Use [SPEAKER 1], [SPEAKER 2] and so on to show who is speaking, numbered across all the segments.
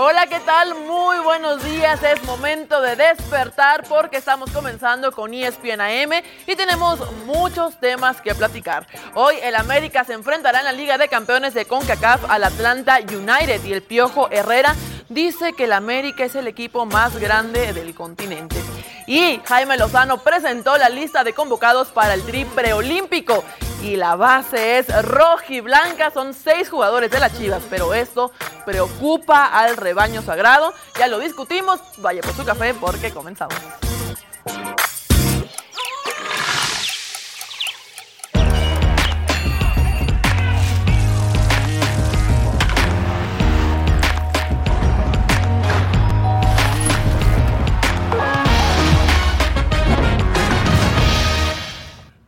[SPEAKER 1] Hola, ¿qué tal? Muy buenos días. Es momento de despertar porque estamos comenzando con E ESPN AM y tenemos muchos temas que platicar. Hoy el América se enfrentará en la Liga de Campeones de CONCACAF al Atlanta United y el Piojo Herrera dice que el América es el equipo más grande del continente. Y Jaime Lozano presentó la lista de convocados para el tri preolímpico. Y la base es rojiblanca, son seis jugadores de las Chivas, pero esto preocupa al rebaño sagrado. Ya lo discutimos, vaya por su café porque comenzamos.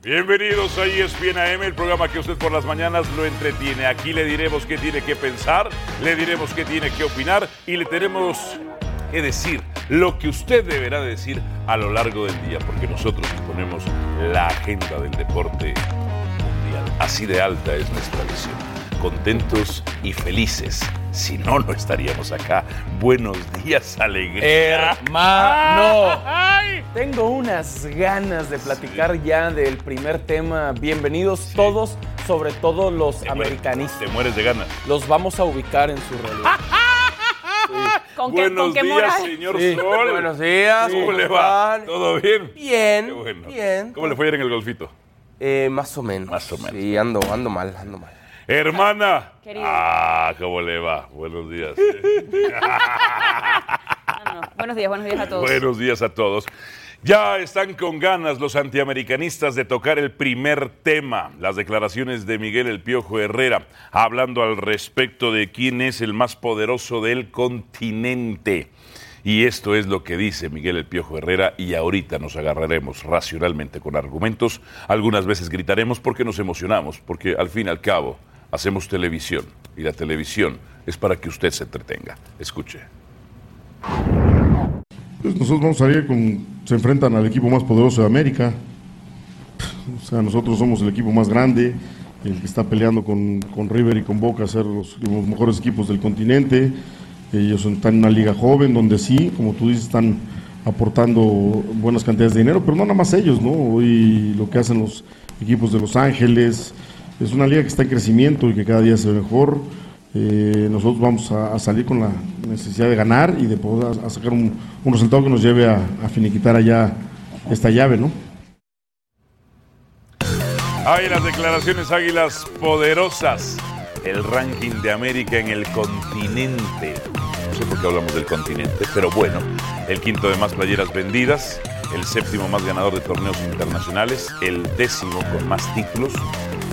[SPEAKER 2] Bienvenidos a E ESPN AM, el programa que usted por las mañanas lo entretiene. Aquí le diremos qué tiene que pensar, le diremos qué tiene que opinar y le tenemos que decir lo que usted deberá decir a lo largo del día, porque nosotros disponemos la agenda del deporte mundial. Así de alta es nuestra visión. Contentos y felices. Si no, no estaríamos acá. Buenos días, alegría.
[SPEAKER 3] Hermano.
[SPEAKER 2] ¡Ay!
[SPEAKER 3] Tengo unas ganas de platicar ya del primer tema. Bienvenidos todos, sobre todo los
[SPEAKER 2] Te mueres-
[SPEAKER 3] americanistas.
[SPEAKER 2] Te mueres de ganas.
[SPEAKER 3] Los vamos a ubicar en su realidad.
[SPEAKER 4] Ah, ¿Con qué,
[SPEAKER 2] Buenos
[SPEAKER 4] con qué
[SPEAKER 2] días,
[SPEAKER 4] moral?
[SPEAKER 2] señor
[SPEAKER 3] Sí.
[SPEAKER 2] Sol.
[SPEAKER 5] Buenos días.
[SPEAKER 2] ¿Cómo le va?
[SPEAKER 5] están?
[SPEAKER 2] ¿Todo bien? Qué
[SPEAKER 5] Bien,
[SPEAKER 2] bueno.
[SPEAKER 5] bien.
[SPEAKER 2] ¿Cómo le fue ayer en el golfito?
[SPEAKER 5] Eh, más o menos.
[SPEAKER 2] Más o menos.
[SPEAKER 5] Sí, ando, ando mal, ando mal.
[SPEAKER 2] Hermana.
[SPEAKER 4] Querido.
[SPEAKER 2] Ah, ¿cómo le va? Buenos días.
[SPEAKER 4] No, no, no. Ah, Buenos días, buenos días a todos.
[SPEAKER 2] Buenos días a todos. Ya están con ganas los antiamericanistas de tocar el primer tema, las declaraciones de Miguel El Piojo Herrera, hablando al respecto de quién es el más poderoso del continente. Y esto es lo que dice Miguel El Piojo Herrera y ahorita nos agarraremos racionalmente con argumentos, algunas veces gritaremos porque nos emocionamos, porque al fin y al cabo hacemos televisión y la televisión es para que usted se entretenga. Escuche.
[SPEAKER 6] Pues nosotros vamos a salir con. Se enfrentan al equipo más poderoso de América. O sea, nosotros somos el equipo más grande, el que está peleando con, con River y con Boca a ser los, los mejores equipos del continente. Ellos están en una liga joven donde sí, como tú dices, están aportando buenas cantidades de dinero, pero no nada más ellos, ¿no? Hoy lo que hacen los equipos de Los Ángeles es una liga que está en crecimiento y que cada día se ve mejor. Eh, nosotros vamos a, a salir con la necesidad de ganar y de poder a- a sacar un, un resultado que nos lleve a, a finiquitar allá esta llave, ¿no?
[SPEAKER 2] Hay las declaraciones águilas poderosas. El ranking de América en el continente. No sé por qué hablamos del continente, pero bueno. El quinto de más playeras vendidas. El séptimo más ganador de torneos internacionales. El décimo con más títulos.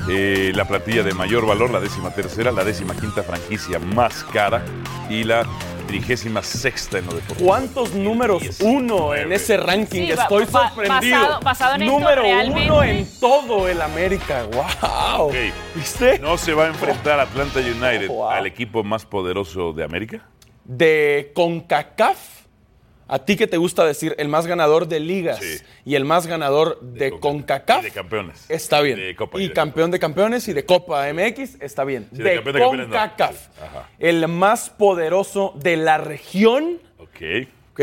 [SPEAKER 2] eh, la plantilla de mayor valor, la décima tercera, la décima quinta franquicia más cara y la trigésima sexta en lo deportivo.
[SPEAKER 3] ¿Cuántos números
[SPEAKER 2] Diez,
[SPEAKER 3] uno
[SPEAKER 2] nueve.
[SPEAKER 3] en ese ranking?
[SPEAKER 4] Sí,
[SPEAKER 3] Estoy
[SPEAKER 4] ba- ba-
[SPEAKER 3] sorprendido.
[SPEAKER 4] basado- basado en esto,
[SPEAKER 3] Número uno
[SPEAKER 4] realmente.
[SPEAKER 3] en todo el América. ¡Wow!
[SPEAKER 2] Ok.
[SPEAKER 3] ¿Viste?
[SPEAKER 2] ¿No se va a enfrentar Atlanta United
[SPEAKER 3] Wow.
[SPEAKER 2] al equipo más poderoso de América?
[SPEAKER 3] de CONCACAF. Eh, A ti que te gusta decir el más ganador de ligas
[SPEAKER 2] Sí.
[SPEAKER 3] y el más ganador de,
[SPEAKER 2] Conca-
[SPEAKER 3] CONCACAF.
[SPEAKER 2] y de campeones.
[SPEAKER 3] Está bien.
[SPEAKER 2] De Copa y
[SPEAKER 3] y
[SPEAKER 2] de
[SPEAKER 3] campeón de campeones y de Copa MX. Está bien.
[SPEAKER 2] Sí, de
[SPEAKER 3] de
[SPEAKER 2] campeón de campeones no.
[SPEAKER 3] CONCACAF.
[SPEAKER 2] Sí, ajá.
[SPEAKER 3] El más poderoso de la región,
[SPEAKER 2] Ok.
[SPEAKER 3] ¿ok?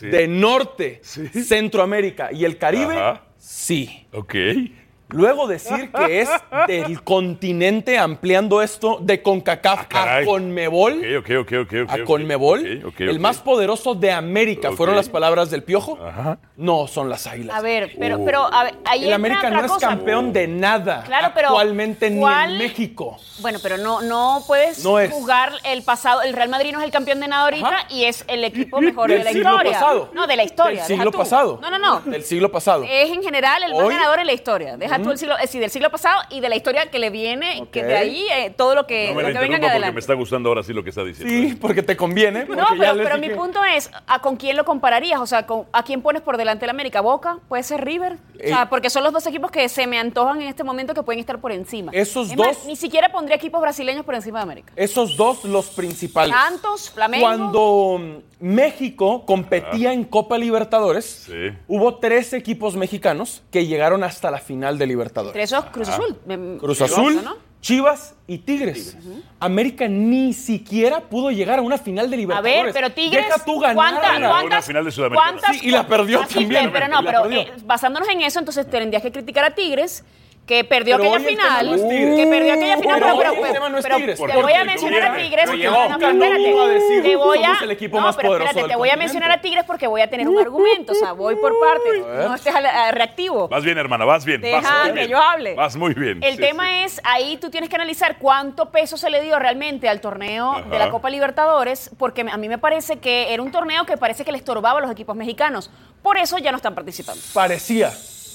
[SPEAKER 3] De Norte, Centroamérica y el Caribe.
[SPEAKER 2] Ajá.
[SPEAKER 3] Sí.
[SPEAKER 2] Ok.
[SPEAKER 4] Eh,
[SPEAKER 3] Luego decir que es del continente, ampliando esto de CONCACAF a
[SPEAKER 2] Ah, Caray.
[SPEAKER 3] CONMEBOL.
[SPEAKER 2] Ok, ok, ok, ok, ok,
[SPEAKER 3] a
[SPEAKER 2] ok.
[SPEAKER 3] Conmebol,
[SPEAKER 2] Ok, ok,
[SPEAKER 3] el
[SPEAKER 2] ok.
[SPEAKER 3] más poderoso de América.
[SPEAKER 2] Ok.
[SPEAKER 3] ¿Fueron las palabras del Piojo?
[SPEAKER 2] Ajá.
[SPEAKER 3] No, son las Águilas.
[SPEAKER 4] A ver,
[SPEAKER 2] Oh.
[SPEAKER 4] pero, pero a ver, ahí
[SPEAKER 3] el
[SPEAKER 4] entra
[SPEAKER 3] América
[SPEAKER 4] otra
[SPEAKER 3] no es
[SPEAKER 4] cosa.
[SPEAKER 3] campeón de nada
[SPEAKER 4] Claro, pero
[SPEAKER 3] actualmente ni
[SPEAKER 4] ¿cuál-
[SPEAKER 3] en México.
[SPEAKER 4] Bueno, pero no, no puedes
[SPEAKER 3] No es.
[SPEAKER 4] jugar el pasado. El Real Madrid no es el campeón de nada ahorita
[SPEAKER 3] Ajá.
[SPEAKER 4] y es el equipo mejor
[SPEAKER 3] Del
[SPEAKER 4] de la
[SPEAKER 3] siglo
[SPEAKER 4] historia.
[SPEAKER 3] pasado.
[SPEAKER 4] No, de la historia. deja
[SPEAKER 3] Del siglo
[SPEAKER 4] tú.
[SPEAKER 3] pasado.
[SPEAKER 4] No, no, no. Eh.
[SPEAKER 3] Del siglo pasado.
[SPEAKER 4] Es en general el más
[SPEAKER 3] Hoy-
[SPEAKER 4] ganador en la historia. Deja tú el siglo, eh, sí, del siglo pasado y de la historia que le viene, que de ahí eh, todo lo que,
[SPEAKER 2] No me la
[SPEAKER 4] lo que venga
[SPEAKER 2] interrumpa
[SPEAKER 4] que
[SPEAKER 2] porque me
[SPEAKER 4] adelante.
[SPEAKER 2] está gustando ahora sí lo que está diciendo.
[SPEAKER 3] sí, porque te conviene. porque
[SPEAKER 4] No,
[SPEAKER 3] ya
[SPEAKER 4] pero,
[SPEAKER 3] les
[SPEAKER 4] pero
[SPEAKER 3] dije-
[SPEAKER 4] mi punto es, ¿a con quién lo compararías? O sea, ¿con- ¿a quién pones por delante el América? ¿Boca? ¿Puede ser River? O sea,
[SPEAKER 3] Eh.
[SPEAKER 4] porque son los dos equipos que se me antojan en este momento que pueden estar por encima.
[SPEAKER 3] Esos
[SPEAKER 4] Es más,
[SPEAKER 3] dos-
[SPEAKER 4] ni siquiera pondría equipos brasileños por encima de América.
[SPEAKER 3] Esos dos los principales.
[SPEAKER 4] Ah, Santos, Flamengo.
[SPEAKER 3] Cuando mm, México competía en Copa Libertadores,
[SPEAKER 2] Ah. Sí.
[SPEAKER 3] hubo tres equipos mexicanos que llegaron hasta la final de Libertadores.
[SPEAKER 2] Ah.
[SPEAKER 4] Entre esos, Cruz Azul. me-
[SPEAKER 3] Ah, Cruz
[SPEAKER 4] me
[SPEAKER 3] Azul,
[SPEAKER 4] gusta, ¿no?
[SPEAKER 3] Chivas y Tigres. América ni siquiera pudo llegar a una final de
[SPEAKER 4] A
[SPEAKER 3] Libertadores.
[SPEAKER 4] ver, pero Tigres,
[SPEAKER 3] Deja tú ganar.
[SPEAKER 4] ¿cuánta-
[SPEAKER 2] Ganó una
[SPEAKER 4] ¿cuántas?
[SPEAKER 2] final de Sudamericana.
[SPEAKER 4] cuántas-
[SPEAKER 3] Sí, y la perdió
[SPEAKER 4] Ah, sí,
[SPEAKER 3] también.
[SPEAKER 4] Pero no,
[SPEAKER 3] La
[SPEAKER 4] pero
[SPEAKER 3] perdió.
[SPEAKER 4] eh, basándonos en eso, entonces tendrías que criticar a Tigres. Que perdió
[SPEAKER 3] Pero
[SPEAKER 4] aquella
[SPEAKER 3] hoy el tema
[SPEAKER 4] final.
[SPEAKER 3] no es Tigres.
[SPEAKER 4] que perdió aquella final,
[SPEAKER 3] Pero
[SPEAKER 4] pero,
[SPEAKER 3] hoy el
[SPEAKER 4] pero-
[SPEAKER 3] tema no es
[SPEAKER 4] pero
[SPEAKER 3] Tigres.
[SPEAKER 4] te
[SPEAKER 2] Porque
[SPEAKER 4] voy a
[SPEAKER 2] el
[SPEAKER 4] mencionar a
[SPEAKER 2] gobierno-
[SPEAKER 4] Tigres.
[SPEAKER 2] Oye,
[SPEAKER 4] no,
[SPEAKER 2] Boca
[SPEAKER 4] no, pero
[SPEAKER 3] no
[SPEAKER 4] espérate.
[SPEAKER 3] vino a decir,
[SPEAKER 4] te voy a,
[SPEAKER 3] somos el equipo
[SPEAKER 4] no,
[SPEAKER 3] más
[SPEAKER 4] pero
[SPEAKER 3] poderoso
[SPEAKER 4] Espérate,
[SPEAKER 3] del
[SPEAKER 4] te voy a
[SPEAKER 3] continente.
[SPEAKER 4] mencionar a Tigres porque voy a tener un argumento. O sea, voy por partes. No estés al- a- reactivo.
[SPEAKER 2] Vas bien, hermana, vas bien.
[SPEAKER 4] Deja
[SPEAKER 2] vas muy
[SPEAKER 4] que
[SPEAKER 2] bien.
[SPEAKER 4] yo hable.
[SPEAKER 2] Vas muy bien.
[SPEAKER 4] El
[SPEAKER 2] Sí,
[SPEAKER 4] tema
[SPEAKER 2] sí.
[SPEAKER 4] es, ahí tú tienes que analizar cuánto peso se le dio realmente al torneo
[SPEAKER 2] Ajá.
[SPEAKER 4] de la Copa Libertadores, porque a mí me parece que era un torneo que parece que le estorbaba a los equipos mexicanos. Por eso ya no están participando.
[SPEAKER 3] Parecía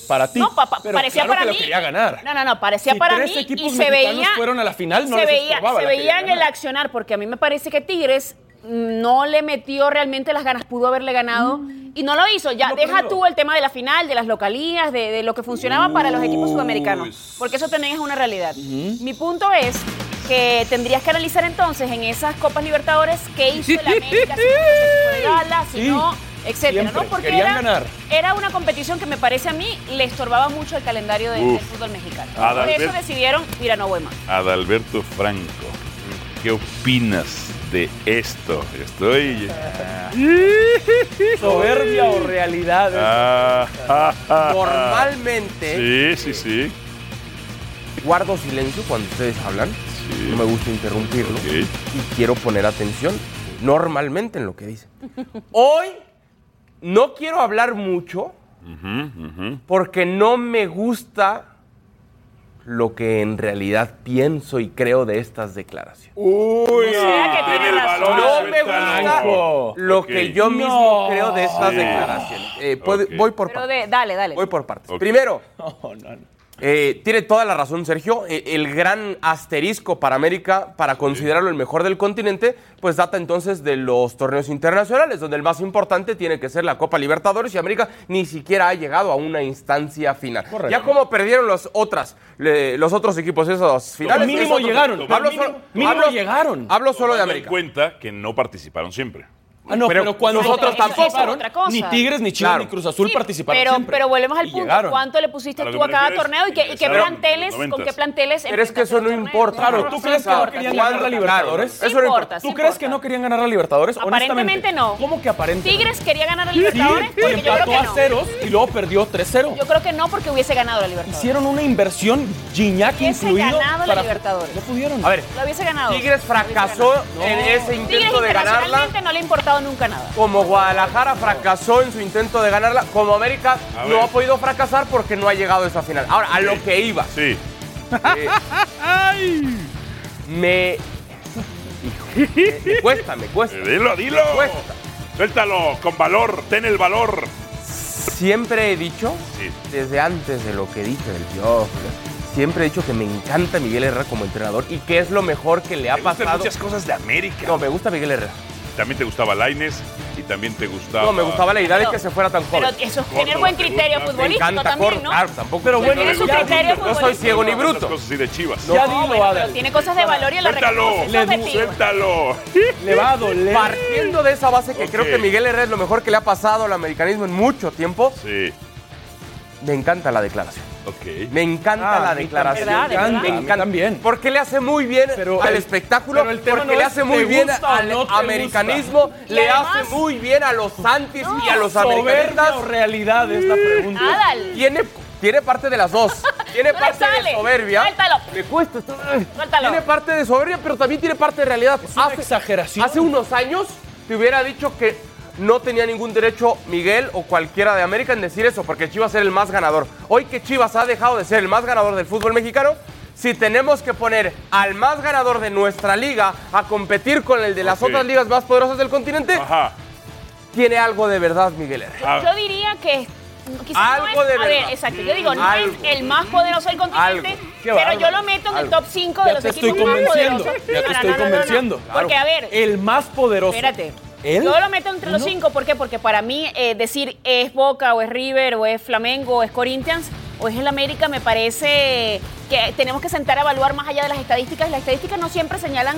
[SPEAKER 3] para ti.
[SPEAKER 4] No, pa- pa-
[SPEAKER 3] pero
[SPEAKER 4] parecía
[SPEAKER 3] claro
[SPEAKER 4] para
[SPEAKER 3] que
[SPEAKER 4] mí.
[SPEAKER 3] Lo quería ganar.
[SPEAKER 4] No, no, no, parecía
[SPEAKER 3] Si
[SPEAKER 4] para
[SPEAKER 3] tres
[SPEAKER 4] mí y
[SPEAKER 3] equipos
[SPEAKER 4] se
[SPEAKER 3] mexicanos
[SPEAKER 4] veía.
[SPEAKER 3] fueron a la final, no
[SPEAKER 4] se
[SPEAKER 3] les
[SPEAKER 4] veía,
[SPEAKER 3] estorbaba,
[SPEAKER 4] se
[SPEAKER 3] la quería
[SPEAKER 4] veía en el
[SPEAKER 3] ganar.
[SPEAKER 4] accionar, porque a mí me parece que Tigres mm, no le metió realmente las ganas, pudo haberle ganado y no lo hizo. Ya
[SPEAKER 3] Mm. No
[SPEAKER 4] deja
[SPEAKER 3] creo.
[SPEAKER 4] tú el tema de la final, de las localías, de, de lo que funcionaba para los equipos
[SPEAKER 2] Uy.
[SPEAKER 4] sudamericanos, porque eso también es una realidad. Mi punto es que tendrías que analizar entonces en esas Copas Libertadores qué hizo el América, si fue de gala, si
[SPEAKER 3] Sí.
[SPEAKER 4] no, etcétera,
[SPEAKER 3] Siempre.
[SPEAKER 4] ¿no? Porque
[SPEAKER 3] Querían
[SPEAKER 4] era-
[SPEAKER 3] ganar.
[SPEAKER 4] era una competición que me parece a mí le estorbaba mucho el calendario de- del
[SPEAKER 2] Uf.
[SPEAKER 4] fútbol mexicano. Por
[SPEAKER 2] Adalbert.
[SPEAKER 4] eso decidieron, mira, no voy más.
[SPEAKER 2] Adalberto Franco, ¿qué opinas de esto? Estoy.
[SPEAKER 3] Soberbia o realidades.
[SPEAKER 2] Ah, ah, ah.
[SPEAKER 5] Normalmente
[SPEAKER 2] Sí, sí, sí.
[SPEAKER 5] guardo silencio cuando ustedes hablan.
[SPEAKER 2] Sí.
[SPEAKER 5] No me gusta interrumpirlo.
[SPEAKER 2] Ok.
[SPEAKER 5] Y quiero poner atención normalmente en lo que dicen. Hoy no quiero hablar mucho porque no me gusta lo que en realidad pienso y creo de estas declaraciones.
[SPEAKER 2] Uy,
[SPEAKER 4] O sea que
[SPEAKER 2] tiene
[SPEAKER 4] tiene
[SPEAKER 2] el
[SPEAKER 4] razón.
[SPEAKER 2] valor.
[SPEAKER 5] No
[SPEAKER 2] de
[SPEAKER 5] me
[SPEAKER 2] Franco.
[SPEAKER 5] gusta lo
[SPEAKER 2] Ok.
[SPEAKER 5] que yo mismo creo de estas
[SPEAKER 2] Sí.
[SPEAKER 5] declaraciones. Eh, puede-
[SPEAKER 2] Ok.
[SPEAKER 5] Voy por
[SPEAKER 4] Pero
[SPEAKER 5] partes.
[SPEAKER 4] de, dale, dale.
[SPEAKER 5] Voy por partes.
[SPEAKER 2] Ok.
[SPEAKER 5] Primero,
[SPEAKER 3] No, Oh, no, no.
[SPEAKER 5] eh, tiene toda la razón Sergio, Eh, el gran asterisco para América, para considerarlo el mejor del continente, pues data entonces de los torneos internacionales, donde el más importante tiene que ser la Copa Libertadores y América ni siquiera ha llegado a una instancia final.
[SPEAKER 3] Correcto.
[SPEAKER 5] Ya como perdieron los, otras, le- los otros equipos esas finales.
[SPEAKER 3] mínimo
[SPEAKER 5] es otro-
[SPEAKER 3] llegaron, pero
[SPEAKER 5] Hablo
[SPEAKER 3] mínimo-
[SPEAKER 5] solo-
[SPEAKER 3] mínimo
[SPEAKER 5] hablo-
[SPEAKER 3] llegaron.
[SPEAKER 5] Hablo solo de
[SPEAKER 2] Tomando en
[SPEAKER 5] América.
[SPEAKER 2] cuenta que no participaron siempre.
[SPEAKER 3] Ah, no,
[SPEAKER 5] Pero
[SPEAKER 3] pero, cuando
[SPEAKER 5] nosotros
[SPEAKER 3] nosotros
[SPEAKER 5] tampoco.
[SPEAKER 3] participaron,
[SPEAKER 4] Eso es otra cosa.
[SPEAKER 3] ni Tigres, ni Chivas,
[SPEAKER 5] Claro.
[SPEAKER 3] ni Cruz Azul
[SPEAKER 4] Sí,
[SPEAKER 3] participaron
[SPEAKER 4] pero,
[SPEAKER 3] siempre.
[SPEAKER 4] pero volvemos al
[SPEAKER 3] Y
[SPEAKER 4] punto.
[SPEAKER 3] llegaron.
[SPEAKER 4] ¿Cuánto le pusiste
[SPEAKER 2] A lo
[SPEAKER 4] tú
[SPEAKER 2] que
[SPEAKER 4] a
[SPEAKER 2] me
[SPEAKER 4] cada
[SPEAKER 2] refiero es
[SPEAKER 4] torneo y, que- y qué
[SPEAKER 2] ingresaron en los
[SPEAKER 4] planteles, con qué
[SPEAKER 2] noventas.
[SPEAKER 4] planteles?
[SPEAKER 5] Pero es que eso
[SPEAKER 4] empezaste
[SPEAKER 5] no
[SPEAKER 4] el torneo?
[SPEAKER 5] importa.
[SPEAKER 3] Claro, ¿tú
[SPEAKER 4] sí
[SPEAKER 3] crees que no
[SPEAKER 4] importa,
[SPEAKER 3] querían
[SPEAKER 4] sí
[SPEAKER 3] ganar la
[SPEAKER 4] importa.
[SPEAKER 5] Libertadores?
[SPEAKER 4] Sí
[SPEAKER 5] Eso no
[SPEAKER 4] importa,
[SPEAKER 3] ¿Tú
[SPEAKER 4] sí
[SPEAKER 3] crees
[SPEAKER 4] importa.
[SPEAKER 3] que no querían ganar la Libertadores?
[SPEAKER 4] Aparentemente
[SPEAKER 3] Honestamente.
[SPEAKER 4] no.
[SPEAKER 3] ¿Cómo que aparentemente?
[SPEAKER 4] Tigres quería ganar la
[SPEAKER 3] Sí,
[SPEAKER 4] Libertadores
[SPEAKER 3] y
[SPEAKER 4] porque yo creo
[SPEAKER 3] empató
[SPEAKER 4] que
[SPEAKER 3] a
[SPEAKER 4] no.
[SPEAKER 3] ceros y luego perdió 3-0.
[SPEAKER 4] Yo creo que no porque hubiese ganado la Libertadores.
[SPEAKER 3] Hicieron una inversión, Gignac
[SPEAKER 4] Hubiese
[SPEAKER 3] incluido.
[SPEAKER 4] ganado la
[SPEAKER 3] para-
[SPEAKER 4] Libertadores.
[SPEAKER 3] No pudieron.
[SPEAKER 5] A ver,
[SPEAKER 4] Lo hubiese ganado.
[SPEAKER 5] Tigres fracasó en ese
[SPEAKER 4] Tigres
[SPEAKER 5] intento de ganarla.
[SPEAKER 4] internacionalmente no le ha importado nunca nada.
[SPEAKER 5] Como Guadalajara fracasó en su intento de ganarla, como América
[SPEAKER 2] A
[SPEAKER 5] no
[SPEAKER 2] ver.
[SPEAKER 5] ha podido fracasar porque no ha llegado a esa final. Ahora, a lo que iba. Eh,
[SPEAKER 2] Sí.
[SPEAKER 5] Me. Hijo, me, me cuesta, me cuesta.
[SPEAKER 2] Eh, Dilo, dilo.
[SPEAKER 5] Cuesta.
[SPEAKER 2] Suéltalo con valor. Ten el valor.
[SPEAKER 5] Siempre he dicho,
[SPEAKER 2] Sí.
[SPEAKER 5] desde antes de lo que dije del Piojo, ¿no? siempre he dicho que me encanta Miguel Herrera como entrenador y que es lo mejor que le ha
[SPEAKER 2] Te gustan
[SPEAKER 5] pasado.
[SPEAKER 2] muchas cosas de América.
[SPEAKER 5] No, me gusta Miguel Herrera.
[SPEAKER 2] También te gustaba Laines y también te gustaba.
[SPEAKER 5] No, me gustaba la idea de
[SPEAKER 4] Pero-
[SPEAKER 5] que se fuera tan
[SPEAKER 4] Pero
[SPEAKER 5] joven.
[SPEAKER 4] eso es
[SPEAKER 2] Córdoba,
[SPEAKER 4] tener buen
[SPEAKER 2] te
[SPEAKER 4] criterio
[SPEAKER 2] gusta. Me
[SPEAKER 5] Me
[SPEAKER 4] futbolístico
[SPEAKER 5] encanta
[SPEAKER 4] también,
[SPEAKER 5] Cor-
[SPEAKER 4] ¿no?
[SPEAKER 5] claro, tampoco.
[SPEAKER 3] Pero
[SPEAKER 5] me
[SPEAKER 3] bueno,
[SPEAKER 5] gusta
[SPEAKER 4] Tiene su
[SPEAKER 3] ya-
[SPEAKER 4] criterio
[SPEAKER 5] No soy
[SPEAKER 4] futbolístico.
[SPEAKER 5] ciego ni bruto.
[SPEAKER 2] Cosas así de chivas.
[SPEAKER 3] Ya
[SPEAKER 4] No,
[SPEAKER 3] dilo,
[SPEAKER 4] bueno,
[SPEAKER 3] Adel.
[SPEAKER 4] pero tiene cosas de valor y la
[SPEAKER 2] Suéltalo.
[SPEAKER 4] reconoce. Eso es de ti, güey.
[SPEAKER 2] Suéltalo.
[SPEAKER 3] Le va a doler.
[SPEAKER 5] Partiendo de esa base que creo
[SPEAKER 2] Ok.
[SPEAKER 5] que Miguel Herrera es lo mejor que le ha pasado al americanismo en mucho tiempo,
[SPEAKER 2] Sí.
[SPEAKER 5] me encanta la declaración.
[SPEAKER 2] Ok.
[SPEAKER 5] Me encanta
[SPEAKER 3] Ah,
[SPEAKER 5] la
[SPEAKER 3] a mí
[SPEAKER 5] declaración.
[SPEAKER 4] también, ¿verdad?
[SPEAKER 5] Me
[SPEAKER 4] ¿verdad?
[SPEAKER 3] A mí
[SPEAKER 5] encanta.
[SPEAKER 3] también.
[SPEAKER 5] Porque le hace muy bien
[SPEAKER 3] Pero
[SPEAKER 5] al
[SPEAKER 3] el-
[SPEAKER 5] espectáculo,
[SPEAKER 3] pero el tema
[SPEAKER 5] porque
[SPEAKER 3] no
[SPEAKER 5] le
[SPEAKER 3] es
[SPEAKER 5] hace muy
[SPEAKER 3] te
[SPEAKER 5] bien
[SPEAKER 3] gusta o
[SPEAKER 5] al
[SPEAKER 3] no te
[SPEAKER 5] americanismo,
[SPEAKER 4] Y
[SPEAKER 5] le
[SPEAKER 4] además-
[SPEAKER 5] hace muy bien a los Santis y a los
[SPEAKER 3] Soberbia o
[SPEAKER 5] americanistas.
[SPEAKER 3] realidad es la pregunta.
[SPEAKER 4] Adal.
[SPEAKER 5] Tiene, tiene parte de las dos. Tiene
[SPEAKER 4] No le
[SPEAKER 5] parte de
[SPEAKER 4] sale.
[SPEAKER 5] soberbia.
[SPEAKER 4] Suéltalo.
[SPEAKER 5] Me cuesta. esto- eh.
[SPEAKER 4] Suéltalo.
[SPEAKER 5] Tiene parte de soberbia, pero también tiene parte de realidad.
[SPEAKER 3] una exageración.
[SPEAKER 5] Hace unos años te hubiera dicho que no tenía ningún derecho Miguel o cualquiera de América en decir eso, porque Chivas era el más ganador. Hoy que Chivas ha dejado de ser el más ganador del fútbol mexicano, si tenemos que poner al más ganador de nuestra liga a competir con el de las
[SPEAKER 2] Ok.
[SPEAKER 5] otras ligas más poderosas del continente,
[SPEAKER 2] Ajá.
[SPEAKER 5] tiene algo de verdad Miguel Herrera.
[SPEAKER 2] Ah.
[SPEAKER 4] Yo diría que quizás
[SPEAKER 5] Algo
[SPEAKER 4] no es,
[SPEAKER 5] de
[SPEAKER 4] a ver,
[SPEAKER 5] verdad.
[SPEAKER 4] exacto, yo digo, no
[SPEAKER 5] Algo.
[SPEAKER 4] es el más poderoso del continente,
[SPEAKER 5] Algo. Qué
[SPEAKER 4] pero
[SPEAKER 5] bárbaro.
[SPEAKER 4] yo lo meto en el
[SPEAKER 5] Algo.
[SPEAKER 4] top 5 de
[SPEAKER 3] Ya
[SPEAKER 4] los
[SPEAKER 3] te estoy
[SPEAKER 4] equipos más
[SPEAKER 3] convenciendo,
[SPEAKER 4] poderosos.
[SPEAKER 3] ya te
[SPEAKER 4] No, no,
[SPEAKER 3] estoy
[SPEAKER 4] no, no, no.
[SPEAKER 3] convenciendo.
[SPEAKER 4] Porque a ver,
[SPEAKER 3] El más poderoso.
[SPEAKER 4] espérate.
[SPEAKER 3] ¿Él?
[SPEAKER 4] Yo lo meto entre los
[SPEAKER 3] No.
[SPEAKER 4] cinco, ¿por qué? Porque para mí eh, decir es Boca o es River o es Flamengo o es Corinthians o es el América me parece que tenemos que sentar a evaluar más allá de las estadísticas. Las estadísticas no siempre señalan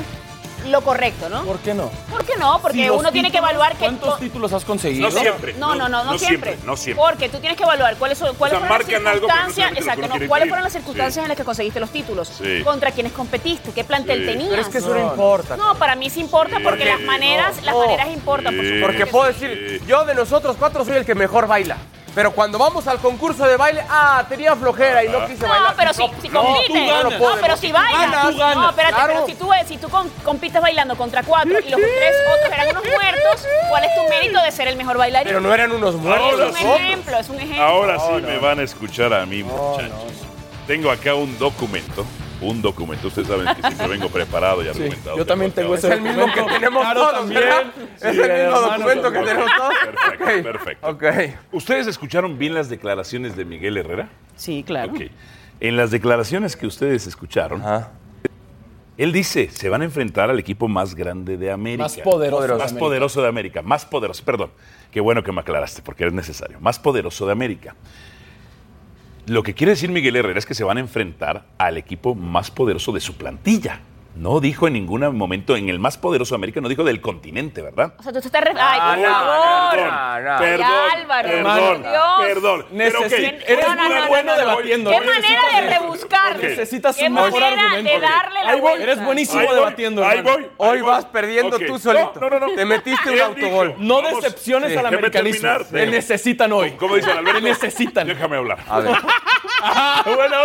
[SPEAKER 4] lo correcto, ¿no?
[SPEAKER 3] ¿Por qué no?
[SPEAKER 4] ¿Por qué no? Porque
[SPEAKER 3] Si los
[SPEAKER 4] uno tiene que
[SPEAKER 3] títulos,
[SPEAKER 4] evaluar que...
[SPEAKER 3] ¿Cuántos títulos has conseguido?
[SPEAKER 2] No siempre.
[SPEAKER 4] No, no, no, no, siempre.
[SPEAKER 2] No siempre.
[SPEAKER 4] Porque tú tienes que evaluar cuáles son cuáles
[SPEAKER 2] O sea,
[SPEAKER 4] fueron las
[SPEAKER 2] marcan algo, pero no
[SPEAKER 4] circunstancias,
[SPEAKER 2] saben que lo que
[SPEAKER 4] exacto,
[SPEAKER 2] uno
[SPEAKER 4] no,
[SPEAKER 2] quiere
[SPEAKER 4] cuáles
[SPEAKER 2] ir.
[SPEAKER 4] fueron las circunstancias
[SPEAKER 2] Sí.
[SPEAKER 4] en las que conseguiste los títulos,
[SPEAKER 2] Sí.
[SPEAKER 4] contra quiénes competiste, qué plantel
[SPEAKER 2] Sí.
[SPEAKER 4] tenías.
[SPEAKER 5] Pero es que eso no importa. Oh.
[SPEAKER 4] No, para mí sí importa
[SPEAKER 2] Sí.
[SPEAKER 4] porque las
[SPEAKER 2] No,
[SPEAKER 4] maneras, las
[SPEAKER 5] no.
[SPEAKER 4] maneras importan, por
[SPEAKER 2] Sí.
[SPEAKER 4] supuesto.
[SPEAKER 5] Porque
[SPEAKER 4] que
[SPEAKER 5] puedo
[SPEAKER 4] sí.
[SPEAKER 5] decir, yo de nosotros cuatro soy el que mejor baila. Pero cuando vamos al concurso de baile, ah, tenía flojera y no quise
[SPEAKER 4] No,
[SPEAKER 5] bailar.
[SPEAKER 4] pero si, si compites.
[SPEAKER 5] no
[SPEAKER 4] No,
[SPEAKER 5] lo puedo
[SPEAKER 4] pero si bailas.
[SPEAKER 5] demostrar. Tú ganas,
[SPEAKER 4] no, espérate,
[SPEAKER 5] claro.
[SPEAKER 4] pero si tú, si tú com- compites bailando contra cuatro y los tres otros eran unos muertos, ¿cuál es tu mérito de ser el mejor bailarín?
[SPEAKER 5] Pero no eran unos muertos
[SPEAKER 2] Ahora
[SPEAKER 4] es un
[SPEAKER 2] nosotros.
[SPEAKER 5] nosotros.
[SPEAKER 4] ejemplo, es un ejemplo.
[SPEAKER 2] Ahora sí me van a escuchar a mí, muchachos. Tengo acá un documento. Un documento. Ustedes saben que siempre vengo preparado y
[SPEAKER 3] Sí,
[SPEAKER 2] argumentado.
[SPEAKER 3] yo también tengo
[SPEAKER 5] Es
[SPEAKER 3] ese
[SPEAKER 5] el mismo que
[SPEAKER 3] documento.
[SPEAKER 5] tenemos
[SPEAKER 3] Claro,
[SPEAKER 5] todos,
[SPEAKER 3] también.
[SPEAKER 5] ¿verdad?
[SPEAKER 3] Sí,
[SPEAKER 5] es el mismo
[SPEAKER 3] hermano,
[SPEAKER 5] documento que
[SPEAKER 3] también.
[SPEAKER 5] tenemos todos.
[SPEAKER 2] Perfecto,
[SPEAKER 5] Ok.
[SPEAKER 2] perfecto.
[SPEAKER 5] Ok.
[SPEAKER 2] ¿Ustedes escucharon bien las declaraciones de Miguel Herrera?
[SPEAKER 1] Sí, claro.
[SPEAKER 2] Ok. En las declaraciones que ustedes escucharon, él dice, se van a enfrentar al equipo más grande de América.
[SPEAKER 3] Más poderoso de
[SPEAKER 2] Más
[SPEAKER 3] América.
[SPEAKER 2] poderoso de América. Más poderoso, perdón. Qué bueno que me aclaraste, porque es necesario. Más poderoso de América. Lo que quiere decir Miguel Herrera es que se van a enfrentar al equipo más poderoso de su plantilla. No dijo en ningún momento, en el más poderoso de América, no dijo del continente, ¿verdad?
[SPEAKER 4] O sea, tú te estás... re- Ay, por
[SPEAKER 5] Ah,
[SPEAKER 4] favor.
[SPEAKER 5] no, no.
[SPEAKER 2] perdón,
[SPEAKER 4] Ay, Álvaro,
[SPEAKER 2] perdón,
[SPEAKER 4] por Dios.
[SPEAKER 2] perdón. Pero, ok,
[SPEAKER 3] Necesi- eres
[SPEAKER 4] No, no,
[SPEAKER 3] muy
[SPEAKER 4] no, no,
[SPEAKER 3] bueno
[SPEAKER 4] no, no.
[SPEAKER 3] debatiendo.
[SPEAKER 2] ¿eh?
[SPEAKER 4] Qué
[SPEAKER 3] Necesitas
[SPEAKER 4] manera de
[SPEAKER 3] el-
[SPEAKER 4] rebuscar.
[SPEAKER 3] Necesitas
[SPEAKER 4] Qué
[SPEAKER 3] un mejor
[SPEAKER 4] manera
[SPEAKER 3] argumento.
[SPEAKER 4] de darle la
[SPEAKER 3] Ahí voy,
[SPEAKER 4] vuelta.
[SPEAKER 3] Eres buenísimo
[SPEAKER 2] Ahí voy,
[SPEAKER 3] debatiendo.
[SPEAKER 2] ahí
[SPEAKER 3] hermano.
[SPEAKER 2] voy.
[SPEAKER 5] Hoy
[SPEAKER 2] ahí
[SPEAKER 5] vas
[SPEAKER 2] voy.
[SPEAKER 5] perdiendo
[SPEAKER 2] Ok.
[SPEAKER 5] tú solito.
[SPEAKER 2] No, no, no, no.
[SPEAKER 5] Te metiste un
[SPEAKER 2] Él
[SPEAKER 5] autogol.
[SPEAKER 2] dijo,
[SPEAKER 3] No
[SPEAKER 2] vamos,
[SPEAKER 3] decepciones
[SPEAKER 2] sí,
[SPEAKER 3] al
[SPEAKER 2] déjame
[SPEAKER 3] americanismo.
[SPEAKER 2] terminar,
[SPEAKER 3] Te
[SPEAKER 2] déjame.
[SPEAKER 3] necesitan hoy.
[SPEAKER 2] ¿Cómo dice Alberto?
[SPEAKER 3] Te necesitan.
[SPEAKER 2] Déjame hablar.
[SPEAKER 5] A ver,
[SPEAKER 3] Ah, bueno.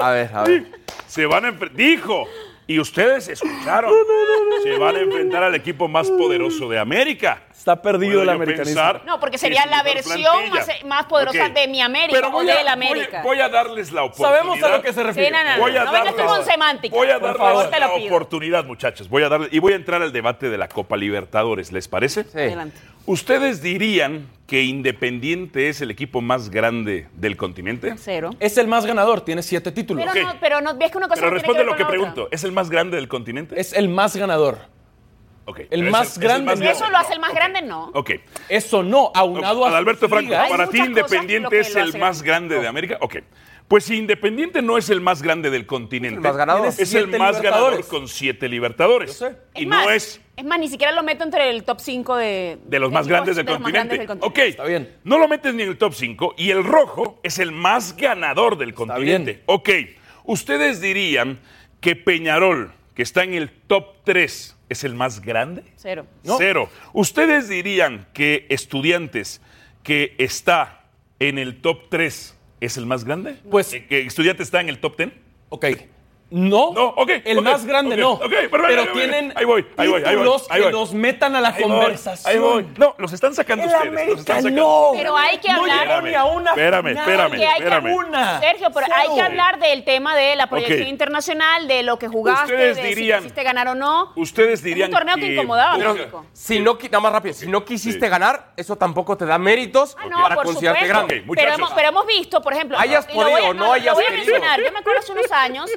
[SPEAKER 5] a ver, a ver.
[SPEAKER 2] Se van a enfrentar. Dijo. Y ustedes escucharon. Se van a enfrentar al equipo más poderoso de América.
[SPEAKER 3] Está perdido
[SPEAKER 2] Puedo
[SPEAKER 3] el
[SPEAKER 2] yo
[SPEAKER 3] americanismo.
[SPEAKER 2] pensar
[SPEAKER 4] No, porque
[SPEAKER 2] que
[SPEAKER 4] sería
[SPEAKER 2] es
[SPEAKER 4] la
[SPEAKER 2] mejor
[SPEAKER 4] versión
[SPEAKER 2] plantilla.
[SPEAKER 4] más- eh, más poderosa
[SPEAKER 2] Ok.
[SPEAKER 4] de mi América
[SPEAKER 2] Pero
[SPEAKER 4] o
[SPEAKER 2] voy
[SPEAKER 4] de
[SPEAKER 2] a-
[SPEAKER 4] la
[SPEAKER 2] voy a-
[SPEAKER 4] América.
[SPEAKER 2] Voy a darles la oportunidad.
[SPEAKER 3] Sabemos a lo que se
[SPEAKER 4] Sí,
[SPEAKER 3] refiere.
[SPEAKER 4] no, no, no.
[SPEAKER 2] Voy a
[SPEAKER 4] No
[SPEAKER 2] darles
[SPEAKER 4] vengas tú con semántica.
[SPEAKER 2] Voy a
[SPEAKER 4] Por
[SPEAKER 2] darles
[SPEAKER 4] favor, te
[SPEAKER 2] la
[SPEAKER 4] lo pido.
[SPEAKER 2] oportunidad, muchachos. Voy a darle y voy a entrar al debate de la Copa Libertadores, ¿les parece?
[SPEAKER 5] Sí.
[SPEAKER 4] Adelante.
[SPEAKER 2] ¿Ustedes dirían que Independiente es el equipo más grande del continente?
[SPEAKER 4] Cero.
[SPEAKER 3] Es el más ganador, tiene siete títulos.
[SPEAKER 4] Pero
[SPEAKER 2] Ok.
[SPEAKER 4] no, pero no, ves que una cosa
[SPEAKER 2] Pero
[SPEAKER 4] no tiene
[SPEAKER 2] responde
[SPEAKER 4] ver
[SPEAKER 2] lo
[SPEAKER 4] con
[SPEAKER 2] que
[SPEAKER 4] la otra.
[SPEAKER 2] pregunto. ¿Es el más grande del continente?
[SPEAKER 3] Es el más ganador.
[SPEAKER 2] Ok, pero
[SPEAKER 3] el
[SPEAKER 2] es
[SPEAKER 3] más
[SPEAKER 2] es
[SPEAKER 3] grande,
[SPEAKER 2] más
[SPEAKER 3] ¿no?
[SPEAKER 4] Eso lo hace el más
[SPEAKER 2] Ok,
[SPEAKER 4] grande, no.
[SPEAKER 2] Ok.
[SPEAKER 3] Eso no, aunado a. sus
[SPEAKER 2] Alberto Franco,
[SPEAKER 3] ligas.
[SPEAKER 4] Hay
[SPEAKER 2] para ti
[SPEAKER 4] muchas cosas que
[SPEAKER 2] Independiente
[SPEAKER 4] lo
[SPEAKER 2] es
[SPEAKER 4] que lo
[SPEAKER 2] el
[SPEAKER 4] hace
[SPEAKER 2] más grande de América. Ok. Pues si Independiente no es el más grande del continente,
[SPEAKER 5] más ganador.
[SPEAKER 2] es
[SPEAKER 3] Tiene
[SPEAKER 2] el
[SPEAKER 3] siete
[SPEAKER 2] más ganador
[SPEAKER 3] Libertadores.
[SPEAKER 2] con siete libertadores.
[SPEAKER 3] Yo sé.
[SPEAKER 2] Y
[SPEAKER 4] más,
[SPEAKER 2] no es
[SPEAKER 4] Es más, ni siquiera lo meto entre el top 5 de.
[SPEAKER 2] de los más
[SPEAKER 4] equipos
[SPEAKER 2] grandes del
[SPEAKER 4] de los más
[SPEAKER 2] continente.
[SPEAKER 4] grandes del
[SPEAKER 2] ok.
[SPEAKER 4] continente.
[SPEAKER 3] Está bien.
[SPEAKER 2] No lo metes ni en el top 5 y el rojo es el más ganador del continente.
[SPEAKER 3] bien.
[SPEAKER 2] Ok. ¿Ustedes dirían que Peñarol, que está en el top 3, es el más grande?
[SPEAKER 4] Cero.
[SPEAKER 3] No.
[SPEAKER 2] Cero. ¿Ustedes dirían que estudiantes que está en el top 3 es el más grande?
[SPEAKER 3] Pues-
[SPEAKER 2] ¿Que, que estudiantes está en el top 10?
[SPEAKER 3] Ok. No,
[SPEAKER 2] No, ok,
[SPEAKER 3] el
[SPEAKER 2] ok,
[SPEAKER 3] más grande
[SPEAKER 2] ok,
[SPEAKER 3] no.
[SPEAKER 2] ok, perfecto,
[SPEAKER 3] pero
[SPEAKER 2] ahí voy,
[SPEAKER 3] tienen
[SPEAKER 2] ahí voy, ahí voy, ahí voy,
[SPEAKER 3] títulos
[SPEAKER 2] ahí voy.
[SPEAKER 3] que los metan a la
[SPEAKER 2] Ahí voy,
[SPEAKER 3] conversación.
[SPEAKER 2] Ahí voy. No, los están sacando
[SPEAKER 3] El
[SPEAKER 2] ustedes. los
[SPEAKER 3] América
[SPEAKER 2] están sacando.
[SPEAKER 3] no.
[SPEAKER 4] Pero hay que
[SPEAKER 3] no
[SPEAKER 4] hablar-
[SPEAKER 3] llegó ni a una.
[SPEAKER 2] Espérame,
[SPEAKER 3] final.
[SPEAKER 2] espérame,
[SPEAKER 4] Que hay que
[SPEAKER 2] espérame.
[SPEAKER 3] Una.
[SPEAKER 4] Sergio, pero hay
[SPEAKER 3] Cero.
[SPEAKER 4] que hablar del tema de la proyección
[SPEAKER 2] Ok.
[SPEAKER 4] internacional, de lo que jugaste,
[SPEAKER 2] Ustedes
[SPEAKER 4] de
[SPEAKER 2] dirían-
[SPEAKER 4] si quisiste ganar o no. Ah,
[SPEAKER 2] Ustedes dirían
[SPEAKER 4] un torneo que incomodaba a
[SPEAKER 2] Pero-
[SPEAKER 4] México.
[SPEAKER 5] Si no, qui- nada más rápido, si no quisiste
[SPEAKER 2] Sí.
[SPEAKER 5] ganar, eso tampoco te da méritos
[SPEAKER 4] Ah,
[SPEAKER 5] para
[SPEAKER 4] no, por
[SPEAKER 5] considerarte
[SPEAKER 4] supuesto.
[SPEAKER 5] grande.
[SPEAKER 2] Ok,
[SPEAKER 4] pero,
[SPEAKER 2] muchachos.
[SPEAKER 4] hemos, pero hemos visto, por ejemplo.
[SPEAKER 5] Hayas
[SPEAKER 4] y lo voy a-
[SPEAKER 5] podido o no
[SPEAKER 4] lo
[SPEAKER 5] hayas
[SPEAKER 4] voy a
[SPEAKER 5] querido.
[SPEAKER 4] mencionar. Yo me acuerdo hace unos años,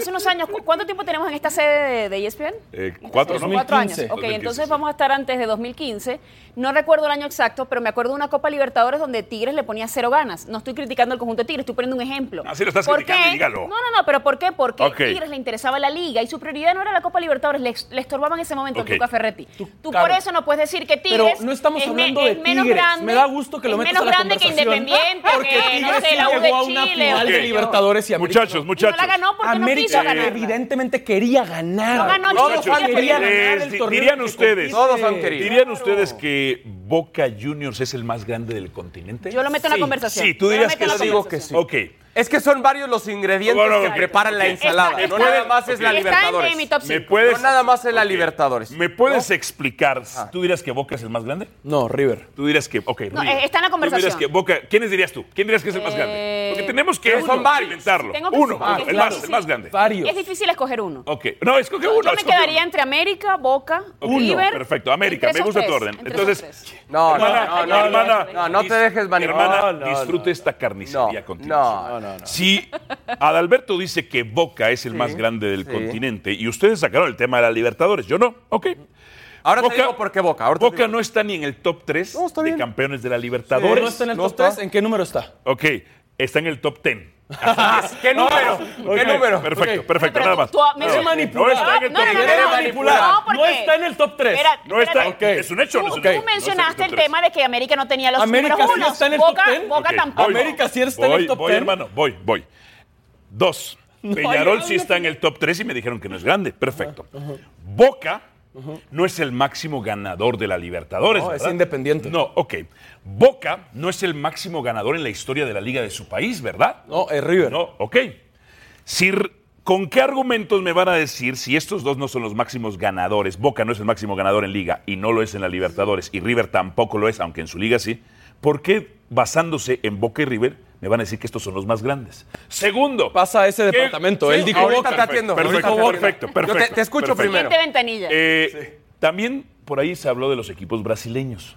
[SPEAKER 4] hace unos años, ¿cu- ¿cuánto tiempo tenemos en esta sede de, E de ESPN?
[SPEAKER 2] Eh, cuatro, ¿no?
[SPEAKER 3] 2015.
[SPEAKER 4] Cuatro años. Ok,
[SPEAKER 2] 2015,
[SPEAKER 4] entonces
[SPEAKER 2] sí.
[SPEAKER 4] vamos a estar antes de 2015. No recuerdo el año exacto, pero me acuerdo de una Copa Libertadores donde Tigres le ponía cero ganas. No estoy criticando al conjunto de Tigres, estoy poniendo un ejemplo.
[SPEAKER 2] Ah, sí lo estás
[SPEAKER 4] ¿Por
[SPEAKER 2] criticando,
[SPEAKER 4] qué?
[SPEAKER 2] dígalo.
[SPEAKER 4] No, no, no, pero ¿por qué? Porque
[SPEAKER 2] Ok.
[SPEAKER 4] Tigres le interesaba la liga y su prioridad no era la Copa Libertadores, le, le estorbaban en ese momento
[SPEAKER 2] Ok.
[SPEAKER 4] a Tuca Ferretti. Tú,
[SPEAKER 3] claro.
[SPEAKER 4] por eso no puedes decir que
[SPEAKER 3] Pero
[SPEAKER 4] Tigres
[SPEAKER 3] no estamos
[SPEAKER 4] es me-
[SPEAKER 3] hablando de
[SPEAKER 4] es menos
[SPEAKER 3] Tigres.
[SPEAKER 4] grande,
[SPEAKER 3] Me da gusto que lo
[SPEAKER 4] es
[SPEAKER 3] metas
[SPEAKER 4] menos
[SPEAKER 3] a la
[SPEAKER 4] grande que
[SPEAKER 3] conversación.
[SPEAKER 4] Independiente,
[SPEAKER 3] Porque
[SPEAKER 4] que no
[SPEAKER 3] Tigres
[SPEAKER 4] sé,
[SPEAKER 3] sí
[SPEAKER 4] la U
[SPEAKER 3] llegó a
[SPEAKER 4] de
[SPEAKER 3] una
[SPEAKER 4] Chile. o
[SPEAKER 3] final
[SPEAKER 4] qué
[SPEAKER 3] de
[SPEAKER 4] sé yo.
[SPEAKER 3] Libertadores y América.
[SPEAKER 2] Muchachos,
[SPEAKER 4] Y no
[SPEAKER 2] muchachos.
[SPEAKER 4] la ganó porque no
[SPEAKER 3] América
[SPEAKER 4] quiso ganar.
[SPEAKER 3] evidentemente quería ganar.
[SPEAKER 4] No ganó,
[SPEAKER 5] Todos
[SPEAKER 4] chicos,
[SPEAKER 5] han
[SPEAKER 4] quería
[SPEAKER 5] querido.
[SPEAKER 4] ganar.
[SPEAKER 2] Les di- dirían
[SPEAKER 3] que
[SPEAKER 2] ustedes.
[SPEAKER 3] compite.
[SPEAKER 5] Todos han querido.
[SPEAKER 2] ¿Dirían ustedes que Boca Juniors es el más grande del continente?
[SPEAKER 4] Yo lo meto en la
[SPEAKER 5] Sí,
[SPEAKER 4] conversación.
[SPEAKER 2] sí, tú
[SPEAKER 4] Yo lo
[SPEAKER 2] dirías
[SPEAKER 4] meto
[SPEAKER 2] que
[SPEAKER 4] en la
[SPEAKER 2] sí. Digo
[SPEAKER 5] que sí.
[SPEAKER 4] conversación.
[SPEAKER 2] Ok.
[SPEAKER 5] Es que son varios los ingredientes
[SPEAKER 2] Bueno,
[SPEAKER 5] que
[SPEAKER 2] ok.
[SPEAKER 5] preparan la
[SPEAKER 2] Ok.
[SPEAKER 5] ensalada.
[SPEAKER 4] Está-
[SPEAKER 5] no
[SPEAKER 4] está-
[SPEAKER 5] nada más es la
[SPEAKER 4] está
[SPEAKER 5] Libertadores.
[SPEAKER 4] entre mi top
[SPEAKER 2] ¿Me
[SPEAKER 4] cinco.
[SPEAKER 2] puedes,
[SPEAKER 5] No nada más en la
[SPEAKER 2] Ok.
[SPEAKER 5] Libertadores. Ah.
[SPEAKER 2] ¿Me puedes explicar? ¿Tú dirías que Boca es el más grande?
[SPEAKER 3] No, River.
[SPEAKER 2] Tú dirías que. Ok,
[SPEAKER 4] No,
[SPEAKER 2] River.
[SPEAKER 4] eh, está en la
[SPEAKER 2] Tú dirías
[SPEAKER 4] conversación.
[SPEAKER 2] que Boca- ¿Quiénes dirías tú? ¿Quién dirías que es el más grande?
[SPEAKER 4] Eh,
[SPEAKER 2] Porque tenemos que
[SPEAKER 5] Son
[SPEAKER 2] uno,
[SPEAKER 5] varios.
[SPEAKER 2] inventarlo.
[SPEAKER 4] Tengo que
[SPEAKER 2] Uno,
[SPEAKER 4] escoger,
[SPEAKER 2] uno, el
[SPEAKER 4] claro.
[SPEAKER 2] más, el más grande.
[SPEAKER 3] Varios.
[SPEAKER 4] Es difícil escoger uno.
[SPEAKER 2] Ok. No, escoge uno.
[SPEAKER 4] Yo me
[SPEAKER 2] escoge
[SPEAKER 4] quedaría
[SPEAKER 2] uno.
[SPEAKER 4] entre América, Boca,
[SPEAKER 2] Uno,
[SPEAKER 4] River.
[SPEAKER 2] perfecto. América,
[SPEAKER 4] entre
[SPEAKER 2] me
[SPEAKER 4] esos
[SPEAKER 2] gusta tu
[SPEAKER 4] tres,
[SPEAKER 2] orden.
[SPEAKER 4] entre esos
[SPEAKER 2] Entonces,
[SPEAKER 4] tres.
[SPEAKER 5] No, no,
[SPEAKER 2] hermana,
[SPEAKER 5] no, no,
[SPEAKER 2] hermana,
[SPEAKER 5] no, no te
[SPEAKER 2] dis-
[SPEAKER 5] dejes manipular.
[SPEAKER 2] Hermana,
[SPEAKER 3] No, no,
[SPEAKER 2] disfruta esta carnicería
[SPEAKER 5] No,
[SPEAKER 2] contigo.
[SPEAKER 5] no, no,
[SPEAKER 2] Si Adalberto dice que Boca es el más grande del
[SPEAKER 5] sí.
[SPEAKER 2] continente y ustedes sacaron el tema de la Libertadores, yo no. Ok.
[SPEAKER 5] Ahora te digo por qué Boca. Ahora te
[SPEAKER 2] Boca
[SPEAKER 5] digo.
[SPEAKER 2] no está ni en el top 3
[SPEAKER 5] No, está
[SPEAKER 2] de
[SPEAKER 5] bien.
[SPEAKER 2] campeones de la Libertadores.
[SPEAKER 3] No está en el
[SPEAKER 5] No
[SPEAKER 3] top
[SPEAKER 5] está.
[SPEAKER 3] 3. ¿En qué número está?
[SPEAKER 2] Ok, está en el top 10.
[SPEAKER 5] ¿Qué número? ¿Qué número?
[SPEAKER 2] Perfecto,
[SPEAKER 3] Ok.
[SPEAKER 2] perfecto,
[SPEAKER 4] Pero
[SPEAKER 2] nada
[SPEAKER 4] tú-
[SPEAKER 2] más.
[SPEAKER 4] tú a- me-
[SPEAKER 2] No,
[SPEAKER 3] manipulado.
[SPEAKER 2] No está en el
[SPEAKER 4] No, no,
[SPEAKER 2] top
[SPEAKER 4] no,
[SPEAKER 2] tres.
[SPEAKER 3] Quiere
[SPEAKER 4] no, no.
[SPEAKER 3] manipular.
[SPEAKER 4] No, porque-
[SPEAKER 3] No está en el top 3.
[SPEAKER 4] Espera,
[SPEAKER 2] No está,
[SPEAKER 4] espérate.
[SPEAKER 2] es un hecho. no
[SPEAKER 4] Tú,
[SPEAKER 2] es un
[SPEAKER 4] tú
[SPEAKER 2] hecho.
[SPEAKER 4] mencionaste
[SPEAKER 2] No está en
[SPEAKER 4] el
[SPEAKER 2] top tres.
[SPEAKER 4] tema de que América no tenía los
[SPEAKER 3] América
[SPEAKER 4] números
[SPEAKER 3] sí
[SPEAKER 4] unos.
[SPEAKER 3] está en el top
[SPEAKER 4] Boca,
[SPEAKER 3] ten.
[SPEAKER 4] Boca
[SPEAKER 2] Ok,
[SPEAKER 4] tampoco.
[SPEAKER 2] voy.
[SPEAKER 3] América sí está en el
[SPEAKER 2] Voy,
[SPEAKER 3] top
[SPEAKER 2] Voy,
[SPEAKER 3] 10.
[SPEAKER 2] hermano, voy, voy. Dos. Peñarol
[SPEAKER 3] ya,
[SPEAKER 2] sí
[SPEAKER 3] ya,
[SPEAKER 2] está en el top 3 y me dijeron que no es grande. Perfecto. Boca no es el máximo ganador de la Libertadores.
[SPEAKER 3] No, es
[SPEAKER 2] ¿verdad?
[SPEAKER 3] independiente.
[SPEAKER 2] No, ok. Boca no es el máximo ganador en la historia de la liga de su país, ¿verdad?
[SPEAKER 3] No, es River.
[SPEAKER 2] No, ok. Si r- ¿Con qué argumentos me van a decir si estos dos no son los máximos ganadores? Boca no es el máximo ganador en Liga y no lo es en la Libertadores y River tampoco lo es, aunque en su Liga sí. ¿Por qué basándose en Boca y River me van a decir que estos son los más grandes? Segundo.
[SPEAKER 3] Pasa a ese
[SPEAKER 2] ¿qué-
[SPEAKER 3] departamento, él dijo
[SPEAKER 5] Ahorita
[SPEAKER 3] Boca.
[SPEAKER 5] te atiendo.
[SPEAKER 2] Perfecto,
[SPEAKER 5] ahorita te
[SPEAKER 2] perfecto,
[SPEAKER 5] atiendo.
[SPEAKER 2] perfecto,
[SPEAKER 5] Yo te, te escucho
[SPEAKER 2] perfecto.
[SPEAKER 5] primero.
[SPEAKER 4] Siguiente ventanilla.
[SPEAKER 2] Eh, También por ahí se habló de los equipos brasileños.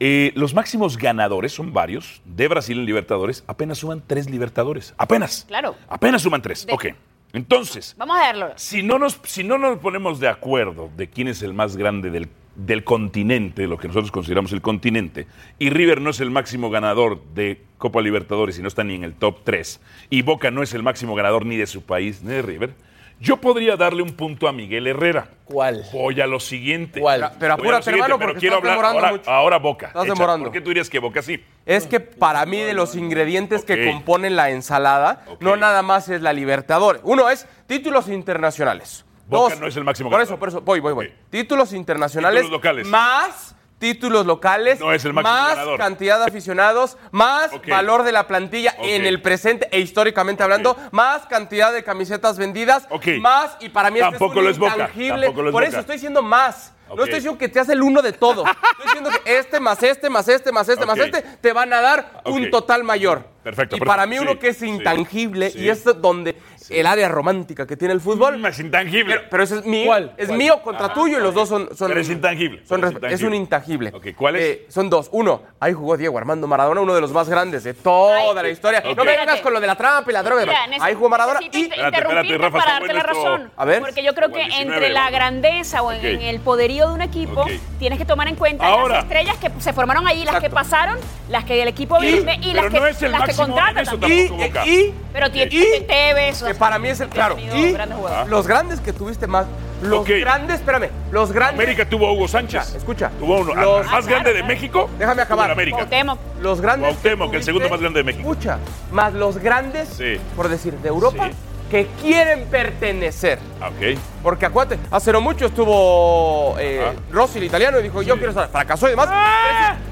[SPEAKER 2] Eh, los máximos ganadores son varios de Brasil en Libertadores. Apenas suman tres Libertadores. Apenas.
[SPEAKER 4] Claro.
[SPEAKER 2] Apenas suman tres.
[SPEAKER 4] De-
[SPEAKER 2] ok. Entonces,
[SPEAKER 4] Vamos a verlo.
[SPEAKER 2] si no, nos, si no nos ponemos de acuerdo de quién es el más grande del, del continente, lo que nosotros consideramos el continente, y River no es el máximo ganador de Copa Libertadores y no está ni en el top 3, y Boca no es el máximo ganador ni de su país ni de River, yo podría darle un punto a Miguel Herrera.
[SPEAKER 3] ¿Cuál?
[SPEAKER 2] Voy a lo siguiente.
[SPEAKER 3] ¿Cuál?
[SPEAKER 2] Voy a
[SPEAKER 5] Pero
[SPEAKER 2] lo
[SPEAKER 5] apúrate,
[SPEAKER 2] siguiente,
[SPEAKER 5] hermano,
[SPEAKER 2] pero
[SPEAKER 5] porque
[SPEAKER 2] quiero
[SPEAKER 5] estás
[SPEAKER 2] hablar
[SPEAKER 5] demorando
[SPEAKER 2] ahora,
[SPEAKER 5] mucho.
[SPEAKER 2] ahora Boca.
[SPEAKER 5] Estás
[SPEAKER 2] Échale,
[SPEAKER 5] demorando.
[SPEAKER 2] ¿Por qué tú dirías que Boca sí?
[SPEAKER 5] Es que para mí de los ingredientes
[SPEAKER 2] Ok.
[SPEAKER 5] que componen la ensalada,
[SPEAKER 2] Ok.
[SPEAKER 5] no nada más es la Libertadores. Uno es títulos internacionales.
[SPEAKER 2] Boca no es el máximo
[SPEAKER 5] Por
[SPEAKER 2] ganador.
[SPEAKER 5] eso, por eso, voy, voy, voy.
[SPEAKER 2] Ok.
[SPEAKER 5] Títulos internacionales.
[SPEAKER 2] Títulos locales.
[SPEAKER 5] Más títulos locales.
[SPEAKER 2] No es el máximo
[SPEAKER 5] Más
[SPEAKER 2] ganador.
[SPEAKER 5] cantidad de aficionados, más
[SPEAKER 2] Ok.
[SPEAKER 5] valor de la plantilla
[SPEAKER 2] Ok.
[SPEAKER 5] en el presente e históricamente hablando, más cantidad de camisetas vendidas,
[SPEAKER 2] Ok.
[SPEAKER 5] más, y para mí este
[SPEAKER 2] Tampoco
[SPEAKER 5] es un
[SPEAKER 2] lo es Boca,
[SPEAKER 5] intangible.
[SPEAKER 2] tampoco lo es
[SPEAKER 5] por
[SPEAKER 2] Boca.
[SPEAKER 5] eso estoy diciendo más.
[SPEAKER 2] Ok.
[SPEAKER 5] No estoy diciendo que te hace el uno de todo. Estoy diciendo que este más este más este más este más
[SPEAKER 2] Ok.
[SPEAKER 5] este te van a dar
[SPEAKER 2] Ok.
[SPEAKER 5] un total mayor.
[SPEAKER 2] Perfecto,
[SPEAKER 5] Y
[SPEAKER 2] perfecto.
[SPEAKER 5] para mí
[SPEAKER 2] Sí,
[SPEAKER 5] uno que es
[SPEAKER 2] sí,
[SPEAKER 5] intangible
[SPEAKER 2] sí. Mm,
[SPEAKER 5] y es donde el área romántica que tiene el fútbol.
[SPEAKER 2] Es intangible.
[SPEAKER 5] Pero, pero ese es mío.
[SPEAKER 3] ¿Cuál?
[SPEAKER 5] Es
[SPEAKER 3] ¿Cuál?
[SPEAKER 5] mío contra tuyo y los dos son. son
[SPEAKER 2] Pero es intangible,
[SPEAKER 5] son
[SPEAKER 2] pero es
[SPEAKER 5] resp- es,
[SPEAKER 2] intangible.
[SPEAKER 5] un intangible.
[SPEAKER 2] Ok, ¿cuál es?
[SPEAKER 5] Eh, son dos. Uno, ahí jugó Diego Armando Maradona, uno de los más grandes de toda
[SPEAKER 4] Ay,
[SPEAKER 5] la historia.
[SPEAKER 4] ok.
[SPEAKER 5] No me vengas
[SPEAKER 4] espérate.
[SPEAKER 5] con lo de la trampa y la droga. y
[SPEAKER 4] Mira,
[SPEAKER 5] demás.
[SPEAKER 4] neces-
[SPEAKER 5] ahí jugó Maradona
[SPEAKER 4] necesito
[SPEAKER 5] y
[SPEAKER 4] inter-
[SPEAKER 2] Espérate, espérate,
[SPEAKER 4] interrumpirte
[SPEAKER 2] Rafa,
[SPEAKER 4] para
[SPEAKER 2] está
[SPEAKER 4] darte la
[SPEAKER 2] bueno esto.
[SPEAKER 4] razón.
[SPEAKER 5] A ver.
[SPEAKER 4] Porque yo creo que
[SPEAKER 2] Como el
[SPEAKER 4] entre
[SPEAKER 2] 19,
[SPEAKER 4] la
[SPEAKER 2] ¿no?
[SPEAKER 4] grandeza o en,
[SPEAKER 2] Ok.
[SPEAKER 4] en el poderío de un equipo,
[SPEAKER 2] Ok.
[SPEAKER 4] tienes que tomar en cuenta
[SPEAKER 2] Ahora.
[SPEAKER 4] las estrellas que se formaron ahí, las que
[SPEAKER 5] Exacto.
[SPEAKER 4] pasaron, las que el equipo vende y las
[SPEAKER 2] pero
[SPEAKER 4] que,
[SPEAKER 2] no es el
[SPEAKER 4] las que
[SPEAKER 2] máximo en
[SPEAKER 4] contratan.
[SPEAKER 2] eso
[SPEAKER 4] también.
[SPEAKER 5] y,
[SPEAKER 2] Tampoco Boca.
[SPEAKER 5] y-
[SPEAKER 4] Pero tiene
[SPEAKER 5] Y-
[SPEAKER 4] Tevez, o
[SPEAKER 5] que
[SPEAKER 4] sea,
[SPEAKER 5] para mí es el
[SPEAKER 4] has
[SPEAKER 5] claro
[SPEAKER 4] tenido
[SPEAKER 5] y
[SPEAKER 4] grandes jugadores.
[SPEAKER 5] los grandes que tuviste más los
[SPEAKER 2] Ok.
[SPEAKER 5] grandes espérame los grandes
[SPEAKER 2] América tuvo a Hugo Sánchez.
[SPEAKER 5] Escucha, escucha.
[SPEAKER 2] Tuvo a uno. a-
[SPEAKER 5] Los-
[SPEAKER 2] más
[SPEAKER 4] Ah,
[SPEAKER 2] grande
[SPEAKER 4] claro,
[SPEAKER 2] de
[SPEAKER 4] claro.
[SPEAKER 2] México.
[SPEAKER 5] Déjame
[SPEAKER 2] tuvo en
[SPEAKER 5] acabar.
[SPEAKER 2] América.
[SPEAKER 4] Cuauhtémoc.
[SPEAKER 5] los grandes
[SPEAKER 2] Cuauhtémoc, el
[SPEAKER 5] tuviste-
[SPEAKER 2] segundo más grande de México.
[SPEAKER 5] escucha más los grandes
[SPEAKER 2] Sí.
[SPEAKER 5] por decir de Europa
[SPEAKER 2] Sí.
[SPEAKER 5] que quieren pertenecer
[SPEAKER 2] Ah, Ok.
[SPEAKER 5] porque acuérdate, hace no mucho estuvo eh,
[SPEAKER 2] Ajá. ¡Ah!
[SPEAKER 5] Rossi el italiano y dijo, yo quiero estar, fracasó y demás.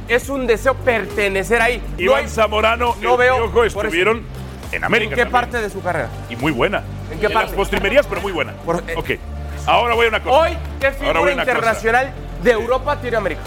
[SPEAKER 5] Es, es un deseo pertenecer ahí. No hay-
[SPEAKER 2] Iván Zamorano
[SPEAKER 5] no
[SPEAKER 2] el
[SPEAKER 5] veo-
[SPEAKER 2] Piojo
[SPEAKER 5] por eso.
[SPEAKER 2] estuvieron en
[SPEAKER 5] ¿En
[SPEAKER 2] América.
[SPEAKER 5] qué
[SPEAKER 2] también.
[SPEAKER 5] parte de su carrera?
[SPEAKER 2] Y muy buena.
[SPEAKER 5] ¿En qué parte?
[SPEAKER 2] las postrimerías, pero muy buena.
[SPEAKER 5] Por- eh.
[SPEAKER 2] ok. Ahora voy a una cosa.
[SPEAKER 5] Hoy, ¿qué
[SPEAKER 2] Ahora voy
[SPEAKER 5] figura
[SPEAKER 2] a una cosa.
[SPEAKER 5] internacional de Europa tiene América?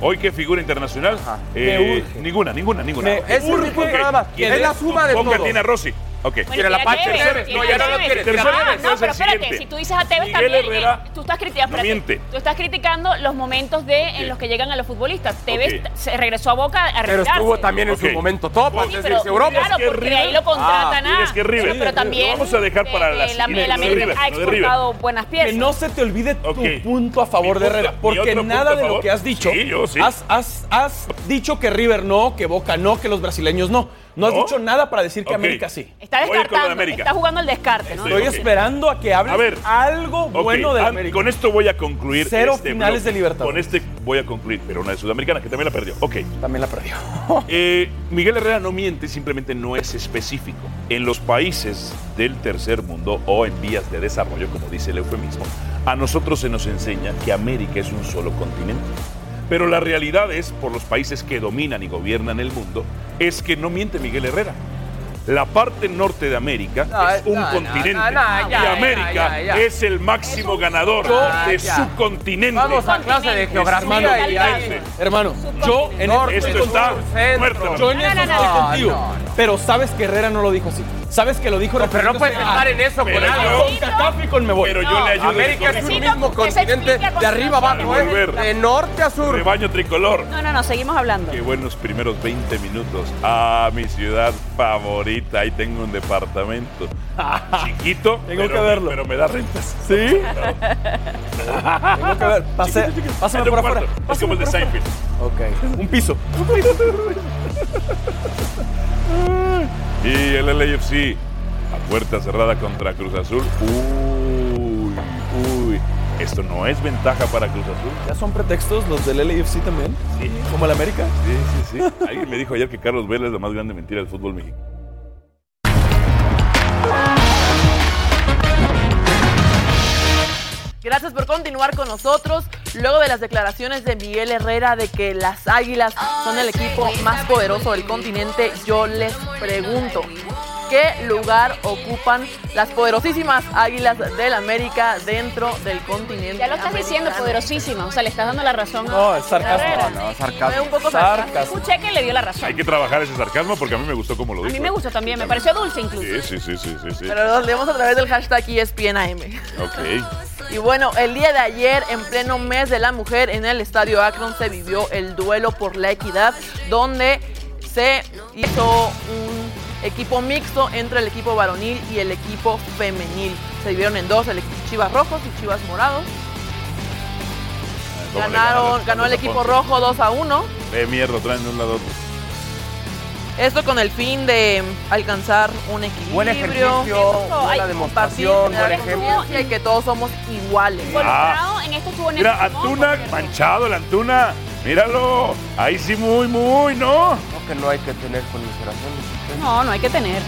[SPEAKER 2] Hoy, ¿qué figura internacional?
[SPEAKER 5] Ajá.
[SPEAKER 2] Eh,
[SPEAKER 3] Me urge.
[SPEAKER 2] ninguna, ninguna, ninguna.
[SPEAKER 3] Me-
[SPEAKER 2] Ok.
[SPEAKER 5] Es un
[SPEAKER 2] Ok.
[SPEAKER 5] punto nada más.
[SPEAKER 2] ¿Quién
[SPEAKER 5] Es la suma de
[SPEAKER 2] Ponga
[SPEAKER 5] todo.
[SPEAKER 2] tiene a Rossi. Ok.
[SPEAKER 5] Quiere la
[SPEAKER 4] tiene a
[SPEAKER 5] Pache,
[SPEAKER 4] Tevez,
[SPEAKER 5] Tevez.
[SPEAKER 4] tiene
[SPEAKER 5] No,
[SPEAKER 4] a
[SPEAKER 5] ya no lo
[SPEAKER 4] Tevez.
[SPEAKER 5] quiere.
[SPEAKER 4] Tercero,
[SPEAKER 2] Tercero,
[SPEAKER 4] ah,
[SPEAKER 2] Tevez,
[SPEAKER 4] no,
[SPEAKER 2] es el
[SPEAKER 4] pero espérate,
[SPEAKER 2] siguiente.
[SPEAKER 4] si tú dices a Tevez
[SPEAKER 2] Miguel
[SPEAKER 4] también,
[SPEAKER 2] Herrera
[SPEAKER 4] eh, tú estás criticando,
[SPEAKER 2] no
[SPEAKER 4] espérate,
[SPEAKER 2] miente.
[SPEAKER 4] tú estás criticando los momentos de en
[SPEAKER 2] Ok.
[SPEAKER 4] los que llegan a los futbolistas. Tevez
[SPEAKER 2] Ok.
[SPEAKER 4] t- se regresó a Boca a
[SPEAKER 5] Pero
[SPEAKER 4] retirarse.
[SPEAKER 5] estuvo también en
[SPEAKER 2] Ok.
[SPEAKER 5] su momento top.
[SPEAKER 2] Sí,
[SPEAKER 5] es
[SPEAKER 4] Sí,
[SPEAKER 5] decir,
[SPEAKER 4] pero
[SPEAKER 5] si Europa.
[SPEAKER 4] claro,
[SPEAKER 2] Es que
[SPEAKER 4] porque
[SPEAKER 2] River-
[SPEAKER 4] ahí lo contratan.
[SPEAKER 2] Ah,
[SPEAKER 4] ah,
[SPEAKER 2] es que River.
[SPEAKER 4] Pero, pero también
[SPEAKER 2] Lo vamos a dejar para la
[SPEAKER 4] el Am-
[SPEAKER 2] siguiente,
[SPEAKER 4] el
[SPEAKER 2] no de
[SPEAKER 4] América
[SPEAKER 2] River,
[SPEAKER 4] ha
[SPEAKER 2] no de River.
[SPEAKER 4] exportado buenas
[SPEAKER 3] Que
[SPEAKER 4] piezas.
[SPEAKER 3] no se te olvide
[SPEAKER 2] Ok.
[SPEAKER 3] tu punto a favor
[SPEAKER 2] Mi punto-
[SPEAKER 3] de Herrera,
[SPEAKER 2] mi
[SPEAKER 3] porque
[SPEAKER 2] otro punto
[SPEAKER 3] nada
[SPEAKER 2] a
[SPEAKER 3] de lo
[SPEAKER 2] favor.
[SPEAKER 3] que has dicho,
[SPEAKER 2] Sí, yo sí.
[SPEAKER 3] Has, has- has dicho que River no, que Boca no, que los brasileños no. No has
[SPEAKER 2] ¿No?
[SPEAKER 3] dicho nada para decir que
[SPEAKER 2] Ok.
[SPEAKER 3] América sí.
[SPEAKER 4] Está
[SPEAKER 2] Voy a ir con lo de
[SPEAKER 4] descartando,
[SPEAKER 2] América.
[SPEAKER 4] está jugando el descarte, ¿no?
[SPEAKER 2] Sí.
[SPEAKER 3] Estoy
[SPEAKER 2] ok.
[SPEAKER 3] esperando a que hables
[SPEAKER 2] A ver.
[SPEAKER 3] algo
[SPEAKER 2] Ok,
[SPEAKER 3] bueno de
[SPEAKER 2] ah,
[SPEAKER 3] América.
[SPEAKER 2] Con esto voy a concluir. este
[SPEAKER 3] Cero finales de
[SPEAKER 2] libertad.
[SPEAKER 3] Libertadores.
[SPEAKER 2] Con este voy a concluir, pero una de Sudamericana que también la perdió. Ok.
[SPEAKER 3] También la perdió.
[SPEAKER 2] Eh, Miguel Herrera no miente, simplemente no es específico. En los países del tercer mundo o en vías de desarrollo, como dice el eufemismo, a nosotros se nos enseña que América es un solo continente. Pero la realidad es, por los países que dominan y gobiernan el mundo, es que no miente Miguel Herrera. La parte norte de América
[SPEAKER 5] No,
[SPEAKER 2] es
[SPEAKER 5] no,
[SPEAKER 2] un
[SPEAKER 5] no,
[SPEAKER 2] continente
[SPEAKER 5] no, no, ya,
[SPEAKER 2] y
[SPEAKER 5] ya,
[SPEAKER 2] América
[SPEAKER 5] ya, ya.
[SPEAKER 2] es el máximo ganador
[SPEAKER 5] Ah,
[SPEAKER 2] de
[SPEAKER 5] ya.
[SPEAKER 2] su continente.
[SPEAKER 5] Vamos a clase de
[SPEAKER 4] Continente.
[SPEAKER 5] geografía y ahí.
[SPEAKER 3] Hermano, yo en
[SPEAKER 5] Norte,
[SPEAKER 3] estoy
[SPEAKER 2] Esto
[SPEAKER 5] sur,
[SPEAKER 3] contigo.
[SPEAKER 2] está
[SPEAKER 5] centro.
[SPEAKER 2] muerto.
[SPEAKER 3] Yo en
[SPEAKER 4] No,
[SPEAKER 3] eso
[SPEAKER 4] no, no,
[SPEAKER 3] estoy
[SPEAKER 5] no.
[SPEAKER 3] contigo.
[SPEAKER 5] No, no.
[SPEAKER 3] Ah, Pero sabes que Herrera no lo dijo así. Sabes que lo dijo
[SPEAKER 5] Pero no puedes estar en eso con
[SPEAKER 2] Pero
[SPEAKER 5] algo.
[SPEAKER 2] yo-
[SPEAKER 3] Con Catafi y con me voy.
[SPEAKER 2] Pero yo
[SPEAKER 4] No,
[SPEAKER 2] le ayudo.
[SPEAKER 5] América es un
[SPEAKER 4] Necesito
[SPEAKER 5] mismo
[SPEAKER 4] que se
[SPEAKER 5] continente
[SPEAKER 4] explique a
[SPEAKER 5] de arriba abajo, ¿eh?
[SPEAKER 2] Volver.
[SPEAKER 5] de norte a sur.
[SPEAKER 2] Rebaño
[SPEAKER 3] ¿eh?
[SPEAKER 2] tricolor.
[SPEAKER 4] No, no, no, seguimos hablando.
[SPEAKER 2] Qué buenos primeros 20 minutos. Ah, mi ciudad favorita. Ahí tengo un departamento. Chiquito.
[SPEAKER 3] Tengo
[SPEAKER 2] pero,
[SPEAKER 3] que verlo.
[SPEAKER 2] Pero me da rentas.
[SPEAKER 3] ¿Sí? Tengo que ver. Pase, pásame
[SPEAKER 2] Era un
[SPEAKER 3] por afuera.
[SPEAKER 2] cuarto. Es
[SPEAKER 3] Pásame
[SPEAKER 2] como el de
[SPEAKER 3] por afuera.
[SPEAKER 2] Seinfeld.
[SPEAKER 3] Ok. Un piso.
[SPEAKER 2] Y el LAFC a puerta cerrada contra Cruz Azul. Uy, uy. Esto no es ventaja para Cruz Azul.
[SPEAKER 3] ¿Ya son pretextos los del LAFC también?
[SPEAKER 2] Sí.
[SPEAKER 3] ¿Como el América?
[SPEAKER 2] Sí, sí, sí. Alguien me dijo ayer que Carlos Vela es la más grande mentira del fútbol mexicano.
[SPEAKER 1] Gracias por continuar con nosotros. Luego de las declaraciones de Miguel Herrera de que las Águilas son el equipo más poderoso del continente, yo les pregunto, ¿qué lugar ocupan las poderosísimas Águilas del América dentro del continente?
[SPEAKER 4] Ya lo estás diciendo,
[SPEAKER 1] americano?
[SPEAKER 4] poderosísima. O sea, le estás dando la razón. a-
[SPEAKER 3] No, es
[SPEAKER 4] Herrera.
[SPEAKER 3] sarcasmo.
[SPEAKER 1] Fue un poco
[SPEAKER 3] Sarcasmo.
[SPEAKER 4] Escuché que le dio la
[SPEAKER 2] Hay
[SPEAKER 4] razón.
[SPEAKER 2] que trabajar ese sarcasmo porque a mí me gustó como lo
[SPEAKER 4] A
[SPEAKER 2] dijo.
[SPEAKER 4] mí me gustó también, me pareció dulce incluso.
[SPEAKER 2] Sí, sí, sí, sí, sí, sí.
[SPEAKER 1] Pero lo leemos a través del hashtag E ESPNAM.
[SPEAKER 2] Ok.
[SPEAKER 1] Y bueno, el día de ayer, en pleno mes de la mujer, en el estadio Akron se vivió el duelo por la equidad, donde se hizo un equipo mixto entre el equipo varonil y el equipo femenil. Se dividieron en dos, el equipo Chivas Rojos y Chivas Morados.
[SPEAKER 2] ¿Cómo le
[SPEAKER 1] Ganaron,
[SPEAKER 2] ganas?
[SPEAKER 1] ganó el
[SPEAKER 2] Tampoco.
[SPEAKER 1] equipo rojo 2 a 1.
[SPEAKER 2] Eh, mierda, traen de un lado a otro.
[SPEAKER 1] Esto con el fin de alcanzar un equilibrio.
[SPEAKER 5] Buen ejercicio,
[SPEAKER 4] Ay,
[SPEAKER 5] buena
[SPEAKER 4] compartir,
[SPEAKER 5] demostración, buen
[SPEAKER 1] Dar
[SPEAKER 5] ejemplo. Ah.
[SPEAKER 1] justicia Y que todos somos iguales.
[SPEAKER 4] Involucrado en este esto estuvo Nelson
[SPEAKER 2] Mira,
[SPEAKER 4] Simón,
[SPEAKER 2] Antuna,
[SPEAKER 4] por cierto.
[SPEAKER 2] manchado el Antuna. Míralo. Ahí sí, muy, muy, ¿no?
[SPEAKER 5] No, que no hay que tener conmiseración.
[SPEAKER 4] No, no hay que tener.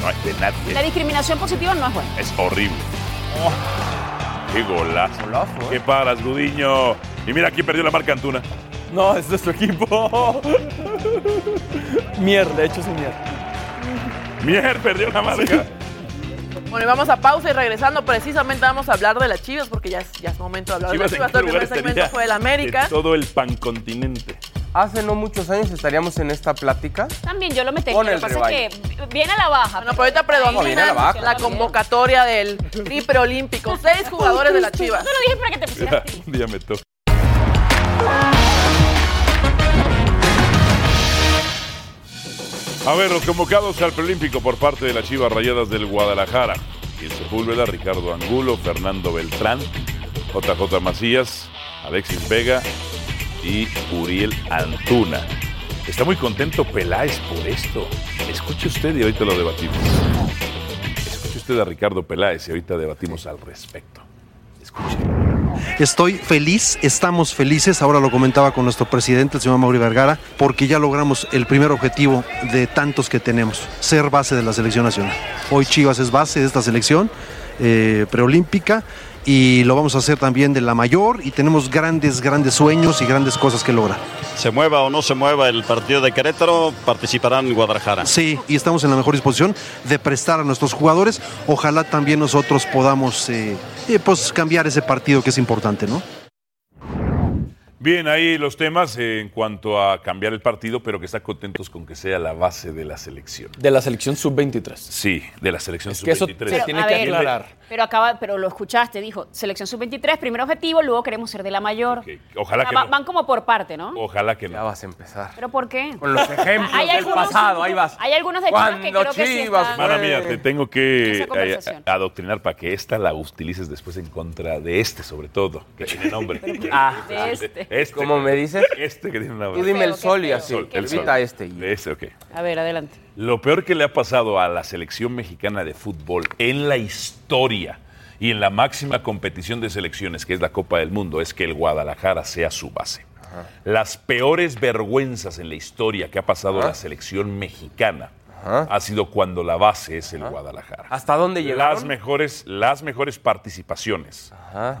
[SPEAKER 2] No hay de
[SPEAKER 4] La
[SPEAKER 2] nadie.
[SPEAKER 4] discriminación positiva no es buena.
[SPEAKER 2] Es horrible. Qué golazo.
[SPEAKER 5] Oh. Golazo,
[SPEAKER 2] Qué
[SPEAKER 5] ¿eh?
[SPEAKER 2] paras, Gudiño. Y mira, aquí perdió la marca Antuna.
[SPEAKER 3] No, es de su equipo. Mierda, de hecho es un mierda.
[SPEAKER 2] Mier, perdió la marca.
[SPEAKER 1] Bueno, y vamos a pausa y regresando precisamente vamos a hablar de las Chivas porque ya es, ya es momento de hablar
[SPEAKER 2] Chivas,
[SPEAKER 1] de
[SPEAKER 2] ¿en
[SPEAKER 1] las Chivas.
[SPEAKER 2] qué
[SPEAKER 1] Todo el primer
[SPEAKER 2] lugar
[SPEAKER 1] segmento
[SPEAKER 2] estaría
[SPEAKER 1] fue el América.
[SPEAKER 2] de todo el pancontinente.
[SPEAKER 5] Hace no muchos años estaríamos en esta plática.
[SPEAKER 4] También yo lo metería.
[SPEAKER 5] Con
[SPEAKER 4] Lo que
[SPEAKER 5] el
[SPEAKER 4] pasa es que viene a la baja.
[SPEAKER 1] Bueno, pero ahorita
[SPEAKER 5] No, viene
[SPEAKER 1] predomina
[SPEAKER 5] a la baja.
[SPEAKER 1] la convocatoria del triple olímpico. Seis jugadores de las Chivas.
[SPEAKER 4] No lo dije para que te pusieras triste.
[SPEAKER 2] Un día me toca. A ver, los convocados al preolímpico por parte de las Chivas Rayadas del Guadalajara. El Sepúlveda, Ricardo Angulo, Fernando Beltrán, JJ Macías, Alexis Vega y Uriel Antuna. Está muy contento Peláez por esto. Escuche usted y ahorita lo debatimos. Escuche usted a Ricardo Peláez y ahorita debatimos al respecto. Escuche.
[SPEAKER 7] Estoy feliz, estamos felices, ahora lo comentaba con nuestro presidente, el señor Mauri Vergara, porque ya logramos el primer objetivo de tantos que tenemos, ser base de la selección nacional. Hoy Chivas es base de esta selección eh, preolímpica y lo vamos a hacer también de la mayor y tenemos grandes, grandes sueños y grandes cosas que lograr.
[SPEAKER 8] Se mueva o no se mueva el partido de Querétaro, participarán en Guadalajara.
[SPEAKER 7] Sí, y estamos en la mejor disposición de prestar a nuestros jugadores, ojalá también nosotros podamos eh, eh, pues cambiar ese partido que es importante, ¿no?
[SPEAKER 2] Bien, ahí los temas eh, en cuanto a cambiar el partido, pero que están contentos con que sea la base de la selección.
[SPEAKER 3] De la selección sub-23.
[SPEAKER 2] Sí, de la selección
[SPEAKER 3] que eso se
[SPEAKER 2] sub-23.
[SPEAKER 3] tiene
[SPEAKER 4] a
[SPEAKER 3] que
[SPEAKER 4] ver.
[SPEAKER 3] aclarar.
[SPEAKER 4] Pero acaba, pero lo escuchaste, dijo, selección sub-23, primer objetivo, luego queremos ser de la mayor.
[SPEAKER 2] Ok, Ojalá
[SPEAKER 4] O sea,
[SPEAKER 2] que
[SPEAKER 4] va-
[SPEAKER 2] no.
[SPEAKER 4] Van como por parte, ¿no?
[SPEAKER 2] Ojalá que
[SPEAKER 5] Ya
[SPEAKER 2] no.
[SPEAKER 5] vas a empezar.
[SPEAKER 4] ¿Pero por qué?
[SPEAKER 5] Con los ejemplos
[SPEAKER 4] Hay
[SPEAKER 5] del
[SPEAKER 4] algunos-
[SPEAKER 5] pasado, ahí vas.
[SPEAKER 4] hay algunos de Chivas que
[SPEAKER 5] Cuando
[SPEAKER 4] creo que sí
[SPEAKER 5] Chivas,
[SPEAKER 4] están-
[SPEAKER 5] fue-
[SPEAKER 2] Hermana mía, te tengo que
[SPEAKER 4] Ah. Esa conversación.
[SPEAKER 2] eh, adoctrinar para que esta la utilices después en contra de este, sobre todo, que tiene nombre.
[SPEAKER 4] pues,
[SPEAKER 5] Ah.
[SPEAKER 4] De este.
[SPEAKER 2] Este.
[SPEAKER 5] ¿Cómo me dices?
[SPEAKER 2] Este que tiene
[SPEAKER 5] Tú
[SPEAKER 2] nombre.
[SPEAKER 5] dime
[SPEAKER 4] feo,
[SPEAKER 5] el
[SPEAKER 4] qué
[SPEAKER 5] sol y
[SPEAKER 4] feo.
[SPEAKER 5] así.
[SPEAKER 2] Sol, el sol.
[SPEAKER 5] Evita este. y-
[SPEAKER 2] Este, ok.
[SPEAKER 4] A ver, adelante.
[SPEAKER 2] Lo peor que le ha pasado a la selección mexicana de fútbol en la historia y en la máxima competición de selecciones, que es la Copa del Mundo, es que el Guadalajara sea su base. Las peores vergüenzas en la historia que ha pasado a la selección mexicana ha sido cuando la base es el Guadalajara.
[SPEAKER 5] ¿Hasta dónde
[SPEAKER 2] Las
[SPEAKER 5] llegaron?
[SPEAKER 2] mejores, las mejores participaciones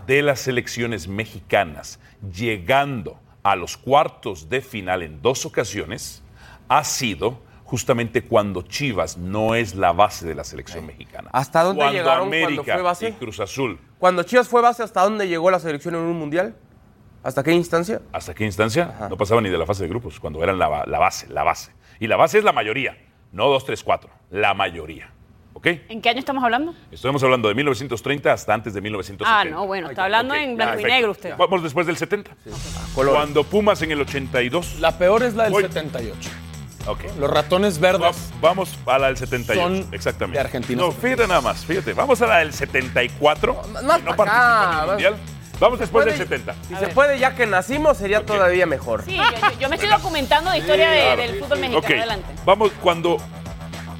[SPEAKER 2] de las selecciones mexicanas llegando a los cuartos de final en dos ocasiones ha sido justamente cuando Chivas no es la base de la selección mexicana.
[SPEAKER 5] ¿Hasta dónde
[SPEAKER 2] cuando
[SPEAKER 5] llegaron cuando
[SPEAKER 2] América
[SPEAKER 5] fue base?
[SPEAKER 2] y Cruz Azul.
[SPEAKER 5] Cuando Chivas fue base, ¿hasta dónde llegó la selección en un mundial? ¿Hasta qué instancia?
[SPEAKER 2] ¿Hasta qué instancia? No pasaban ni de la fase de grupos, cuando eran la, ba- la base, la base. Y la base es la mayoría, no dos, tres, cuatro, la mayoría. ¿Ok?
[SPEAKER 4] ¿En qué año estamos hablando?
[SPEAKER 2] Estamos hablando de 1930 hasta antes de 1970.
[SPEAKER 4] Ah, no, bueno, está hablando
[SPEAKER 2] Ok,
[SPEAKER 4] Ah, en
[SPEAKER 2] ya,
[SPEAKER 4] blanco y
[SPEAKER 2] perfecto.
[SPEAKER 4] negro usted.
[SPEAKER 2] Vamos después del 70.
[SPEAKER 5] Ah, Colores.
[SPEAKER 2] Cuando Pumas en el 82.
[SPEAKER 3] La peor es la del
[SPEAKER 2] Voy.
[SPEAKER 3] 78.
[SPEAKER 2] Ok.
[SPEAKER 3] Los ratones
[SPEAKER 2] Va-
[SPEAKER 3] verdes.
[SPEAKER 2] Vamos a la del 78.
[SPEAKER 3] Son
[SPEAKER 2] Exactamente.
[SPEAKER 3] de Argentina.
[SPEAKER 2] No, fíjate nada más. Fíjate. Vamos a la del 74.
[SPEAKER 5] Más para
[SPEAKER 2] que no
[SPEAKER 5] acá,
[SPEAKER 2] participa en el
[SPEAKER 5] más-
[SPEAKER 2] Mundial. Vamos después del
[SPEAKER 5] puede-
[SPEAKER 2] 70.
[SPEAKER 5] Si se puede, ya que nacimos, sería todavía mejor.
[SPEAKER 4] Sí, yo, yo- yo me estoy documentando de historia de-
[SPEAKER 2] Claro.
[SPEAKER 4] del fútbol mexicano.
[SPEAKER 2] Ok.
[SPEAKER 4] Adelante.
[SPEAKER 2] Vamos cuando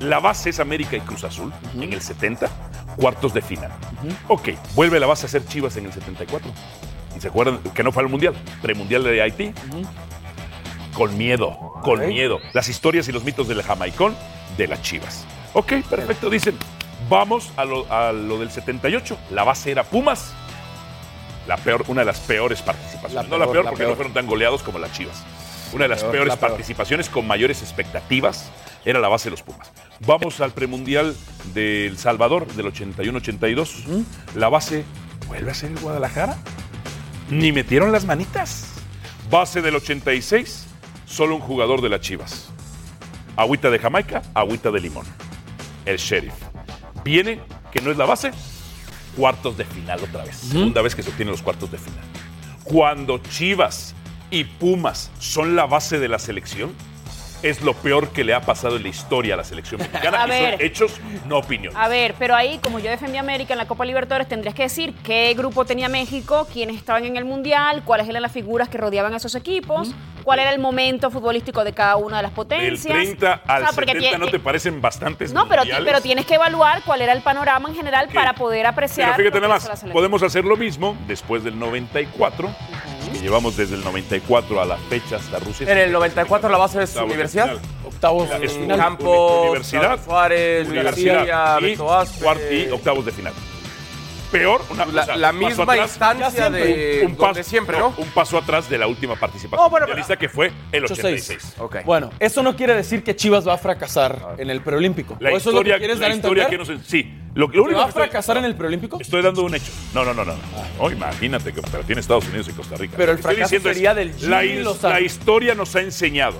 [SPEAKER 2] La base es América y Cruz Azul en el 70, cuartos de final. Ok, vuelve la base a ser Chivas en el 74. ¿Y se acuerdan que no fue al Mundial? Premundial de Haití. Con miedo, con miedo. Las historias y los mitos del jamaicón de las Chivas. Ok, perfecto, dicen. Vamos a lo, a lo del 78. La base era Pumas. La peor, una de las peores participaciones.
[SPEAKER 3] La
[SPEAKER 2] no la
[SPEAKER 3] peor,
[SPEAKER 2] peor
[SPEAKER 3] la
[SPEAKER 2] porque no
[SPEAKER 3] peor.
[SPEAKER 2] fueron tan goleados como las Chivas. Una de las
[SPEAKER 3] peor,
[SPEAKER 2] peores
[SPEAKER 3] la peor.
[SPEAKER 2] participaciones con mayores expectativas era la base de los Pumas. Vamos al premundial del Salvador del 81-82. La base vuelve a ser el Guadalajara. Ni metieron las manitas. Base del 86, solo un jugador de las Chivas. Agüita de Jamaica, agüita de limón. El sheriff. Viene, que no es la base, cuartos de final otra vez. Segunda vez que se obtienen los cuartos de final. Cuando Chivas y Pumas son la base de la selección, es lo peor que le ha pasado en la historia a la selección mexicana.
[SPEAKER 4] A
[SPEAKER 2] y son
[SPEAKER 4] ver.
[SPEAKER 2] hechos, no opiniones.
[SPEAKER 4] A ver, pero ahí, como yo defendí a América en la Copa Libertadores, tendrías que decir qué grupo tenía México, quiénes estaban en el Mundial, cuáles eran las figuras que rodeaban a esos equipos, cuál era el momento futbolístico de cada una de las
[SPEAKER 2] Del
[SPEAKER 4] potencias.
[SPEAKER 2] 30 al
[SPEAKER 4] O sea, porque
[SPEAKER 2] 70
[SPEAKER 4] tie-
[SPEAKER 2] no te parecen bastantes
[SPEAKER 4] No, pero, ti-
[SPEAKER 2] mundiales?
[SPEAKER 4] pero tienes que evaluar cuál era el panorama en general
[SPEAKER 2] Ok.
[SPEAKER 4] para poder apreciar.
[SPEAKER 2] Pero fíjate
[SPEAKER 4] lo que
[SPEAKER 2] nada
[SPEAKER 4] hizo la
[SPEAKER 2] más,
[SPEAKER 4] selección.
[SPEAKER 2] podemos hacer lo mismo después del 94, que llevamos desde el 94 a la fecha hasta Rusia.
[SPEAKER 5] En el 94 la base es
[SPEAKER 2] Octavos de
[SPEAKER 5] Universidad.
[SPEAKER 2] final.
[SPEAKER 3] Octavos de
[SPEAKER 2] Es un
[SPEAKER 3] final.
[SPEAKER 5] Campos,
[SPEAKER 2] Universidad.
[SPEAKER 5] Claudio Suárez, García,
[SPEAKER 2] Universidad y,
[SPEAKER 5] Beto Aspe.
[SPEAKER 2] cuart- y octavos de final. Peor, una
[SPEAKER 5] La,
[SPEAKER 2] cosa,
[SPEAKER 5] la
[SPEAKER 2] un paso
[SPEAKER 5] misma
[SPEAKER 2] atrás,
[SPEAKER 5] instancia
[SPEAKER 3] Ya siempre.
[SPEAKER 5] de donde siempre, ¿no?
[SPEAKER 2] Un paso atrás de la última participación
[SPEAKER 5] Oh, bueno, pero-
[SPEAKER 2] mundialista, que fue el 86.
[SPEAKER 3] 86.
[SPEAKER 5] Ok.
[SPEAKER 3] Bueno, eso no quiere decir que Chivas va a fracasar en el preolímpico.
[SPEAKER 2] Ah. La
[SPEAKER 3] ¿O eso es lo
[SPEAKER 2] historia,
[SPEAKER 3] que quieres
[SPEAKER 2] la
[SPEAKER 3] dar a
[SPEAKER 2] historia
[SPEAKER 3] entender?
[SPEAKER 2] que no sé. Sí, lo, lo
[SPEAKER 3] ¿Que
[SPEAKER 2] único
[SPEAKER 3] va a
[SPEAKER 2] que estoy-
[SPEAKER 3] fracasar en el preolímpico? Ah.
[SPEAKER 2] Estoy dando un hecho. No, no, no, no. no. No, imagínate que pero tiene Estados Unidos y Costa Rica.
[SPEAKER 3] Pero
[SPEAKER 2] Lo
[SPEAKER 3] el
[SPEAKER 2] que estoy
[SPEAKER 3] fracaso
[SPEAKER 2] diciendo es,
[SPEAKER 3] sería del Jimmy
[SPEAKER 2] la, his-
[SPEAKER 3] Lozano.
[SPEAKER 2] la historia nos ha enseñado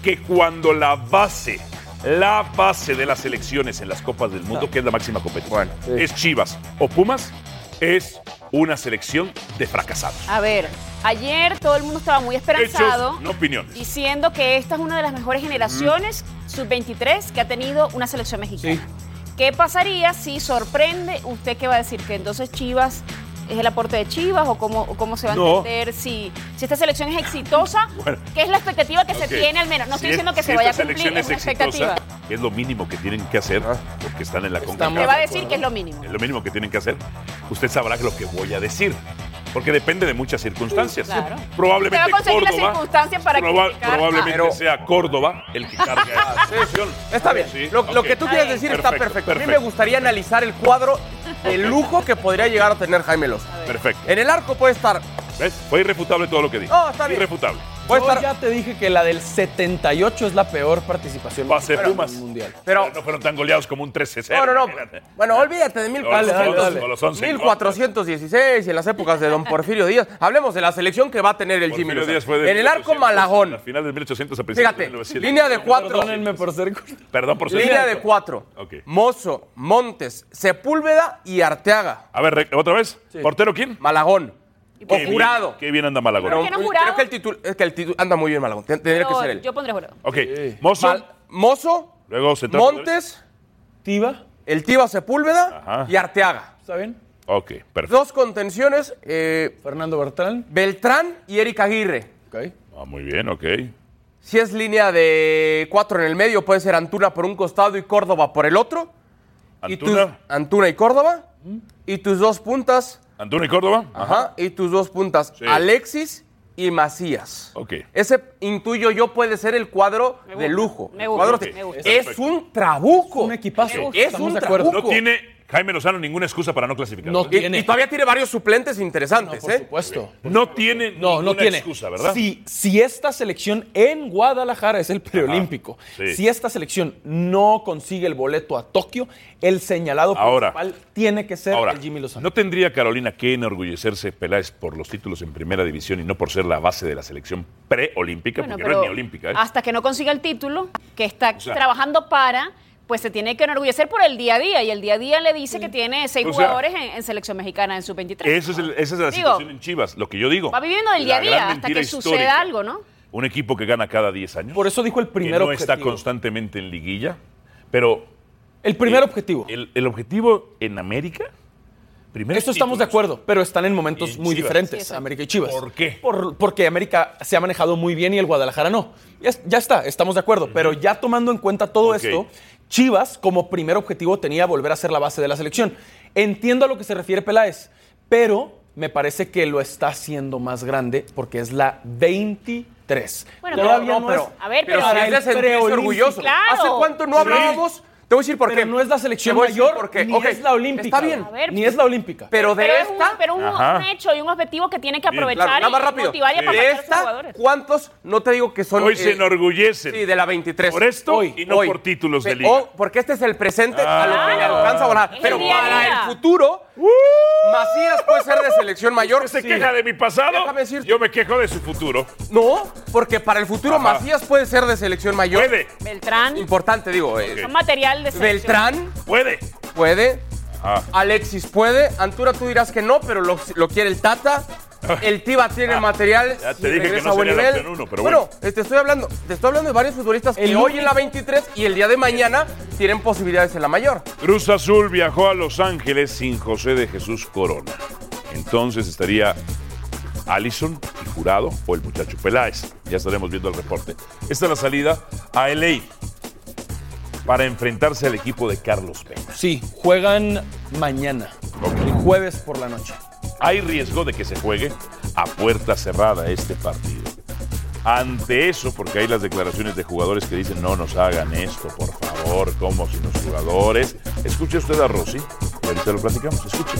[SPEAKER 2] que cuando la base, la base de las elecciones en las Copas del
[SPEAKER 3] Ah.
[SPEAKER 2] Mundo, que es la máxima competición, es Chivas o Pumas, es una selección de fracasados.
[SPEAKER 4] A ver, ayer todo el mundo estaba muy esperanzado.
[SPEAKER 2] Hechos, no opiniones.
[SPEAKER 4] diciendo que esta es una de las mejores generaciones sub-23 que ha tenido una selección mexicana. ¿Qué pasaría si sorprende? ¿Usted qué va a decir? ¿Que entonces Chivas es el aporte de Chivas o cómo, o cómo se va a
[SPEAKER 2] No.
[SPEAKER 4] entender si, si esta selección es exitosa?
[SPEAKER 2] Bueno.
[SPEAKER 4] ¿Qué es la expectativa que
[SPEAKER 2] Ok.
[SPEAKER 4] se tiene al menos? No
[SPEAKER 2] Si
[SPEAKER 4] estoy
[SPEAKER 2] es-
[SPEAKER 4] diciendo que
[SPEAKER 2] si
[SPEAKER 4] se vaya a
[SPEAKER 2] esta
[SPEAKER 4] cumplir,
[SPEAKER 2] selección
[SPEAKER 4] es una
[SPEAKER 2] es exitosa,
[SPEAKER 4] expectativa.
[SPEAKER 2] que es lo mínimo que tienen que hacer
[SPEAKER 3] Ah,
[SPEAKER 2] porque están en la CONCACAF.
[SPEAKER 4] Le va a decir que es lo mínimo.
[SPEAKER 2] Es lo mínimo que tienen que hacer. Usted sabrá lo que voy a decir. Porque depende de muchas circunstancias.
[SPEAKER 4] Claro.
[SPEAKER 2] Probablemente
[SPEAKER 4] Usted va a conseguir las
[SPEAKER 2] Córdoba.
[SPEAKER 4] circunstancias para criticar.
[SPEAKER 2] Probablemente
[SPEAKER 5] Pero-
[SPEAKER 2] sea Córdoba el que cargue a la selección.
[SPEAKER 5] Está bien.
[SPEAKER 2] Ah, Sí,
[SPEAKER 5] lo, lo
[SPEAKER 2] ok.
[SPEAKER 5] que tú quieres decir está perfecto. A mí me
[SPEAKER 2] perfecto,
[SPEAKER 5] gustaría analizar el cuadro de lujo que podría llegar a tener Jaime Loza.
[SPEAKER 2] Perfecto.
[SPEAKER 5] En el arco puede estar.
[SPEAKER 2] ¿Ves? Fue irrefutable todo lo que dije.
[SPEAKER 3] Oh,
[SPEAKER 5] No, está bien.
[SPEAKER 2] Irrefutable.
[SPEAKER 5] Puede
[SPEAKER 3] Yo
[SPEAKER 5] estar
[SPEAKER 3] ya te dije que la del 78 es la peor participación
[SPEAKER 2] Pase
[SPEAKER 3] mexicana en
[SPEAKER 2] Pumas.
[SPEAKER 3] el mundial.
[SPEAKER 5] Pero-
[SPEAKER 2] no fueron tan goleados como un 13-0.
[SPEAKER 5] No, no, no.
[SPEAKER 2] Espérate.
[SPEAKER 5] Bueno, olvídate de
[SPEAKER 2] Dale, dale, dale.
[SPEAKER 5] 1400,
[SPEAKER 2] Con los once en contra.
[SPEAKER 5] 1416 y en las épocas de don Porfirio Díaz. Hablemos de la selección que va a tener el
[SPEAKER 2] Porfirio
[SPEAKER 5] Jimmy. Lozano.
[SPEAKER 2] Díaz fue de
[SPEAKER 5] en el arco
[SPEAKER 2] 1800,
[SPEAKER 5] Malagón.
[SPEAKER 2] La final del 1800 a principios
[SPEAKER 5] Fíjate,
[SPEAKER 2] de 1900.
[SPEAKER 5] línea de cuatro.
[SPEAKER 3] Perdónenme por ser corto.
[SPEAKER 2] Perdón por ser
[SPEAKER 5] Línea
[SPEAKER 2] lento.
[SPEAKER 5] de cuatro.
[SPEAKER 2] Ok.
[SPEAKER 5] Mozo, Montes, Sepúlveda y Arteaga.
[SPEAKER 2] A ver, re- otra vez. ¿Portero quién?
[SPEAKER 5] Malagón. O
[SPEAKER 2] Qué bien-
[SPEAKER 5] jurado.
[SPEAKER 2] Qué bien anda Malagón.
[SPEAKER 4] Pero- ¿Por qué no jurado?
[SPEAKER 5] Creo que el título. Es que el título. Anda muy bien Malagón. Ten- Tendría que
[SPEAKER 4] Yo-
[SPEAKER 5] ser él.
[SPEAKER 4] Yo pondré jurado.
[SPEAKER 2] Ok. Mozo.
[SPEAKER 5] Mal- Mozo.
[SPEAKER 2] Luego central.
[SPEAKER 5] Montes.
[SPEAKER 3] ¿Tiva?
[SPEAKER 5] El Tiva Sepúlveda
[SPEAKER 2] Ajá.
[SPEAKER 5] y Arteaga.
[SPEAKER 3] ¿Está bien?
[SPEAKER 2] Ok, perfecto.
[SPEAKER 5] Dos contenciones. eh,
[SPEAKER 3] Fernando Bertrán.
[SPEAKER 5] Beltrán y Eric Aguirre.
[SPEAKER 3] Ok.
[SPEAKER 2] Ah, muy bien, ok.
[SPEAKER 5] Si es línea de cuatro en el medio, puede ser Antuna por un costado y Córdoba por el otro. Y tus-
[SPEAKER 2] Antuna.
[SPEAKER 5] Antuna y Córdoba. Y tus dos puntas.
[SPEAKER 2] Antuna y Córdoba.
[SPEAKER 5] Ajá. Y tus dos puntas.
[SPEAKER 2] Sí.
[SPEAKER 5] Alexis y Macías.
[SPEAKER 2] Ok.
[SPEAKER 5] Ese intuyo yo puede ser el cuadro
[SPEAKER 4] Me
[SPEAKER 5] de
[SPEAKER 4] gusta,
[SPEAKER 5] lujo.
[SPEAKER 4] me
[SPEAKER 5] El
[SPEAKER 4] gusta,
[SPEAKER 5] cuadro-
[SPEAKER 4] me gusta.
[SPEAKER 5] Es un trabuco.
[SPEAKER 3] Un equipazo.
[SPEAKER 5] Es
[SPEAKER 3] Estamos
[SPEAKER 5] un
[SPEAKER 3] de acuerdo.
[SPEAKER 2] No
[SPEAKER 5] trabuco.
[SPEAKER 2] tiene Jaime Lozano ninguna excusa para no ¿eh? clasificar.
[SPEAKER 3] No
[SPEAKER 2] ¿verdad?
[SPEAKER 5] Y,
[SPEAKER 3] Tiene.
[SPEAKER 5] y todavía tiene varios suplentes
[SPEAKER 3] No,
[SPEAKER 5] interesantes,
[SPEAKER 3] por
[SPEAKER 5] ¿eh?
[SPEAKER 3] supuesto.
[SPEAKER 2] No tiene
[SPEAKER 3] No, no
[SPEAKER 2] ninguna
[SPEAKER 3] tiene.
[SPEAKER 2] excusa, ¿verdad?
[SPEAKER 3] Si, si esta selección en Guadalajara es el preolímpico,
[SPEAKER 2] sí.
[SPEAKER 3] si esta selección no consigue el boleto a Tokio, el señalado
[SPEAKER 2] Ahora.
[SPEAKER 3] principal tiene que ser
[SPEAKER 2] Ahora,
[SPEAKER 3] el Jimmy Lozano.
[SPEAKER 2] ¿no tendría Carolina que enorgullecerse Peláez por los títulos en primera división y no por ser la base de la selección preolímpica?
[SPEAKER 4] Bueno,
[SPEAKER 2] porque
[SPEAKER 4] pero
[SPEAKER 2] no es ni olímpica, ¿eh?
[SPEAKER 4] Hasta que no consiga el título, que está
[SPEAKER 2] O sea-
[SPEAKER 4] trabajando para, pues se tiene que enorgullecer por el día a día. Y el día a día le dice que tiene seis
[SPEAKER 2] Mm. O sea,
[SPEAKER 4] jugadores en, en selección mexicana en sub-23.
[SPEAKER 2] Eso es el- esa es la
[SPEAKER 4] Digo,
[SPEAKER 2] situación en Chivas, lo que yo digo.
[SPEAKER 4] Va viviendo del día a
[SPEAKER 2] La
[SPEAKER 4] día
[SPEAKER 2] gran
[SPEAKER 4] hasta
[SPEAKER 2] mentira
[SPEAKER 4] que
[SPEAKER 2] histórica.
[SPEAKER 4] suceda algo, ¿no?
[SPEAKER 2] Un equipo que gana cada 10 años.
[SPEAKER 3] Por eso dijo el
[SPEAKER 2] que
[SPEAKER 3] primer
[SPEAKER 2] no
[SPEAKER 3] objetivo.
[SPEAKER 2] está constantemente en liguilla, pero...
[SPEAKER 3] el primer
[SPEAKER 2] eh,
[SPEAKER 3] objetivo.
[SPEAKER 2] El, el objetivo en América, primero...
[SPEAKER 3] Eso estamos de acuerdo, pero están en momentos
[SPEAKER 2] Y en
[SPEAKER 3] muy
[SPEAKER 2] Chivas.
[SPEAKER 3] diferentes,
[SPEAKER 4] Sí, exacto.
[SPEAKER 3] América y Chivas.
[SPEAKER 2] ¿Por qué?
[SPEAKER 3] Por- porque América se ha manejado muy bien y el Guadalajara no. Ya, es- ya está, estamos de acuerdo, pero ya tomando en cuenta todo
[SPEAKER 2] Ok.
[SPEAKER 3] esto, Chivas como primer objetivo tenía volver a ser la base de la selección. Entiendo a lo que se refiere Peláez, pero me parece que lo está haciendo más grande porque es la 23.
[SPEAKER 4] Bueno,
[SPEAKER 3] Todavía
[SPEAKER 4] pero-
[SPEAKER 3] no,
[SPEAKER 4] pero-
[SPEAKER 3] es
[SPEAKER 4] a ver,
[SPEAKER 5] Pero
[SPEAKER 4] pero-
[SPEAKER 5] si
[SPEAKER 3] para
[SPEAKER 5] es de
[SPEAKER 3] el
[SPEAKER 5] sentirse
[SPEAKER 3] preolímpico.
[SPEAKER 5] orgulloso.
[SPEAKER 4] Claro.
[SPEAKER 5] ¿Hace cuánto no
[SPEAKER 3] Sí.
[SPEAKER 5] hablábamos? Te voy a decir por
[SPEAKER 3] Pero
[SPEAKER 5] qué.
[SPEAKER 3] no es la selección
[SPEAKER 5] Te voy a decir
[SPEAKER 3] mayor
[SPEAKER 5] por qué.
[SPEAKER 3] ni
[SPEAKER 5] Ok,
[SPEAKER 3] es la olímpica.
[SPEAKER 5] Está bien.
[SPEAKER 4] A ver, pues,
[SPEAKER 3] ni es la olímpica.
[SPEAKER 5] Pero de
[SPEAKER 4] pero es
[SPEAKER 5] esta.
[SPEAKER 4] un, pero un,
[SPEAKER 2] Ajá.
[SPEAKER 4] un hecho y un objetivo que tienen que
[SPEAKER 2] Bien,
[SPEAKER 4] aprovechar
[SPEAKER 5] Claro, nada más
[SPEAKER 4] y
[SPEAKER 5] rápido.
[SPEAKER 4] motivar y
[SPEAKER 2] Sí.
[SPEAKER 4] aprovechar
[SPEAKER 5] De
[SPEAKER 4] a sus
[SPEAKER 5] esta,
[SPEAKER 4] jugadores.
[SPEAKER 5] ¿cuántos? No te digo que son.
[SPEAKER 2] Hoy se
[SPEAKER 5] eh,
[SPEAKER 2] enorgullecen.
[SPEAKER 5] Sí, de la 23.
[SPEAKER 2] Por esto
[SPEAKER 5] Hoy,
[SPEAKER 2] y no
[SPEAKER 5] hoy.
[SPEAKER 2] por títulos de
[SPEAKER 5] Pe-
[SPEAKER 2] liga.
[SPEAKER 5] oh, porque este es el presente a lo que le
[SPEAKER 4] Claro.
[SPEAKER 2] Ah.
[SPEAKER 5] alcanza a volar.
[SPEAKER 4] Es el
[SPEAKER 5] Pero
[SPEAKER 4] día a
[SPEAKER 5] para
[SPEAKER 4] día.
[SPEAKER 5] el futuro,
[SPEAKER 2] Uh.
[SPEAKER 5] Macías puede ser de selección mayor.
[SPEAKER 2] ¿Se
[SPEAKER 5] Sí.
[SPEAKER 2] queja de mi pasado?
[SPEAKER 5] Déjame decirte.
[SPEAKER 2] Yo me quejo de su futuro.
[SPEAKER 5] No, porque para el futuro
[SPEAKER 2] Ajá.
[SPEAKER 5] Macías puede ser de selección mayor.
[SPEAKER 2] Puede,
[SPEAKER 4] Beltrán,
[SPEAKER 5] Importante, digo. eh,
[SPEAKER 4] son material de selección.
[SPEAKER 5] Beltrán
[SPEAKER 2] puede.
[SPEAKER 5] puede.
[SPEAKER 2] Ah.
[SPEAKER 5] Alexis puede. Antura, tú dirás que no, pero lo, lo quiere el Tata. El Tiba tiene
[SPEAKER 2] Ah,
[SPEAKER 5] material.
[SPEAKER 2] ya te
[SPEAKER 5] si
[SPEAKER 2] dije que
[SPEAKER 5] regresa
[SPEAKER 2] no
[SPEAKER 5] a buen
[SPEAKER 2] sería la
[SPEAKER 5] nivel.
[SPEAKER 2] opción uno, pero
[SPEAKER 5] eh, te estoy hablando, te estoy hablando de varios futbolistas
[SPEAKER 3] El
[SPEAKER 5] que hoy en la
[SPEAKER 3] único-
[SPEAKER 5] 23 y el día de mañana tienen posibilidades en la mayor.
[SPEAKER 2] Cruz Azul viajó a Los Ángeles sin José de Jesús Corona. Entonces estaría Allison, el jurado, o el muchacho Peláez. Ya estaremos viendo el reporte. Esta es la salida a LA para enfrentarse al equipo de Carlos Vela.
[SPEAKER 3] Sí, juegan mañana, el
[SPEAKER 2] Ok.
[SPEAKER 3] jueves por la noche.
[SPEAKER 2] Hay riesgo de que se juegue a puerta cerrada este partido. Ante eso, porque hay las declaraciones de jugadores que dicen no nos hagan esto, por favor, como si los jugadores. Escuche usted a Rossi, ahorita lo platicamos, escuche.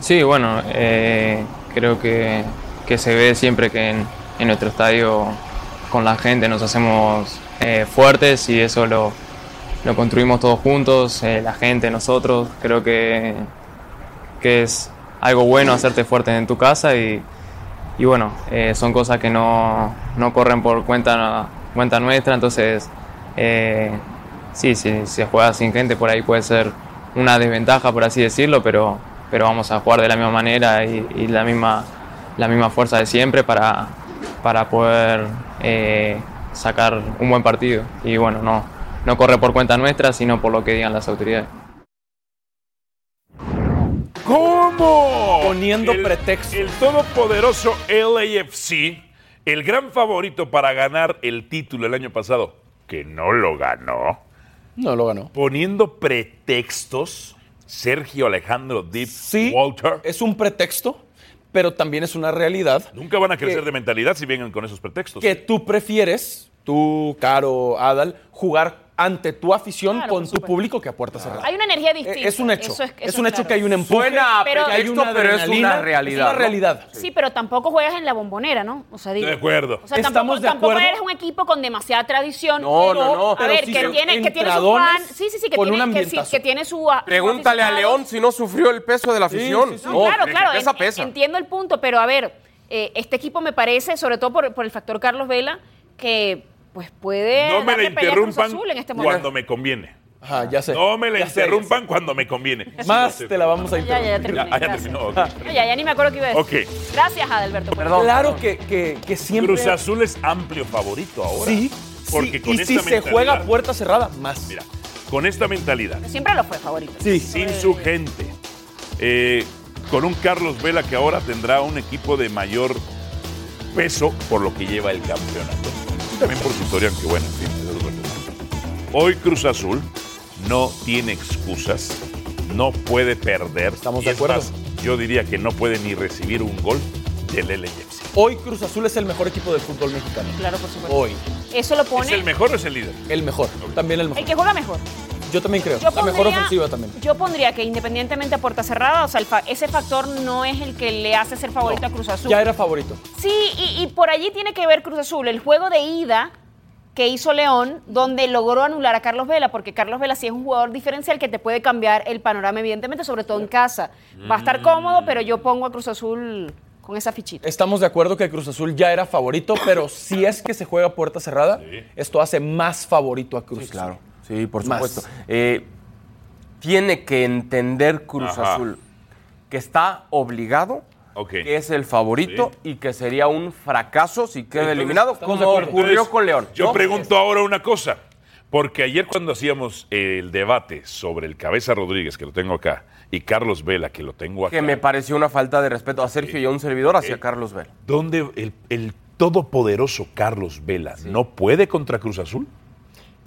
[SPEAKER 9] Sí, bueno, eh, creo que, que se ve siempre que en, en nuestro estadio con la gente nos hacemos eh, fuertes y eso lo, lo construimos todos juntos, eh, la gente, nosotros. Creo que, que es algo bueno hacerte fuerte en tu casa y, y bueno, eh, son cosas que no, no corren por cuenta, cuenta nuestra, entonces eh, sí, si se juega sin gente por ahí puede ser una desventaja, por así decirlo, pero, pero vamos a jugar de la misma manera y, y la, misma, la misma fuerza de siempre para, para poder eh, sacar un buen partido. Y bueno, no, no corre por cuenta nuestra, sino por lo que digan las autoridades.
[SPEAKER 2] ¿Cómo?
[SPEAKER 3] Poniendo pretextos.
[SPEAKER 2] El todopoderoso LAFC, el gran favorito para ganar el título el año pasado, que no lo ganó,
[SPEAKER 3] No lo ganó.
[SPEAKER 2] poniendo pretextos, Sergio Alejandro Deep
[SPEAKER 3] Sí,
[SPEAKER 2] Walter.
[SPEAKER 3] es un pretexto, pero también es una realidad
[SPEAKER 2] Nunca van a crecer
[SPEAKER 3] que-
[SPEAKER 2] de mentalidad si vienen con esos pretextos.
[SPEAKER 3] que tú prefieres, tú, Caro, Adal, jugar ante tu afición
[SPEAKER 4] Claro, por
[SPEAKER 3] con tu
[SPEAKER 4] supuesto.
[SPEAKER 3] público que a puerta cerrada.
[SPEAKER 4] Hay una energía
[SPEAKER 3] Eh,
[SPEAKER 4] distinta.
[SPEAKER 3] Es un hecho.
[SPEAKER 4] Eso
[SPEAKER 3] es,
[SPEAKER 4] eso
[SPEAKER 3] un hecho
[SPEAKER 4] claro.
[SPEAKER 3] que hay un empuje.
[SPEAKER 5] Suena a
[SPEAKER 4] Pero-
[SPEAKER 3] que hay
[SPEAKER 5] pretexto,
[SPEAKER 3] una
[SPEAKER 5] pero es una
[SPEAKER 3] adrenalina,
[SPEAKER 5] realidad,
[SPEAKER 3] Es una
[SPEAKER 5] ¿no?
[SPEAKER 3] realidad.
[SPEAKER 4] Sí, pero tampoco juegas en la bombonera, ¿no? O sea, digo.
[SPEAKER 2] De acuerdo.
[SPEAKER 4] O sea,
[SPEAKER 3] Estamos
[SPEAKER 4] tampoco,
[SPEAKER 3] de
[SPEAKER 4] tampoco
[SPEAKER 3] acuerdo.
[SPEAKER 4] eres un equipo con demasiada tradición.
[SPEAKER 5] No, no, no.
[SPEAKER 4] A
[SPEAKER 5] Pero
[SPEAKER 4] ver,
[SPEAKER 3] sí
[SPEAKER 4] que,
[SPEAKER 3] son
[SPEAKER 4] tiene, que tiene su fan.
[SPEAKER 3] entradones
[SPEAKER 4] Sí, sí, sí, que
[SPEAKER 3] con un
[SPEAKER 4] tiene, que, sí,
[SPEAKER 3] ambientazo.
[SPEAKER 4] que tiene su. a-
[SPEAKER 5] Pregúntale a
[SPEAKER 4] aficionados.
[SPEAKER 5] León si no sufrió el peso de la
[SPEAKER 3] Sí,
[SPEAKER 5] afición.
[SPEAKER 3] sí, sí.
[SPEAKER 4] No,
[SPEAKER 5] No,
[SPEAKER 4] claro, claro.
[SPEAKER 5] Pesa,
[SPEAKER 4] en-
[SPEAKER 5] pesa.
[SPEAKER 4] Entiendo el punto, pero a ver, eh, este equipo me parece, sobre todo por, por el factor Carlos Vela, que pues puede.
[SPEAKER 2] No me la
[SPEAKER 4] darle pelea a Cruz
[SPEAKER 2] interrumpan
[SPEAKER 4] Azul en este
[SPEAKER 2] cuando
[SPEAKER 4] momento.
[SPEAKER 2] me conviene.
[SPEAKER 3] Ajá, ya sé.
[SPEAKER 2] No me la
[SPEAKER 3] ya sé, ya sé.
[SPEAKER 2] interrumpan cuando me conviene.
[SPEAKER 3] Más
[SPEAKER 2] Sí, lo sé,
[SPEAKER 3] te la vamos
[SPEAKER 4] Ya,
[SPEAKER 3] a interrumpir.
[SPEAKER 4] ya,
[SPEAKER 2] pero-
[SPEAKER 4] ya terminé.
[SPEAKER 2] Ah, ya
[SPEAKER 4] gracias.
[SPEAKER 2] terminó, ok.
[SPEAKER 4] No, ya, ya ni me acuerdo qué iba a decir.
[SPEAKER 2] Ok.
[SPEAKER 4] Gracias, Adalberto. por-
[SPEAKER 5] Perdón.
[SPEAKER 3] Claro que, que, que siempre.
[SPEAKER 2] Cruz Azul es amplio favorito ahora.
[SPEAKER 3] Sí.
[SPEAKER 2] Porque
[SPEAKER 3] sí,
[SPEAKER 2] con
[SPEAKER 3] y si
[SPEAKER 2] esta
[SPEAKER 3] se juega a
[SPEAKER 2] mentalidad-
[SPEAKER 3] puerta cerrada, más.
[SPEAKER 2] Mira, con esta mentalidad,
[SPEAKER 4] Siempre lo fue favorito.
[SPEAKER 3] Sí.
[SPEAKER 2] sin su gente, eh, con un Carlos Vela que ahora tendrá un equipo de mayor peso por lo que lleva el campeonato. Y También por su historia, aunque bueno, en fin, eso es otro tema. Hoy Cruz Azul no tiene excusas, no puede perder.
[SPEAKER 3] Estamos
[SPEAKER 2] Y
[SPEAKER 3] de
[SPEAKER 2] es
[SPEAKER 3] acuerdo.
[SPEAKER 2] más, yo diría que no puede ni recibir un gol del LAFC.
[SPEAKER 3] Hoy Cruz Azul es el mejor equipo del fútbol mexicano.
[SPEAKER 4] Claro, por supuesto.
[SPEAKER 3] Hoy,
[SPEAKER 4] Eso lo pone.
[SPEAKER 2] ¿Es el mejor o es el líder?
[SPEAKER 3] el mejor. También el mejor.
[SPEAKER 4] El que juega mejor.
[SPEAKER 3] Yo también creo.
[SPEAKER 4] Yo
[SPEAKER 3] la mejor
[SPEAKER 4] pondría-
[SPEAKER 3] ofensiva también.
[SPEAKER 4] Yo pondría que independientemente a puerta cerrada, o sea, el fa- ese factor no es el que le hace ser favorito a Cruz Azul.
[SPEAKER 3] Ya era favorito.
[SPEAKER 4] Sí, y, y por allí tiene que ver Cruz Azul, el juego de ida que hizo León, donde logró anular a Carlos Vela, porque Carlos Vela sí es un jugador diferencial que te puede cambiar el panorama, evidentemente, sobre todo en casa. Va a estar cómodo, pero yo pongo a Cruz Azul con esa fichita.
[SPEAKER 3] Estamos de acuerdo que Cruz Azul ya era favorito, pero si es que se juega a puerta cerrada, esto hace más favorito a Cruz
[SPEAKER 5] Sí,
[SPEAKER 3] Azul.
[SPEAKER 5] claro. Sí, por
[SPEAKER 3] Más.
[SPEAKER 5] supuesto. Eh, tiene que entender Cruz
[SPEAKER 2] Ajá.
[SPEAKER 5] Azul que está obligado,
[SPEAKER 2] Ok.
[SPEAKER 5] que es el favorito y que sería un fracaso si queda
[SPEAKER 2] Entonces,
[SPEAKER 5] eliminado,
[SPEAKER 3] estamos
[SPEAKER 5] como
[SPEAKER 3] de acuerdo.
[SPEAKER 5] ocurrió
[SPEAKER 2] Entonces,
[SPEAKER 5] con León.
[SPEAKER 2] Yo
[SPEAKER 5] ¿no?
[SPEAKER 2] pregunto ahora una cosa, porque ayer cuando hacíamos el debate sobre el Cabeza Rodríguez, que lo tengo acá, y Carlos Vela, que lo tengo acá,
[SPEAKER 5] Que me pareció una falta de respeto a Sergio y a un servidor hacia Carlos Vela.
[SPEAKER 2] ¿dónde el, el todopoderoso Carlos Vela no puede contra Cruz Azul?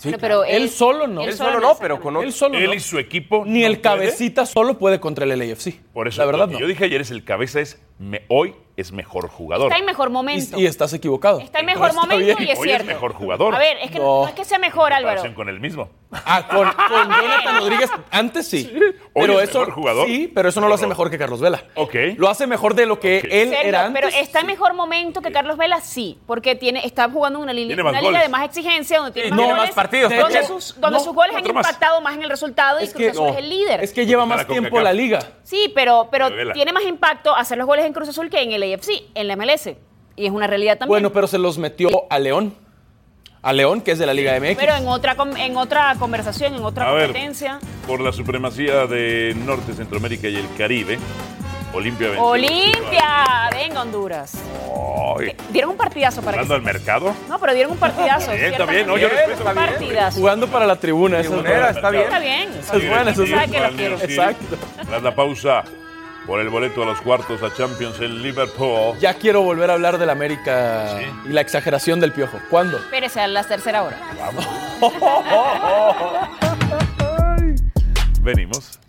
[SPEAKER 4] Bueno, pero
[SPEAKER 3] él,
[SPEAKER 4] él-
[SPEAKER 3] solo no.
[SPEAKER 4] él
[SPEAKER 5] Él solo no, pero con
[SPEAKER 3] Él solo
[SPEAKER 2] Él
[SPEAKER 3] no.
[SPEAKER 2] y su equipo.
[SPEAKER 3] Ni
[SPEAKER 2] no
[SPEAKER 3] el
[SPEAKER 2] puede.
[SPEAKER 3] cabecita solo puede contra el LAFC.
[SPEAKER 2] Por eso,
[SPEAKER 3] la verdad
[SPEAKER 2] lo que
[SPEAKER 3] no.
[SPEAKER 2] yo dije ayer es el cabeza es me- hoy es mejor jugador.
[SPEAKER 4] Está en mejor momento.
[SPEAKER 3] Y, y estás equivocado.
[SPEAKER 4] Está en mejor
[SPEAKER 3] No está
[SPEAKER 4] momento
[SPEAKER 3] bien.
[SPEAKER 4] y es
[SPEAKER 2] hoy
[SPEAKER 4] cierto.
[SPEAKER 2] es mejor jugador.
[SPEAKER 4] A ver, es que no,
[SPEAKER 3] No.
[SPEAKER 4] no es que sea mejor,
[SPEAKER 2] en comparación
[SPEAKER 4] Álvaro.
[SPEAKER 2] con el mismo.
[SPEAKER 3] Ah, con, con Jonathan Rodríguez, antes sí. Pero
[SPEAKER 2] es
[SPEAKER 3] eso,
[SPEAKER 2] mejor jugador.
[SPEAKER 3] Sí, pero eso no lo hace mejor que Carlos Vela.
[SPEAKER 2] Ok.
[SPEAKER 3] Lo hace mejor de lo que
[SPEAKER 2] Ok.
[SPEAKER 3] él
[SPEAKER 4] Sergio,
[SPEAKER 3] era antes.
[SPEAKER 4] pero está en mejor momento que Carlos Vela, sí, porque tiene, está jugando una, línea,
[SPEAKER 2] Tiene más
[SPEAKER 4] una liga
[SPEAKER 2] goles.
[SPEAKER 4] de más exigencia, donde tiene,
[SPEAKER 3] no,
[SPEAKER 4] más, goles,
[SPEAKER 5] más partidos,
[SPEAKER 4] donde,
[SPEAKER 5] de hecho.
[SPEAKER 4] sus, donde
[SPEAKER 3] No,
[SPEAKER 4] sus goles han
[SPEAKER 2] otro más.
[SPEAKER 4] impactado más en el resultado y
[SPEAKER 3] Es
[SPEAKER 4] Cruz
[SPEAKER 3] que-
[SPEAKER 4] Azul
[SPEAKER 3] no.
[SPEAKER 4] es el líder.
[SPEAKER 3] Es que lleva
[SPEAKER 2] Porque
[SPEAKER 3] más
[SPEAKER 2] está la
[SPEAKER 3] tiempo la
[SPEAKER 2] CONCACAF.
[SPEAKER 3] liga.
[SPEAKER 4] Sí, pero, pero
[SPEAKER 2] Vela.
[SPEAKER 4] tiene más impacto hacer los goles en Cruz Azul que en el AFC, en la MLS. Y es una realidad también.
[SPEAKER 3] Bueno, pero se los metió a León. A León, que es de la Liga MX.
[SPEAKER 4] Pero en otra, com- en otra conversación, en otra
[SPEAKER 2] A ver,
[SPEAKER 4] competencia.
[SPEAKER 2] por la supremacía de Norte, Centroamérica y el Caribe, Olimpia venció.
[SPEAKER 4] Olimpia, venga Honduras.
[SPEAKER 2] Ay,
[SPEAKER 4] Dieron un partidazo eh, para que
[SPEAKER 2] ¿Jugando al mercado?
[SPEAKER 4] No, pero dieron un partidazo.
[SPEAKER 2] Bien, está
[SPEAKER 4] ciertamente.
[SPEAKER 2] bien, no, yo respeto.
[SPEAKER 4] Un partidazo.
[SPEAKER 3] Jugando para la tribuna. esa es
[SPEAKER 5] Tribunera,
[SPEAKER 3] la-
[SPEAKER 5] está bien.
[SPEAKER 4] Está bien.
[SPEAKER 3] Esa es buena, esa es-
[SPEAKER 4] Sabe que lo quiero.
[SPEAKER 3] Exacto.
[SPEAKER 2] Tras la pausa por el boleto a los cuartos a Champions en Liverpool.
[SPEAKER 3] Ya quiero volver a hablar del América y la exageración del piojo. ¿Cuándo?
[SPEAKER 4] Espérese a la tercera hora.
[SPEAKER 3] Oh,
[SPEAKER 2] Venimos.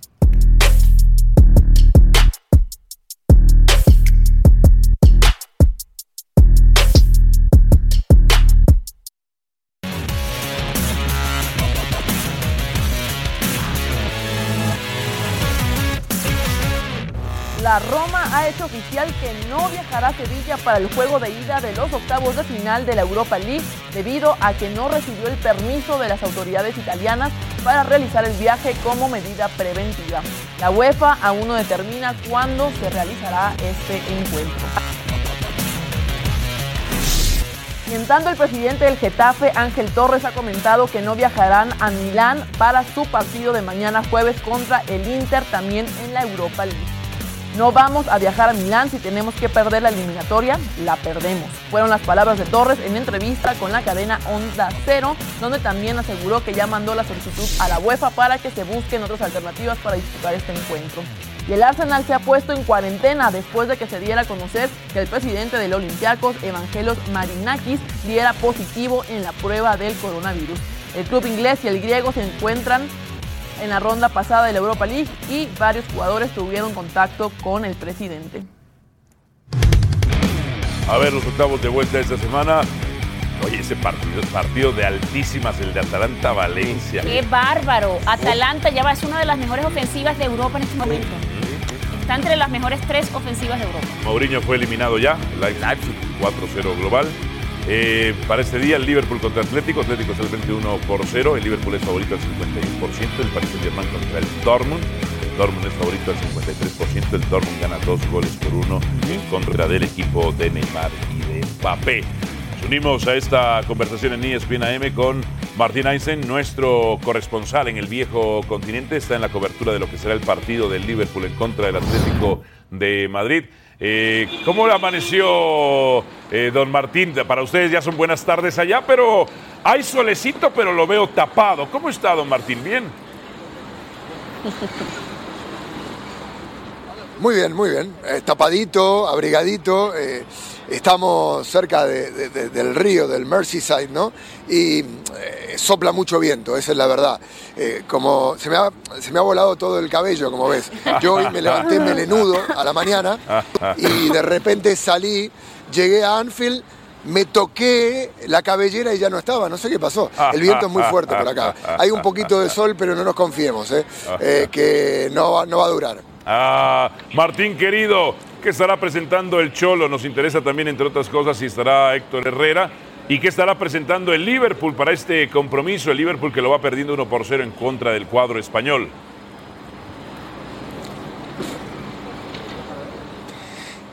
[SPEAKER 1] La Roma ha hecho oficial que no viajará a Sevilla para el juego de ida de los octavos de final de la Europa League debido a que no recibió el permiso de las autoridades italianas para realizar el viaje como medida preventiva. La UEFA aún no determina cuándo se realizará este encuentro. Y en tanto, el presidente del Getafe, Ángel Torres, ha comentado que no viajarán a Milán para su partido de mañana jueves contra el Inter también en la Europa League. No vamos a viajar a Milán si tenemos que perder la eliminatoria, la perdemos. Fueron las palabras de Torres en entrevista con la cadena Onda Cero, donde también aseguró que ya mandó la solicitud a la UEFA para que se busquen otras alternativas para disputar este encuentro. Y el Arsenal se ha puesto en cuarentena después de que se diera a conocer que el presidente del Olympiacos, Evangelos Marinakis, diera positivo en la prueba del coronavirus. El club inglés y el griego se encuentran en la ronda pasada de la Europa League y varios jugadores tuvieron contacto con el presidente.
[SPEAKER 2] A ver los octavos de vuelta esta semana. Oye, ese partido, partido de altísimas, el de Atalanta-Valencia.
[SPEAKER 4] Qué bárbaro. Atalanta ya va, es una de las mejores ofensivas de Europa en este momento. Está entre las mejores tres ofensivas de Europa.
[SPEAKER 2] Mourinho fue eliminado ya, Leipzig 4-0 global. Eh, para este día, el Liverpool contra Atlético, Atlético es el 21 por 0, el Liverpool es favorito al 51%, el Paris Saint-Germain contra el Dortmund, el Dortmund es favorito al 53%, el Dortmund gana dos goles por uno en contra del equipo de Neymar y de Mbappé. Nos unimos a esta conversación en E ESPN AM con Martín Einstein, nuestro corresponsal en el viejo continente, está en la cobertura de lo que será el partido del Liverpool en contra del Atlético de Madrid. Eh, ¿Cómo amaneció eh, don Martín? Para ustedes ya son buenas tardes allá, pero hay solecito, pero lo veo tapado. ¿Cómo está don Martín? ¿Bien?
[SPEAKER 10] Muy bien, muy bien. Eh, tapadito, abrigadito. eh, estamos cerca de- de- de- del río, del Merseyside, ¿no? Y eh, sopla mucho viento, esa es la verdad. Eh, como se me, ha, se me ha volado todo el cabello, como ves. Yo hoy me levanté melenudo a la
[SPEAKER 2] Ah,
[SPEAKER 10] mañana y de repente salí, llegué a Anfield. Me toqué la cabellera y ya no estaba, no sé qué pasó. El viento es muy fuerte por acá. Hay un poquito de sol, pero no nos confiemos, ¿eh? Eh, que no va- no va a durar.
[SPEAKER 2] Ah, Martín querido, ¿qué estará presentando el Cholo? Nos interesa también, entre otras cosas, si estará Héctor Herrera. ¿Y qué estará presentando el Liverpool para este compromiso? El Liverpool que lo va perdiendo 1 por 0 en contra del cuadro español.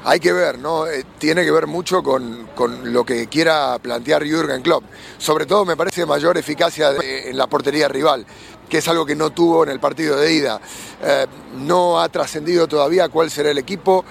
[SPEAKER 10] Hay que ver, ¿no? Eh, tiene que ver mucho con, con lo que quiera plantear Jürgen Klopp. Sobre todo me parece mayor eficacia de- en la portería rival. que es algo que no tuvo en el partido de ida. Eh, no ha trascendido todavía cuál será el equipo,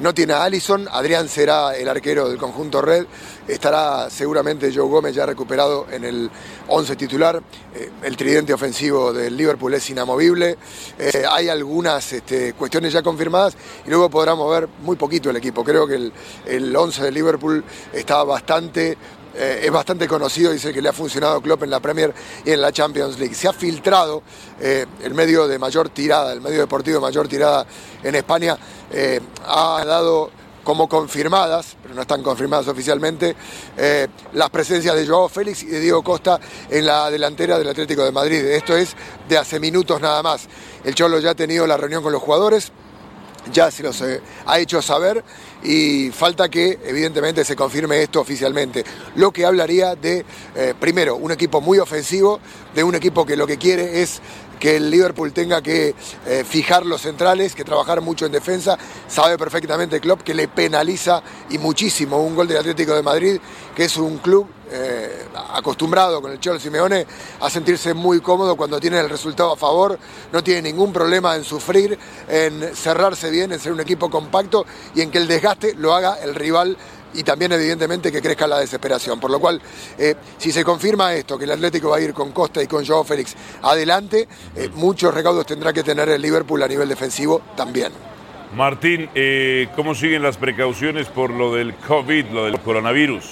[SPEAKER 10] no tiene a Allison, Adrián será el arquero del conjunto Red, estará seguramente Joe Gómez ya recuperado en el 11 titular, Eh, el tridente ofensivo del Liverpool es inamovible, Eh, hay algunas este, cuestiones ya confirmadas y luego podrá mover muy poquito el equipo. Creo que el, el 11 de Liverpool está bastante eh, es bastante conocido, dice que le ha funcionado a Klopp en la Premier y en la Champions League. Se ha filtrado eh, el medio de mayor tirada, el medio deportivo de mayor tirada en España, eh, ha dado como confirmadas, pero no están confirmadas oficialmente, eh, las presencias de Joao Félix y de Diego Costa en la delantera del Atlético de Madrid. Esto es de hace minutos nada más. El Cholo ya ha tenido la reunión con los jugadores, ya se los eh, ha hecho saber y falta que evidentemente se confirme esto oficialmente. Lo que hablaría de, eh, primero, un equipo muy ofensivo, de un equipo que lo que quiere es que el Liverpool tenga que eh, fijar los centrales, que trabajar mucho en defensa. Sabe perfectamente Klopp que le penaliza y muchísimo un gol del Atlético de Madrid, que es un club eh, acostumbrado con el Cholo Simeone a sentirse muy cómodo cuando tiene el resultado a favor, no tiene ningún problema en sufrir, en cerrarse bien, en ser un equipo compacto y en que el desgaste lo haga el rival y también evidentemente que crezca la desesperación. Por lo cual, eh, si se confirma esto, que el Atlético va a ir con Costa y con Joao Félix adelante, eh, muchos recaudos tendrá que tener el Liverpool a nivel defensivo también.
[SPEAKER 2] Martín, eh, ¿cómo siguen las precauciones por lo del COVID, lo del coronavirus?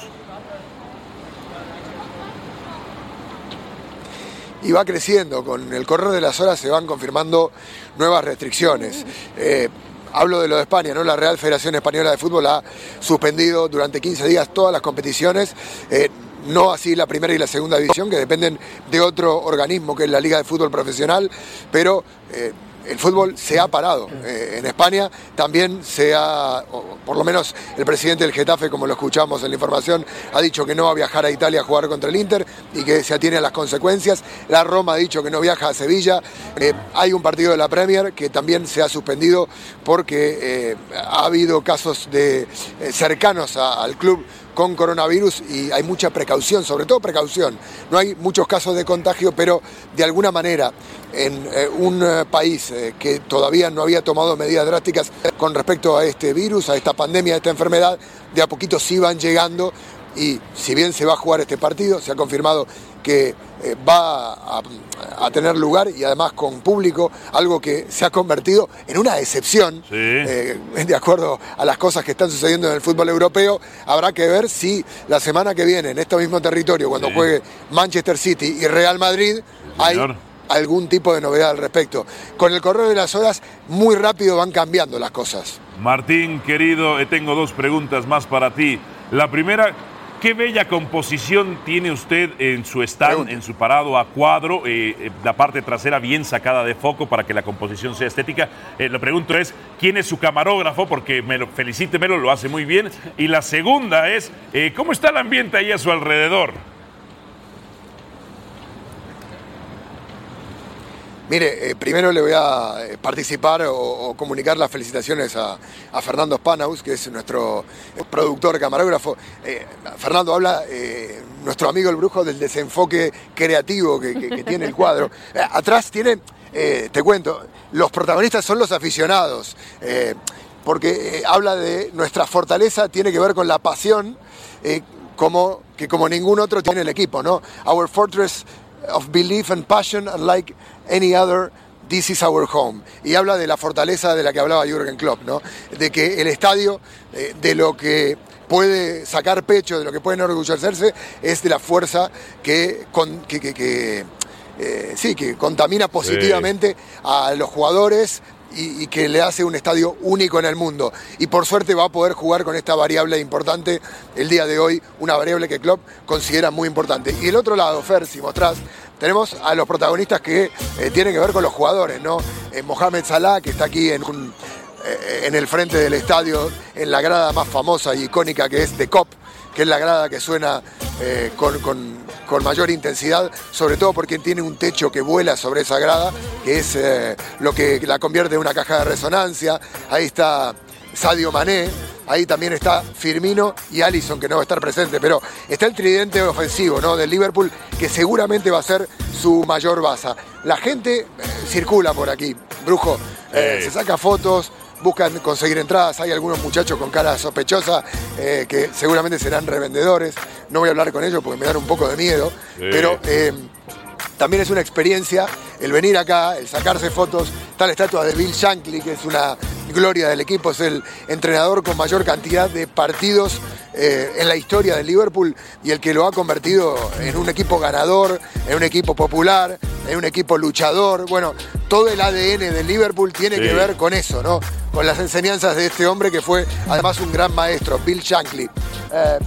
[SPEAKER 10] y va creciendo. Con el correr de las horas se van confirmando nuevas restricciones. Eh, hablo de lo de España, ¿no? La Real Federación Española de Fútbol ha suspendido durante 15 días todas las competiciones. eh, no así la primera y la segunda división, que dependen de otro organismo que es la Liga de Fútbol Profesional, pero eh, el fútbol se ha parado. Eh, en España también se ha, o por lo menos el presidente del Getafe, como lo escuchamos en la información, ha dicho que no va a viajar a Italia a jugar contra el Inter y que se atiene a las consecuencias. La Roma ha dicho que no viaja a Sevilla. Eh, hay un partido de la Premier que también se ha suspendido porque eh, ha habido casos de, eh, cercanos a- al club con coronavirus y hay mucha precaución, sobre todo precaución. No hay muchos casos de contagio, pero de alguna manera en eh, un eh, país eh, que todavía no había tomado medidas drásticas con respecto a este virus, a esta pandemia, a esta enfermedad, de a poquito sí van llegando y si bien se va a jugar este partido, se ha confirmado que eh, va a, a tener lugar y además con público, algo que se ha convertido en una excepción, eh, de acuerdo a las cosas que están sucediendo en el fútbol europeo, habrá que ver si la semana que viene en este mismo territorio, cuando
[SPEAKER 2] Sí.
[SPEAKER 10] juegue Manchester City y Real Madrid,
[SPEAKER 2] señor.
[SPEAKER 10] hay algún tipo de novedad al respecto. Con el correr de las horas, muy rápido van cambiando las cosas.
[SPEAKER 2] Martín, querido, eh, tengo dos preguntas más para ti. La primera, ¿qué bella composición tiene usted en su stand, en su parado a cuadro, eh, eh, la parte trasera bien sacada de foco para que la composición sea estética? Eh, la pregunta es, ¿quién es su camarógrafo? Porque me lo, felicítemelo, lo hace muy bien. Y la segunda es, eh, ¿cómo está el ambiente ahí a su alrededor?
[SPEAKER 10] Mire, eh, primero le voy a eh, participar o, o comunicar las felicitaciones a, a Fernando Spanaus, que es nuestro productor camarógrafo. Eh, Fernando habla, eh, nuestro amigo el brujo, del desenfoque creativo que, que- que tiene el cuadro. Eh, atrás tiene, eh, te cuento, los protagonistas son los aficionados, eh, porque eh, habla de nuestra fortaleza, tiene que ver con la pasión. eh, como, que como ningún otro tiene el equipo, ¿no? Our fortress of belief and passion, unlike any other, this is our home. Y habla de la fortaleza de la que hablaba Jürgen Klopp, ¿no? De que el estadio, eh, de lo que puede sacar pecho, de lo que puede enorgullecerse, es de la fuerza que, con- que- que- que, eh, sí, que contamina positivamente a los jugadores y, y que le hace un estadio único en el mundo. Y por suerte va a poder jugar con esta variable importante el día de hoy, una variable que Klopp considera muy importante. Y el otro lado, Fer, si mostrás, tenemos a los protagonistas que eh, tienen que ver con los jugadores, ¿no? Eh, Mohamed Salah, que está aquí en un- eh, en el frente del estadio, en la grada más famosa y icónica que es The Cop, que es la grada que suena eh, con, con- con mayor intensidad, sobre todo porque tiene un techo que vuela sobre esa grada, que es eh, lo que la convierte en una caja de resonancia. Ahí está Sadio Mané, Ahí también está Firmino y Allison, que no va a estar presente, pero está el tridente ofensivo ¿no? del Liverpool, que seguramente va a ser su mayor baza. La gente eh, circula por aquí, brujo. eh,
[SPEAKER 2] Eh.
[SPEAKER 10] Se saca fotos, buscan conseguir entradas. Hay algunos muchachos con cara sospechosa eh, que seguramente serán revendedores. No voy a hablar con ellos porque me dan un poco de miedo,
[SPEAKER 2] Eh.
[SPEAKER 10] pero. eh, también es una experiencia el venir acá, el sacarse fotos. Está la estatua de Bill Shankly, que es una gloria del equipo, es el entrenador con mayor cantidad de partidos eh, en la historia de Liverpool y el que lo ha convertido en un equipo ganador, en un equipo popular, en un equipo luchador. Bueno, todo el ADN de Liverpool tiene
[SPEAKER 2] Sí.
[SPEAKER 10] que ver con eso, ¿no? Con las enseñanzas de este hombre que fue además un gran maestro, Bill Shankly. Eh,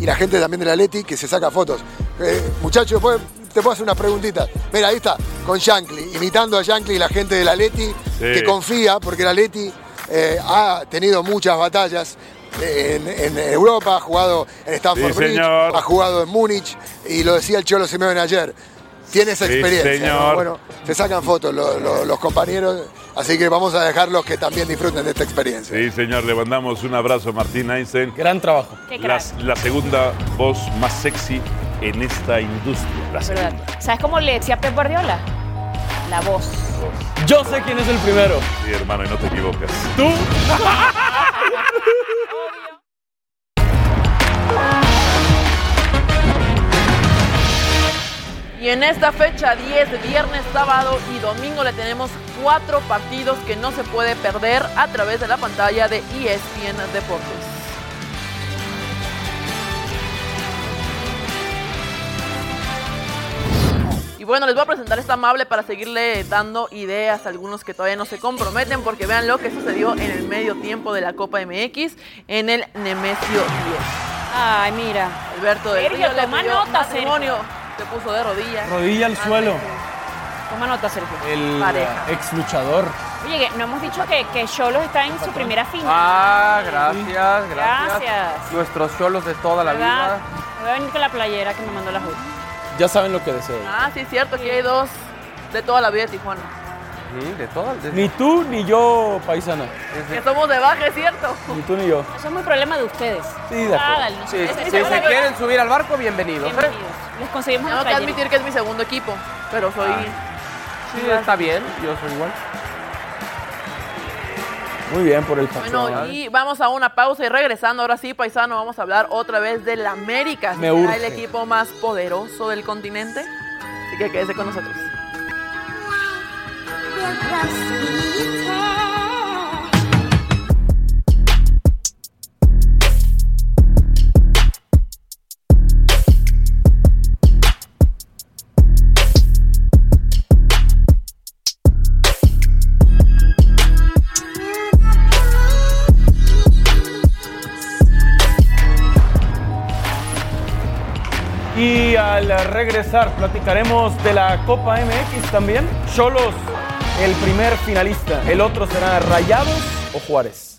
[SPEAKER 10] y la gente también del Atleti que se saca fotos. Eh, muchachos, después te puedo hacer unas preguntitas. Mira, ahí está, con Shankly, imitando a Shankly y la gente del Atleti que confía, porque el Atleti eh, ha tenido muchas batallas. eh, En, en Europa, ha jugado en Stamford
[SPEAKER 2] Sí,
[SPEAKER 10] Bridge,
[SPEAKER 2] señor.
[SPEAKER 10] ha jugado en Múnich y lo decía el Cholo Simeone ayer. Tiene esa
[SPEAKER 2] Sí,
[SPEAKER 10] experiencia. ¿no?
[SPEAKER 2] señor.
[SPEAKER 10] Bueno, se sacan fotos lo- lo- los compañeros, así que vamos a dejarlos que también disfruten de esta experiencia.
[SPEAKER 2] Sí, señor, le mandamos un abrazo a Martín Einstein.
[SPEAKER 3] Gran trabajo.
[SPEAKER 4] Qué
[SPEAKER 2] La,
[SPEAKER 4] crack.
[SPEAKER 2] la segunda voz más sexy en esta industria. La
[SPEAKER 4] ¿verdad?
[SPEAKER 2] segunda.
[SPEAKER 4] ¿Sabes cómo le decía Pep Guardiola? La voz.
[SPEAKER 3] Yo sé quién es el primero.
[SPEAKER 2] Sí, hermano, y no te equivocas.
[SPEAKER 3] Tú.
[SPEAKER 1] Y en esta fecha 10, viernes, sábado y domingo le tenemos cuatro partidos que no se puede perder a través de la pantalla de E ESPN Deportes. Y bueno, les voy a presentar esta amable para seguirle dando ideas a algunos que todavía no se comprometen, porque vean lo que sucedió en el medio tiempo de la Copa MX en el Nemesio 10.
[SPEAKER 4] Ay, mira.
[SPEAKER 1] Alberto del
[SPEAKER 4] Sergio,
[SPEAKER 1] Río le
[SPEAKER 4] toma
[SPEAKER 1] pidió
[SPEAKER 4] nota, Sergio.
[SPEAKER 1] matrimonio, se puso de rodillas.
[SPEAKER 3] Rodilla al
[SPEAKER 1] Antes
[SPEAKER 3] suelo.
[SPEAKER 1] de-
[SPEAKER 4] Toma nota, Sergio.
[SPEAKER 3] El eh,
[SPEAKER 1] Pareja.
[SPEAKER 3] ex luchador.
[SPEAKER 4] Oye, que no hemos dicho que, que Cholos está en su primera final.
[SPEAKER 5] Ah, gracias, gracias.
[SPEAKER 4] Gracias.
[SPEAKER 5] Nuestros cholos de toda la
[SPEAKER 4] ¿Verdad?
[SPEAKER 5] vida.
[SPEAKER 1] Ah.
[SPEAKER 4] Me voy a venir con la playera que me mandó la Juli.
[SPEAKER 3] Ya saben lo que deseo.
[SPEAKER 1] Ah, sí, cierto, aquí hay dos de toda la vida de Tijuana.
[SPEAKER 5] Mm, de toda. de-
[SPEAKER 3] Ni tú ni yo, paisana.
[SPEAKER 1] Que somos de baja, es cierto.
[SPEAKER 3] Ni tú ni yo.
[SPEAKER 4] Eso es muy problema de ustedes.
[SPEAKER 3] Sí, de acuerdo.
[SPEAKER 4] Ah, dale.
[SPEAKER 5] si,
[SPEAKER 4] Ese-
[SPEAKER 5] si
[SPEAKER 4] ese-
[SPEAKER 5] se quieren subir al barco, bienvenidos. ¿eh?
[SPEAKER 4] Bienvenidos. Les conseguimos
[SPEAKER 1] Tengo
[SPEAKER 4] la
[SPEAKER 1] que
[SPEAKER 4] playera.
[SPEAKER 1] admitir que es mi segundo equipo, pero soy...
[SPEAKER 3] Ah,
[SPEAKER 5] Sí, está bien, yo soy igual.
[SPEAKER 3] Muy bien por el paisano.
[SPEAKER 1] Bueno, y vamos a una pausa y regresando ahora sí, paisano, vamos a hablar otra vez del América.
[SPEAKER 3] Me
[SPEAKER 1] ¿Será
[SPEAKER 3] urge.
[SPEAKER 1] el equipo más poderoso del continente. Así que quédese con nosotros.
[SPEAKER 3] Y al regresar platicaremos de la Copa MX también. Cholos, el primer finalista. El otro será Rayados o Juárez.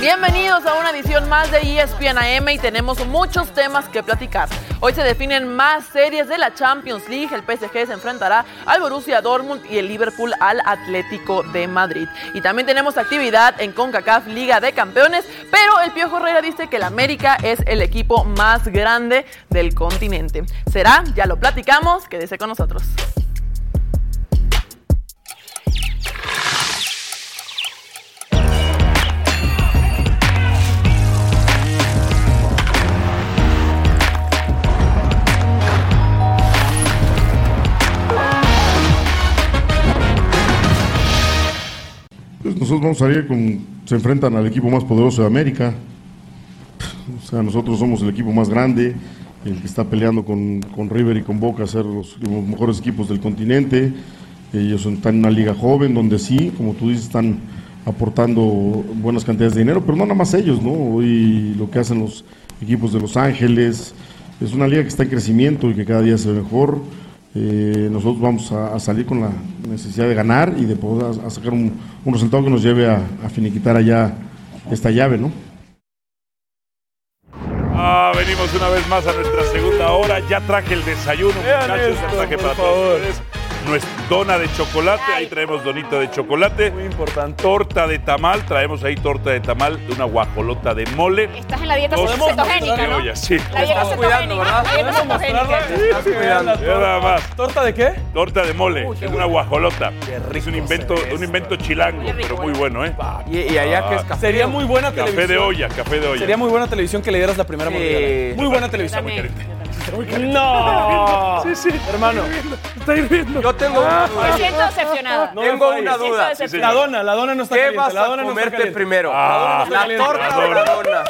[SPEAKER 1] Bienvenidos a una edición más de E ESPN AM y tenemos muchos temas que platicar. Hoy se definen más series de la Champions League. El PSG se enfrentará al Borussia Dortmund y el Liverpool al Atlético de Madrid. Y también tenemos actividad en CONCACAF Liga de Campeones, pero el Piojo Herrera dice que el América es el equipo más grande del continente. ¿Será? Ya lo platicamos. Quédese con nosotros.
[SPEAKER 6] Pues nosotros vamos a ver con. Se enfrentan al equipo más poderoso de América. O sea, nosotros somos el equipo más grande, el que está peleando con, con River y con Boca a ser los, los mejores equipos del continente. Ellos están en una liga joven donde sí, como tú dices, están aportando buenas cantidades de dinero, pero no nada más ellos, ¿no? Y lo que hacen los equipos de Los Ángeles. Es una liga que está en crecimiento y que cada día se ve mejor. Eh, nosotros vamos a, a salir con la necesidad de ganar y de poder a- a sacar un, un resultado que nos lleve a, a finiquitar allá esta llave, ¿no?
[SPEAKER 2] Ah, venimos una vez más a nuestra segunda hora. Ya traje el desayuno,
[SPEAKER 3] Vean
[SPEAKER 2] muchachos.
[SPEAKER 3] esto,
[SPEAKER 2] traje
[SPEAKER 3] por
[SPEAKER 2] para
[SPEAKER 3] favor.
[SPEAKER 2] todos ustedes. Nues- Dona de chocolate, ahí traemos donita de chocolate. Muy
[SPEAKER 3] importante.
[SPEAKER 2] Torta de tamal, traemos ahí torta de tamal, una guajolota de mole.
[SPEAKER 4] Estás en la dieta
[SPEAKER 2] Dos
[SPEAKER 4] cetogénica, ¿no?
[SPEAKER 2] criollas, sí.
[SPEAKER 4] La dieta cetogénica. La dieta cetogénica.
[SPEAKER 2] Mira nada más.
[SPEAKER 3] ¿Torta de qué?
[SPEAKER 2] Torta de mole, es una guajolota. es un invento, un invento chilango, pero muy bueno, ¿eh?
[SPEAKER 5] Y, y allá que es café.
[SPEAKER 3] Sería muy buena
[SPEAKER 2] Café
[SPEAKER 3] televisión.
[SPEAKER 2] de olla, café de olla.
[SPEAKER 3] Sería muy buena televisión que le dieras la primera
[SPEAKER 5] Sí.
[SPEAKER 3] mordida. Muy buena televisión. No. Sí, sí. Hermano.
[SPEAKER 5] Yo tengo una
[SPEAKER 4] Me
[SPEAKER 5] duda.
[SPEAKER 4] siento decepcionada.
[SPEAKER 3] Ah. No me
[SPEAKER 5] Tengo
[SPEAKER 3] falles.
[SPEAKER 5] una duda.
[SPEAKER 4] Sí, sí,
[SPEAKER 3] La dona, la dona no está
[SPEAKER 5] ¿Qué
[SPEAKER 3] caliente,
[SPEAKER 5] vas
[SPEAKER 3] la dona
[SPEAKER 5] a
[SPEAKER 3] no está
[SPEAKER 5] comerte
[SPEAKER 3] caliente.
[SPEAKER 5] primero?
[SPEAKER 2] Ah,
[SPEAKER 5] ¿La
[SPEAKER 3] la
[SPEAKER 5] torta o la dona?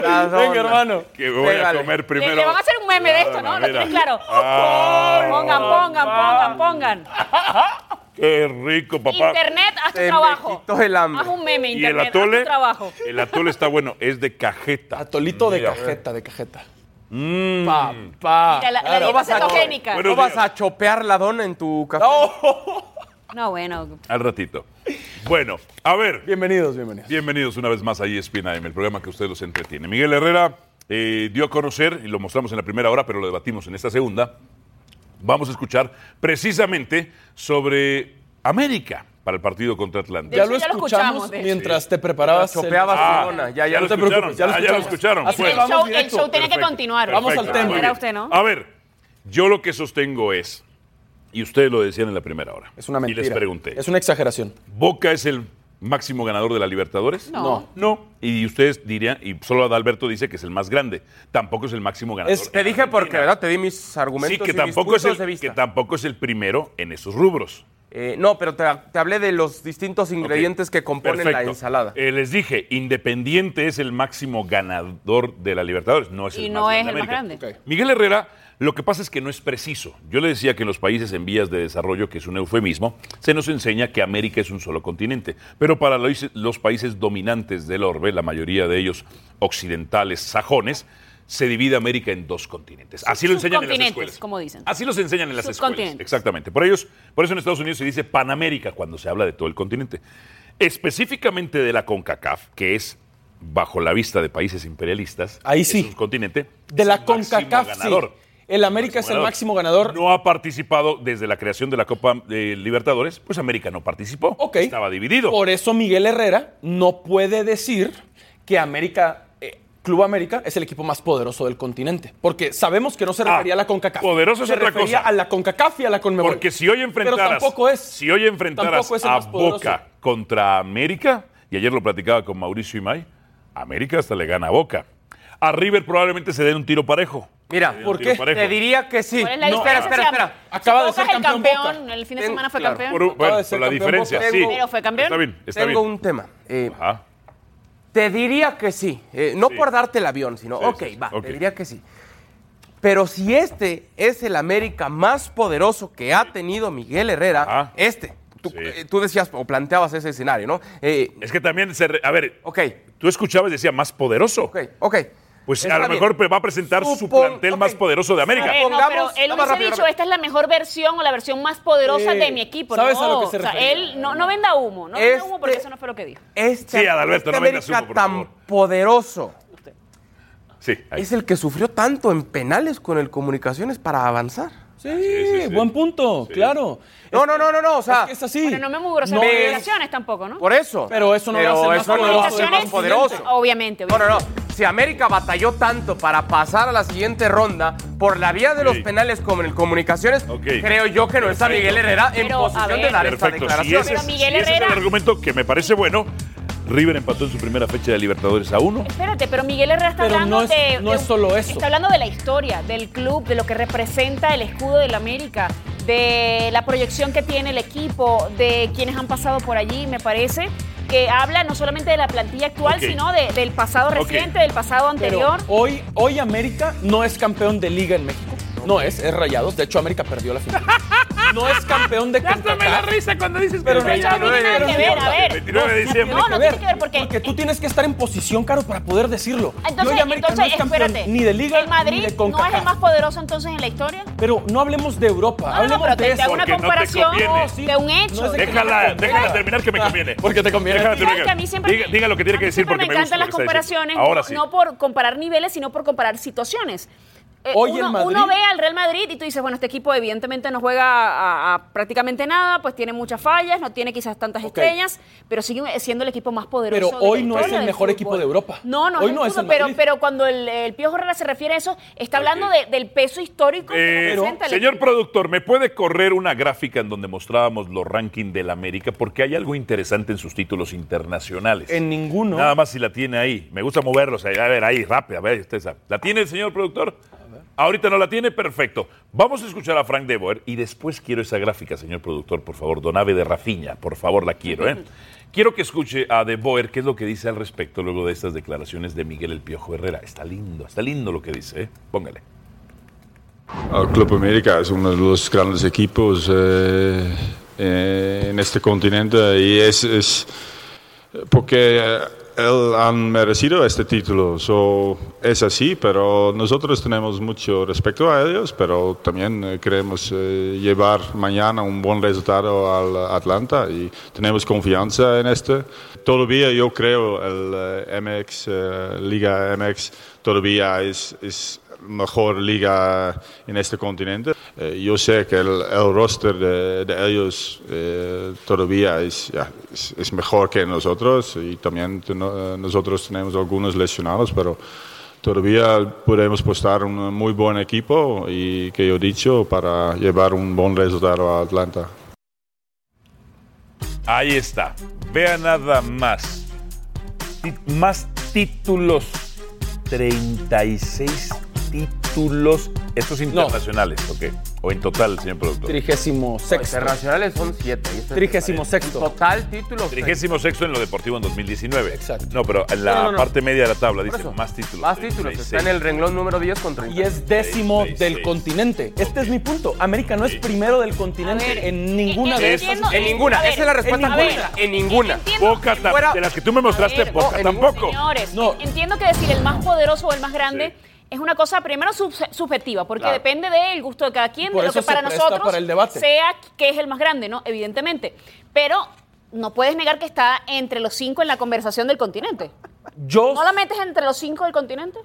[SPEAKER 5] La dona.
[SPEAKER 3] Venga, hermano.
[SPEAKER 2] Que voy a
[SPEAKER 5] Pégale.
[SPEAKER 2] comer
[SPEAKER 4] Le,
[SPEAKER 2] primero. Ah,
[SPEAKER 4] le van a hacer un meme de esto, ¿no? Lo tienes claro. Oh, Pongan, pongan, pongan, pongan.
[SPEAKER 2] oh, Qué rico, papá.
[SPEAKER 4] Internet, haz tu
[SPEAKER 5] Se me
[SPEAKER 4] trabajo.
[SPEAKER 5] quitó el hambre.
[SPEAKER 4] Haz un meme,
[SPEAKER 2] Y el
[SPEAKER 4] internet, haz
[SPEAKER 2] atole,
[SPEAKER 4] tu trabajo.
[SPEAKER 2] el atole está bueno, es de cajeta.
[SPEAKER 3] Atolito de
[SPEAKER 2] Mira.
[SPEAKER 3] cajeta, de cajeta.
[SPEAKER 2] Mm.
[SPEAKER 3] Pa, pa.
[SPEAKER 4] Mira, la, la
[SPEAKER 5] Claro,
[SPEAKER 4] dieta
[SPEAKER 5] vas a-
[SPEAKER 4] cetogénica.
[SPEAKER 2] Bueno.
[SPEAKER 5] ¿No vas a chopear la dona en tu café?
[SPEAKER 4] No, bueno.
[SPEAKER 2] Al ratito. Bueno, a ver,
[SPEAKER 3] Bienvenidos, bienvenidos.
[SPEAKER 2] bienvenidos una vez más a E ESPN AM, el programa que a ustedes los entretiene. Miguel Herrera eh, dio a conocer, y lo mostramos en la primera hora, pero lo debatimos en esta segunda, vamos a escuchar precisamente sobre América para el partido contra Atlanta.
[SPEAKER 4] hecho, ya lo escuchamos, de hecho.
[SPEAKER 3] mientras te preparabas. el-
[SPEAKER 5] Chopeabas tu dona. Ya, ya.
[SPEAKER 2] Ah, lo
[SPEAKER 3] no te
[SPEAKER 2] escucharon,
[SPEAKER 3] preocupes, ya lo
[SPEAKER 2] ah,
[SPEAKER 3] escuchamos.
[SPEAKER 2] escucharon.
[SPEAKER 3] Ah. Así
[SPEAKER 4] El,
[SPEAKER 2] Bueno.
[SPEAKER 3] vamos
[SPEAKER 4] show, el
[SPEAKER 3] directo.
[SPEAKER 4] show tiene que
[SPEAKER 2] Perfecto,
[SPEAKER 4] continuar.
[SPEAKER 3] Vamos al
[SPEAKER 2] perfecto,
[SPEAKER 3] tema.
[SPEAKER 2] muy
[SPEAKER 4] Era
[SPEAKER 2] bien.
[SPEAKER 4] usted, ¿no?
[SPEAKER 2] A ver, yo lo que sostengo es, y ustedes lo decían en la primera hora.
[SPEAKER 3] Es una mentira.
[SPEAKER 2] Y les pregunté,
[SPEAKER 3] Es una exageración.
[SPEAKER 2] ¿Boca es el máximo ganador de la Libertadores?
[SPEAKER 4] No.
[SPEAKER 2] No. Y ustedes dirían, y solo Adalberto dice que es el más grande. Tampoco es el máximo ganador.
[SPEAKER 3] Es-
[SPEAKER 5] Te dije porque, ¿verdad? Te di mis
[SPEAKER 2] Sí,
[SPEAKER 5] argumentos
[SPEAKER 2] que
[SPEAKER 5] y
[SPEAKER 2] tampoco,
[SPEAKER 5] mis
[SPEAKER 2] es
[SPEAKER 5] puntos de
[SPEAKER 2] el, que
[SPEAKER 5] vista.
[SPEAKER 2] tampoco es el primero en esos rubros.
[SPEAKER 5] Eh, no, pero te, te hablé de los distintos ingredientes
[SPEAKER 2] Ok,
[SPEAKER 5] que componen la
[SPEAKER 2] perfecto.
[SPEAKER 5] ensalada.
[SPEAKER 2] Eh, les dije, Independiente es el máximo ganador de la Libertadores, no pues es
[SPEAKER 4] Y
[SPEAKER 2] el
[SPEAKER 4] no
[SPEAKER 2] más
[SPEAKER 4] es
[SPEAKER 2] grande
[SPEAKER 4] el
[SPEAKER 2] de
[SPEAKER 4] más
[SPEAKER 2] América.
[SPEAKER 4] grande.
[SPEAKER 2] Miguel Herrera, lo que pasa es que no es preciso. Yo le decía que en los países en vías de desarrollo, que es un eufemismo, se nos enseña que América es un solo continente. Pero para los, los países dominantes del orbe, la mayoría de ellos occidentales, sajones, se divide América en dos continentes. Así lo enseñan en las
[SPEAKER 4] Subcontinentes,
[SPEAKER 2] escuelas.
[SPEAKER 4] como dicen.
[SPEAKER 2] Así los enseñan en las escuelas.
[SPEAKER 4] Subcontinentes.
[SPEAKER 2] Exactamente. Por ellos, por eso en Estados Unidos se dice Panamérica cuando se habla de todo el continente. Específicamente de la CONCACAF, que es bajo la vista de países imperialistas.
[SPEAKER 3] Ahí sí.
[SPEAKER 2] Es un continente.
[SPEAKER 3] De
[SPEAKER 2] es
[SPEAKER 3] la
[SPEAKER 2] el máximo
[SPEAKER 3] CONCACAF, sí.
[SPEAKER 2] ganador.
[SPEAKER 3] El América es el máximo ganador.
[SPEAKER 2] No ha participado desde la creación de la Copa eh, Libertadores, pues América no participó.
[SPEAKER 3] Ok.
[SPEAKER 2] Estaba dividido.
[SPEAKER 3] Por eso Miguel Herrera no puede decir que América, eh, Club América, es el equipo más poderoso del continente. Porque sabemos que no se
[SPEAKER 2] Ah,
[SPEAKER 3] refería a la CONCACAF.
[SPEAKER 2] poderoso es
[SPEAKER 3] se
[SPEAKER 2] otra
[SPEAKER 3] refería
[SPEAKER 2] cosa.
[SPEAKER 3] a la CONCACAF y a la CONMEBOL.
[SPEAKER 2] Porque si hoy enfrentaras,
[SPEAKER 3] Pero tampoco es.
[SPEAKER 2] si hoy enfrentaras
[SPEAKER 3] Tampoco es el
[SPEAKER 2] a
[SPEAKER 3] más poderoso.
[SPEAKER 2] Boca contra América, y ayer lo platicaba con Mauricio Imay, América hasta le gana a Boca. A River probablemente se den un tiro parejo.
[SPEAKER 5] Mira,
[SPEAKER 2] Se den un
[SPEAKER 3] ¿por
[SPEAKER 2] tiro
[SPEAKER 3] qué?
[SPEAKER 2] parejo.
[SPEAKER 5] te diría que sí.
[SPEAKER 4] ¿Cuál es la
[SPEAKER 5] No, espera,
[SPEAKER 4] diferencia?
[SPEAKER 5] espera, espera.
[SPEAKER 3] Acaba de
[SPEAKER 4] Boca
[SPEAKER 3] ser
[SPEAKER 4] es el
[SPEAKER 3] campeón
[SPEAKER 4] campeón.
[SPEAKER 3] Boca.
[SPEAKER 4] El fin de
[SPEAKER 5] Ten-
[SPEAKER 4] semana fue
[SPEAKER 5] claro.
[SPEAKER 4] campeón.
[SPEAKER 2] Por, bueno,
[SPEAKER 3] de ser
[SPEAKER 2] por la
[SPEAKER 3] campeón
[SPEAKER 2] diferencia,
[SPEAKER 3] Boca.
[SPEAKER 2] sí.
[SPEAKER 4] Pero fue campeón.
[SPEAKER 2] Está bien, está
[SPEAKER 5] Tengo
[SPEAKER 2] bien.
[SPEAKER 5] un tema. Eh,
[SPEAKER 2] Ajá.
[SPEAKER 5] Te diría que sí. Eh, no por darte el avión, sino,
[SPEAKER 2] Sí,
[SPEAKER 5] ok,
[SPEAKER 2] sí, sí.
[SPEAKER 5] va,
[SPEAKER 2] Ok.
[SPEAKER 5] te diría que sí. Pero si este es el América más poderoso que ha tenido Miguel Herrera,
[SPEAKER 2] Ajá.
[SPEAKER 5] este, tú,
[SPEAKER 2] Sí.
[SPEAKER 5] eh, tú decías o planteabas ese escenario, ¿no? Eh,
[SPEAKER 2] Es que también, se re- a ver,
[SPEAKER 5] ok,
[SPEAKER 2] tú escuchabas y decía más poderoso.
[SPEAKER 5] ok, ok.
[SPEAKER 2] Pues
[SPEAKER 5] Está
[SPEAKER 2] a lo
[SPEAKER 5] bien.
[SPEAKER 2] mejor va a presentar su
[SPEAKER 5] Supon-
[SPEAKER 2] plantel
[SPEAKER 5] ok.
[SPEAKER 2] más poderoso de América.
[SPEAKER 4] Eh, no, pero
[SPEAKER 5] Pongamos-
[SPEAKER 4] él
[SPEAKER 5] Vamos
[SPEAKER 4] hubiese
[SPEAKER 5] rápido,
[SPEAKER 4] dicho,
[SPEAKER 5] rápido.
[SPEAKER 4] esta es la mejor versión o la versión más poderosa
[SPEAKER 3] Sí.
[SPEAKER 4] de mi equipo.
[SPEAKER 3] ¿Sabes
[SPEAKER 4] no,
[SPEAKER 3] a lo que se
[SPEAKER 4] o sea,
[SPEAKER 3] refería?
[SPEAKER 4] él no, no venda humo, no venda humo porque
[SPEAKER 5] Este-
[SPEAKER 4] eso no fue lo que dijo.
[SPEAKER 5] Este,
[SPEAKER 2] Sí, Adalberto,
[SPEAKER 5] este
[SPEAKER 2] no vengas
[SPEAKER 5] América
[SPEAKER 2] humo, por
[SPEAKER 5] tan
[SPEAKER 2] favor.
[SPEAKER 5] poderoso
[SPEAKER 2] Sí, ahí.
[SPEAKER 5] es el que sufrió tanto en penales con el Comunicaciones para avanzar.
[SPEAKER 3] Sí,
[SPEAKER 2] sí, sí.
[SPEAKER 3] buen punto, claro.
[SPEAKER 5] No, no, no, no, no, o sea,
[SPEAKER 3] Es que es así.
[SPEAKER 4] Bueno, no me muy grosero
[SPEAKER 3] No
[SPEAKER 4] las
[SPEAKER 5] es-
[SPEAKER 4] relaciones tampoco, ¿no?
[SPEAKER 5] por eso.
[SPEAKER 3] Pero eso no lo hace más
[SPEAKER 5] eso no lo
[SPEAKER 3] poderoso
[SPEAKER 5] hace
[SPEAKER 3] del
[SPEAKER 5] más
[SPEAKER 4] Comunicaciones,
[SPEAKER 5] poderoso.
[SPEAKER 4] Obviamente, obviamente.
[SPEAKER 5] No, no, no. Si América batalló tanto para pasar a la siguiente ronda por la vía de los
[SPEAKER 2] Ok.
[SPEAKER 5] penales como en comunicaciones,
[SPEAKER 2] Ok.
[SPEAKER 5] creo yo que no está Miguel Herrera en
[SPEAKER 4] Pero, a
[SPEAKER 5] posición de
[SPEAKER 4] ver.
[SPEAKER 5] dar esta
[SPEAKER 2] Perfecto. Si
[SPEAKER 5] declaración.
[SPEAKER 2] ese, es,
[SPEAKER 4] Pero Miguel
[SPEAKER 2] si ese es el
[SPEAKER 4] Herrera-
[SPEAKER 2] argumento que me parece bueno, River empató en su primera fecha de Libertadores a uno.
[SPEAKER 4] Espérate, pero Miguel Herrera está
[SPEAKER 3] Pero
[SPEAKER 4] hablando
[SPEAKER 3] no es-
[SPEAKER 4] de.
[SPEAKER 3] no
[SPEAKER 4] de-
[SPEAKER 3] es solo eso.
[SPEAKER 4] Está hablando de la historia, del club, de lo que representa el escudo del América, de la proyección que tiene el equipo, de quienes han pasado por allí, me parece que habla no solamente de la plantilla actual,
[SPEAKER 2] Ok.
[SPEAKER 4] sino de- del pasado
[SPEAKER 2] Ok.
[SPEAKER 4] reciente, del pasado
[SPEAKER 3] Pero
[SPEAKER 4] anterior.
[SPEAKER 3] hoy, hoy América no es campeón de liga en México. No es, es Rayados. De hecho, América perdió la final. No es campeón de CONCACAF.
[SPEAKER 2] risa cuando dices
[SPEAKER 3] Pero no,
[SPEAKER 4] no tiene nada que ver, a ver.
[SPEAKER 2] 29 de diciembre.
[SPEAKER 4] No, no tiene que ver porque-
[SPEAKER 3] tú tienes que estar en posición, Caro, para poder decirlo. Yo
[SPEAKER 4] Entonces,
[SPEAKER 3] hoy América
[SPEAKER 4] entonces
[SPEAKER 3] no es campeón
[SPEAKER 4] espérate.
[SPEAKER 3] ni de Liga
[SPEAKER 4] ¿El Madrid
[SPEAKER 3] ni de
[SPEAKER 4] no es el
[SPEAKER 3] CONCACAF.
[SPEAKER 4] más poderoso entonces en la historia?
[SPEAKER 3] Pero no hablemos de Europa,
[SPEAKER 4] No, no, no,
[SPEAKER 3] hablemos
[SPEAKER 4] pero
[SPEAKER 3] de
[SPEAKER 4] te, te hago
[SPEAKER 3] eso.
[SPEAKER 4] una
[SPEAKER 2] Porque no te
[SPEAKER 4] comparación
[SPEAKER 2] conviene.
[SPEAKER 4] de un hecho.
[SPEAKER 3] No es de que-
[SPEAKER 2] Déjala, déjala terminar que me
[SPEAKER 3] Ah,
[SPEAKER 2] conviene.
[SPEAKER 3] porque te conviene.
[SPEAKER 2] Déjala
[SPEAKER 4] Sabes
[SPEAKER 2] terminar.
[SPEAKER 4] que a mí siempre
[SPEAKER 2] diga, diga lo que tiene
[SPEAKER 4] a
[SPEAKER 2] que
[SPEAKER 4] mí
[SPEAKER 2] decir
[SPEAKER 4] siempre
[SPEAKER 2] porque me,
[SPEAKER 4] me
[SPEAKER 2] gusta
[SPEAKER 4] encantan
[SPEAKER 2] lo
[SPEAKER 4] las
[SPEAKER 2] que está diciendo.
[SPEAKER 4] comparaciones,
[SPEAKER 2] Ahora
[SPEAKER 4] no,
[SPEAKER 2] sí.
[SPEAKER 4] no por comparar niveles, sino por comparar situaciones. eh,
[SPEAKER 3] Hoy
[SPEAKER 4] uno,
[SPEAKER 3] el Madrid-
[SPEAKER 4] uno ve al Real Madrid y tú dices, bueno, este equipo evidentemente no juega a, a prácticamente nada, pues tiene muchas fallas, no tiene quizás tantas estrellas, pero sigue siendo el equipo más poderoso.
[SPEAKER 3] Pero
[SPEAKER 4] de
[SPEAKER 3] hoy
[SPEAKER 4] la
[SPEAKER 3] no
[SPEAKER 4] historia
[SPEAKER 3] es el
[SPEAKER 4] del
[SPEAKER 3] mejor
[SPEAKER 4] fútbol.
[SPEAKER 3] equipo de Europa.
[SPEAKER 4] No, no,
[SPEAKER 3] hoy
[SPEAKER 4] es
[SPEAKER 3] no
[SPEAKER 4] el
[SPEAKER 3] es el
[SPEAKER 4] fútbol, pero,
[SPEAKER 3] Madrid.
[SPEAKER 4] pero cuando el, el Piojo Herrera se refiere a eso, está hablando de- del peso histórico que
[SPEAKER 2] Eh,
[SPEAKER 4] representa el
[SPEAKER 2] señor
[SPEAKER 4] equipo.
[SPEAKER 2] productor, ¿me puede correr una gráfica en donde mostrábamos los rankings del América? Porque hay algo interesante en sus títulos internacionales.
[SPEAKER 3] En ninguno.
[SPEAKER 2] Nada más si la tiene ahí. Me gusta moverlos. ahí. A ver, ahí, rápido. A ver, usted sabe. ¿La tiene el señor productor? Ahorita no la tiene, perfecto. Vamos a escuchar a Frank De Boer y después quiero esa gráfica, señor productor, por favor. Donave de Rafiña, por favor, la quiero, ¿eh? Quiero que escuche a De Boer qué es lo que dice al respecto luego de estas declaraciones de Miguel El Piojo Herrera. Está lindo, está lindo lo que dice, ¿eh? Póngale.
[SPEAKER 11] El Club América es uno de los grandes equipos eh, eh, en este continente y es, es porque eh, él han merecido este título. So, es así, pero nosotros tenemos mucho respeto a ellos, pero también eh, queremos eh, llevar mañana un buen resultado al Atlanta y tenemos confianza en esto. Todavía yo creo el eh, MX, eh, Liga MX, todavía es, es mejor liga en este continente. Eh, yo sé que el, el roster de, de ellos eh, todavía es, ya, es, es mejor que nosotros y también teno- eh, nosotros tenemos algunos lesionados, pero todavía podemos postar un muy buen equipo y que yo he dicho para llevar un buen resultado a Atlanta.
[SPEAKER 2] Ahí está. Vea nada más. Ti- más títulos. 36 títulos. Estos internacionales, ¿ok? O en total, señor productor.
[SPEAKER 3] Trigésimo sexto.
[SPEAKER 5] Internacionales son siete. y este es-
[SPEAKER 3] Trigésimo sexto.
[SPEAKER 5] Total título.
[SPEAKER 2] Trigésimo sexto en lo deportivo en 2019.
[SPEAKER 3] Exacto.
[SPEAKER 2] No, pero en la
[SPEAKER 5] No, no, no.
[SPEAKER 2] parte media de la tabla dice
[SPEAKER 5] eso.
[SPEAKER 2] más títulos.
[SPEAKER 5] Más títulos. Está
[SPEAKER 2] 36.
[SPEAKER 5] en el renglón número 10 con 30.
[SPEAKER 3] Y es décimo
[SPEAKER 2] Seis,
[SPEAKER 3] del
[SPEAKER 2] seis.
[SPEAKER 3] continente. Este es mi punto. América no es
[SPEAKER 2] Sí.
[SPEAKER 3] primero del continente en ninguna de
[SPEAKER 2] es-
[SPEAKER 3] esas.
[SPEAKER 4] entiendo-
[SPEAKER 5] En ninguna,
[SPEAKER 4] a ver,
[SPEAKER 5] esa es la respuesta
[SPEAKER 3] en ninguna.
[SPEAKER 5] correcta. En ninguna.
[SPEAKER 4] Entiendo-
[SPEAKER 2] Poca, tam-
[SPEAKER 5] Fuera-
[SPEAKER 2] de las que tú me mostraste,
[SPEAKER 4] A ver,
[SPEAKER 2] poca
[SPEAKER 5] no, en ningún-
[SPEAKER 2] tampoco.
[SPEAKER 4] Señores,
[SPEAKER 3] No.
[SPEAKER 4] entiendo que decir el más poderoso o el más grande
[SPEAKER 2] Sí.
[SPEAKER 4] es una cosa primero sub- subjetiva, porque
[SPEAKER 5] Claro.
[SPEAKER 4] depende del gusto de cada quien,
[SPEAKER 3] Por
[SPEAKER 4] de lo
[SPEAKER 3] eso
[SPEAKER 4] que
[SPEAKER 3] se
[SPEAKER 4] para
[SPEAKER 3] presta
[SPEAKER 4] nosotros
[SPEAKER 3] para el debate.
[SPEAKER 4] sea que es el más grande, ¿no? Evidentemente. Pero no puedes negar que está entre los cinco en la conversación del continente.
[SPEAKER 3] Yo
[SPEAKER 4] ¿No la metes entre los cinco del continente?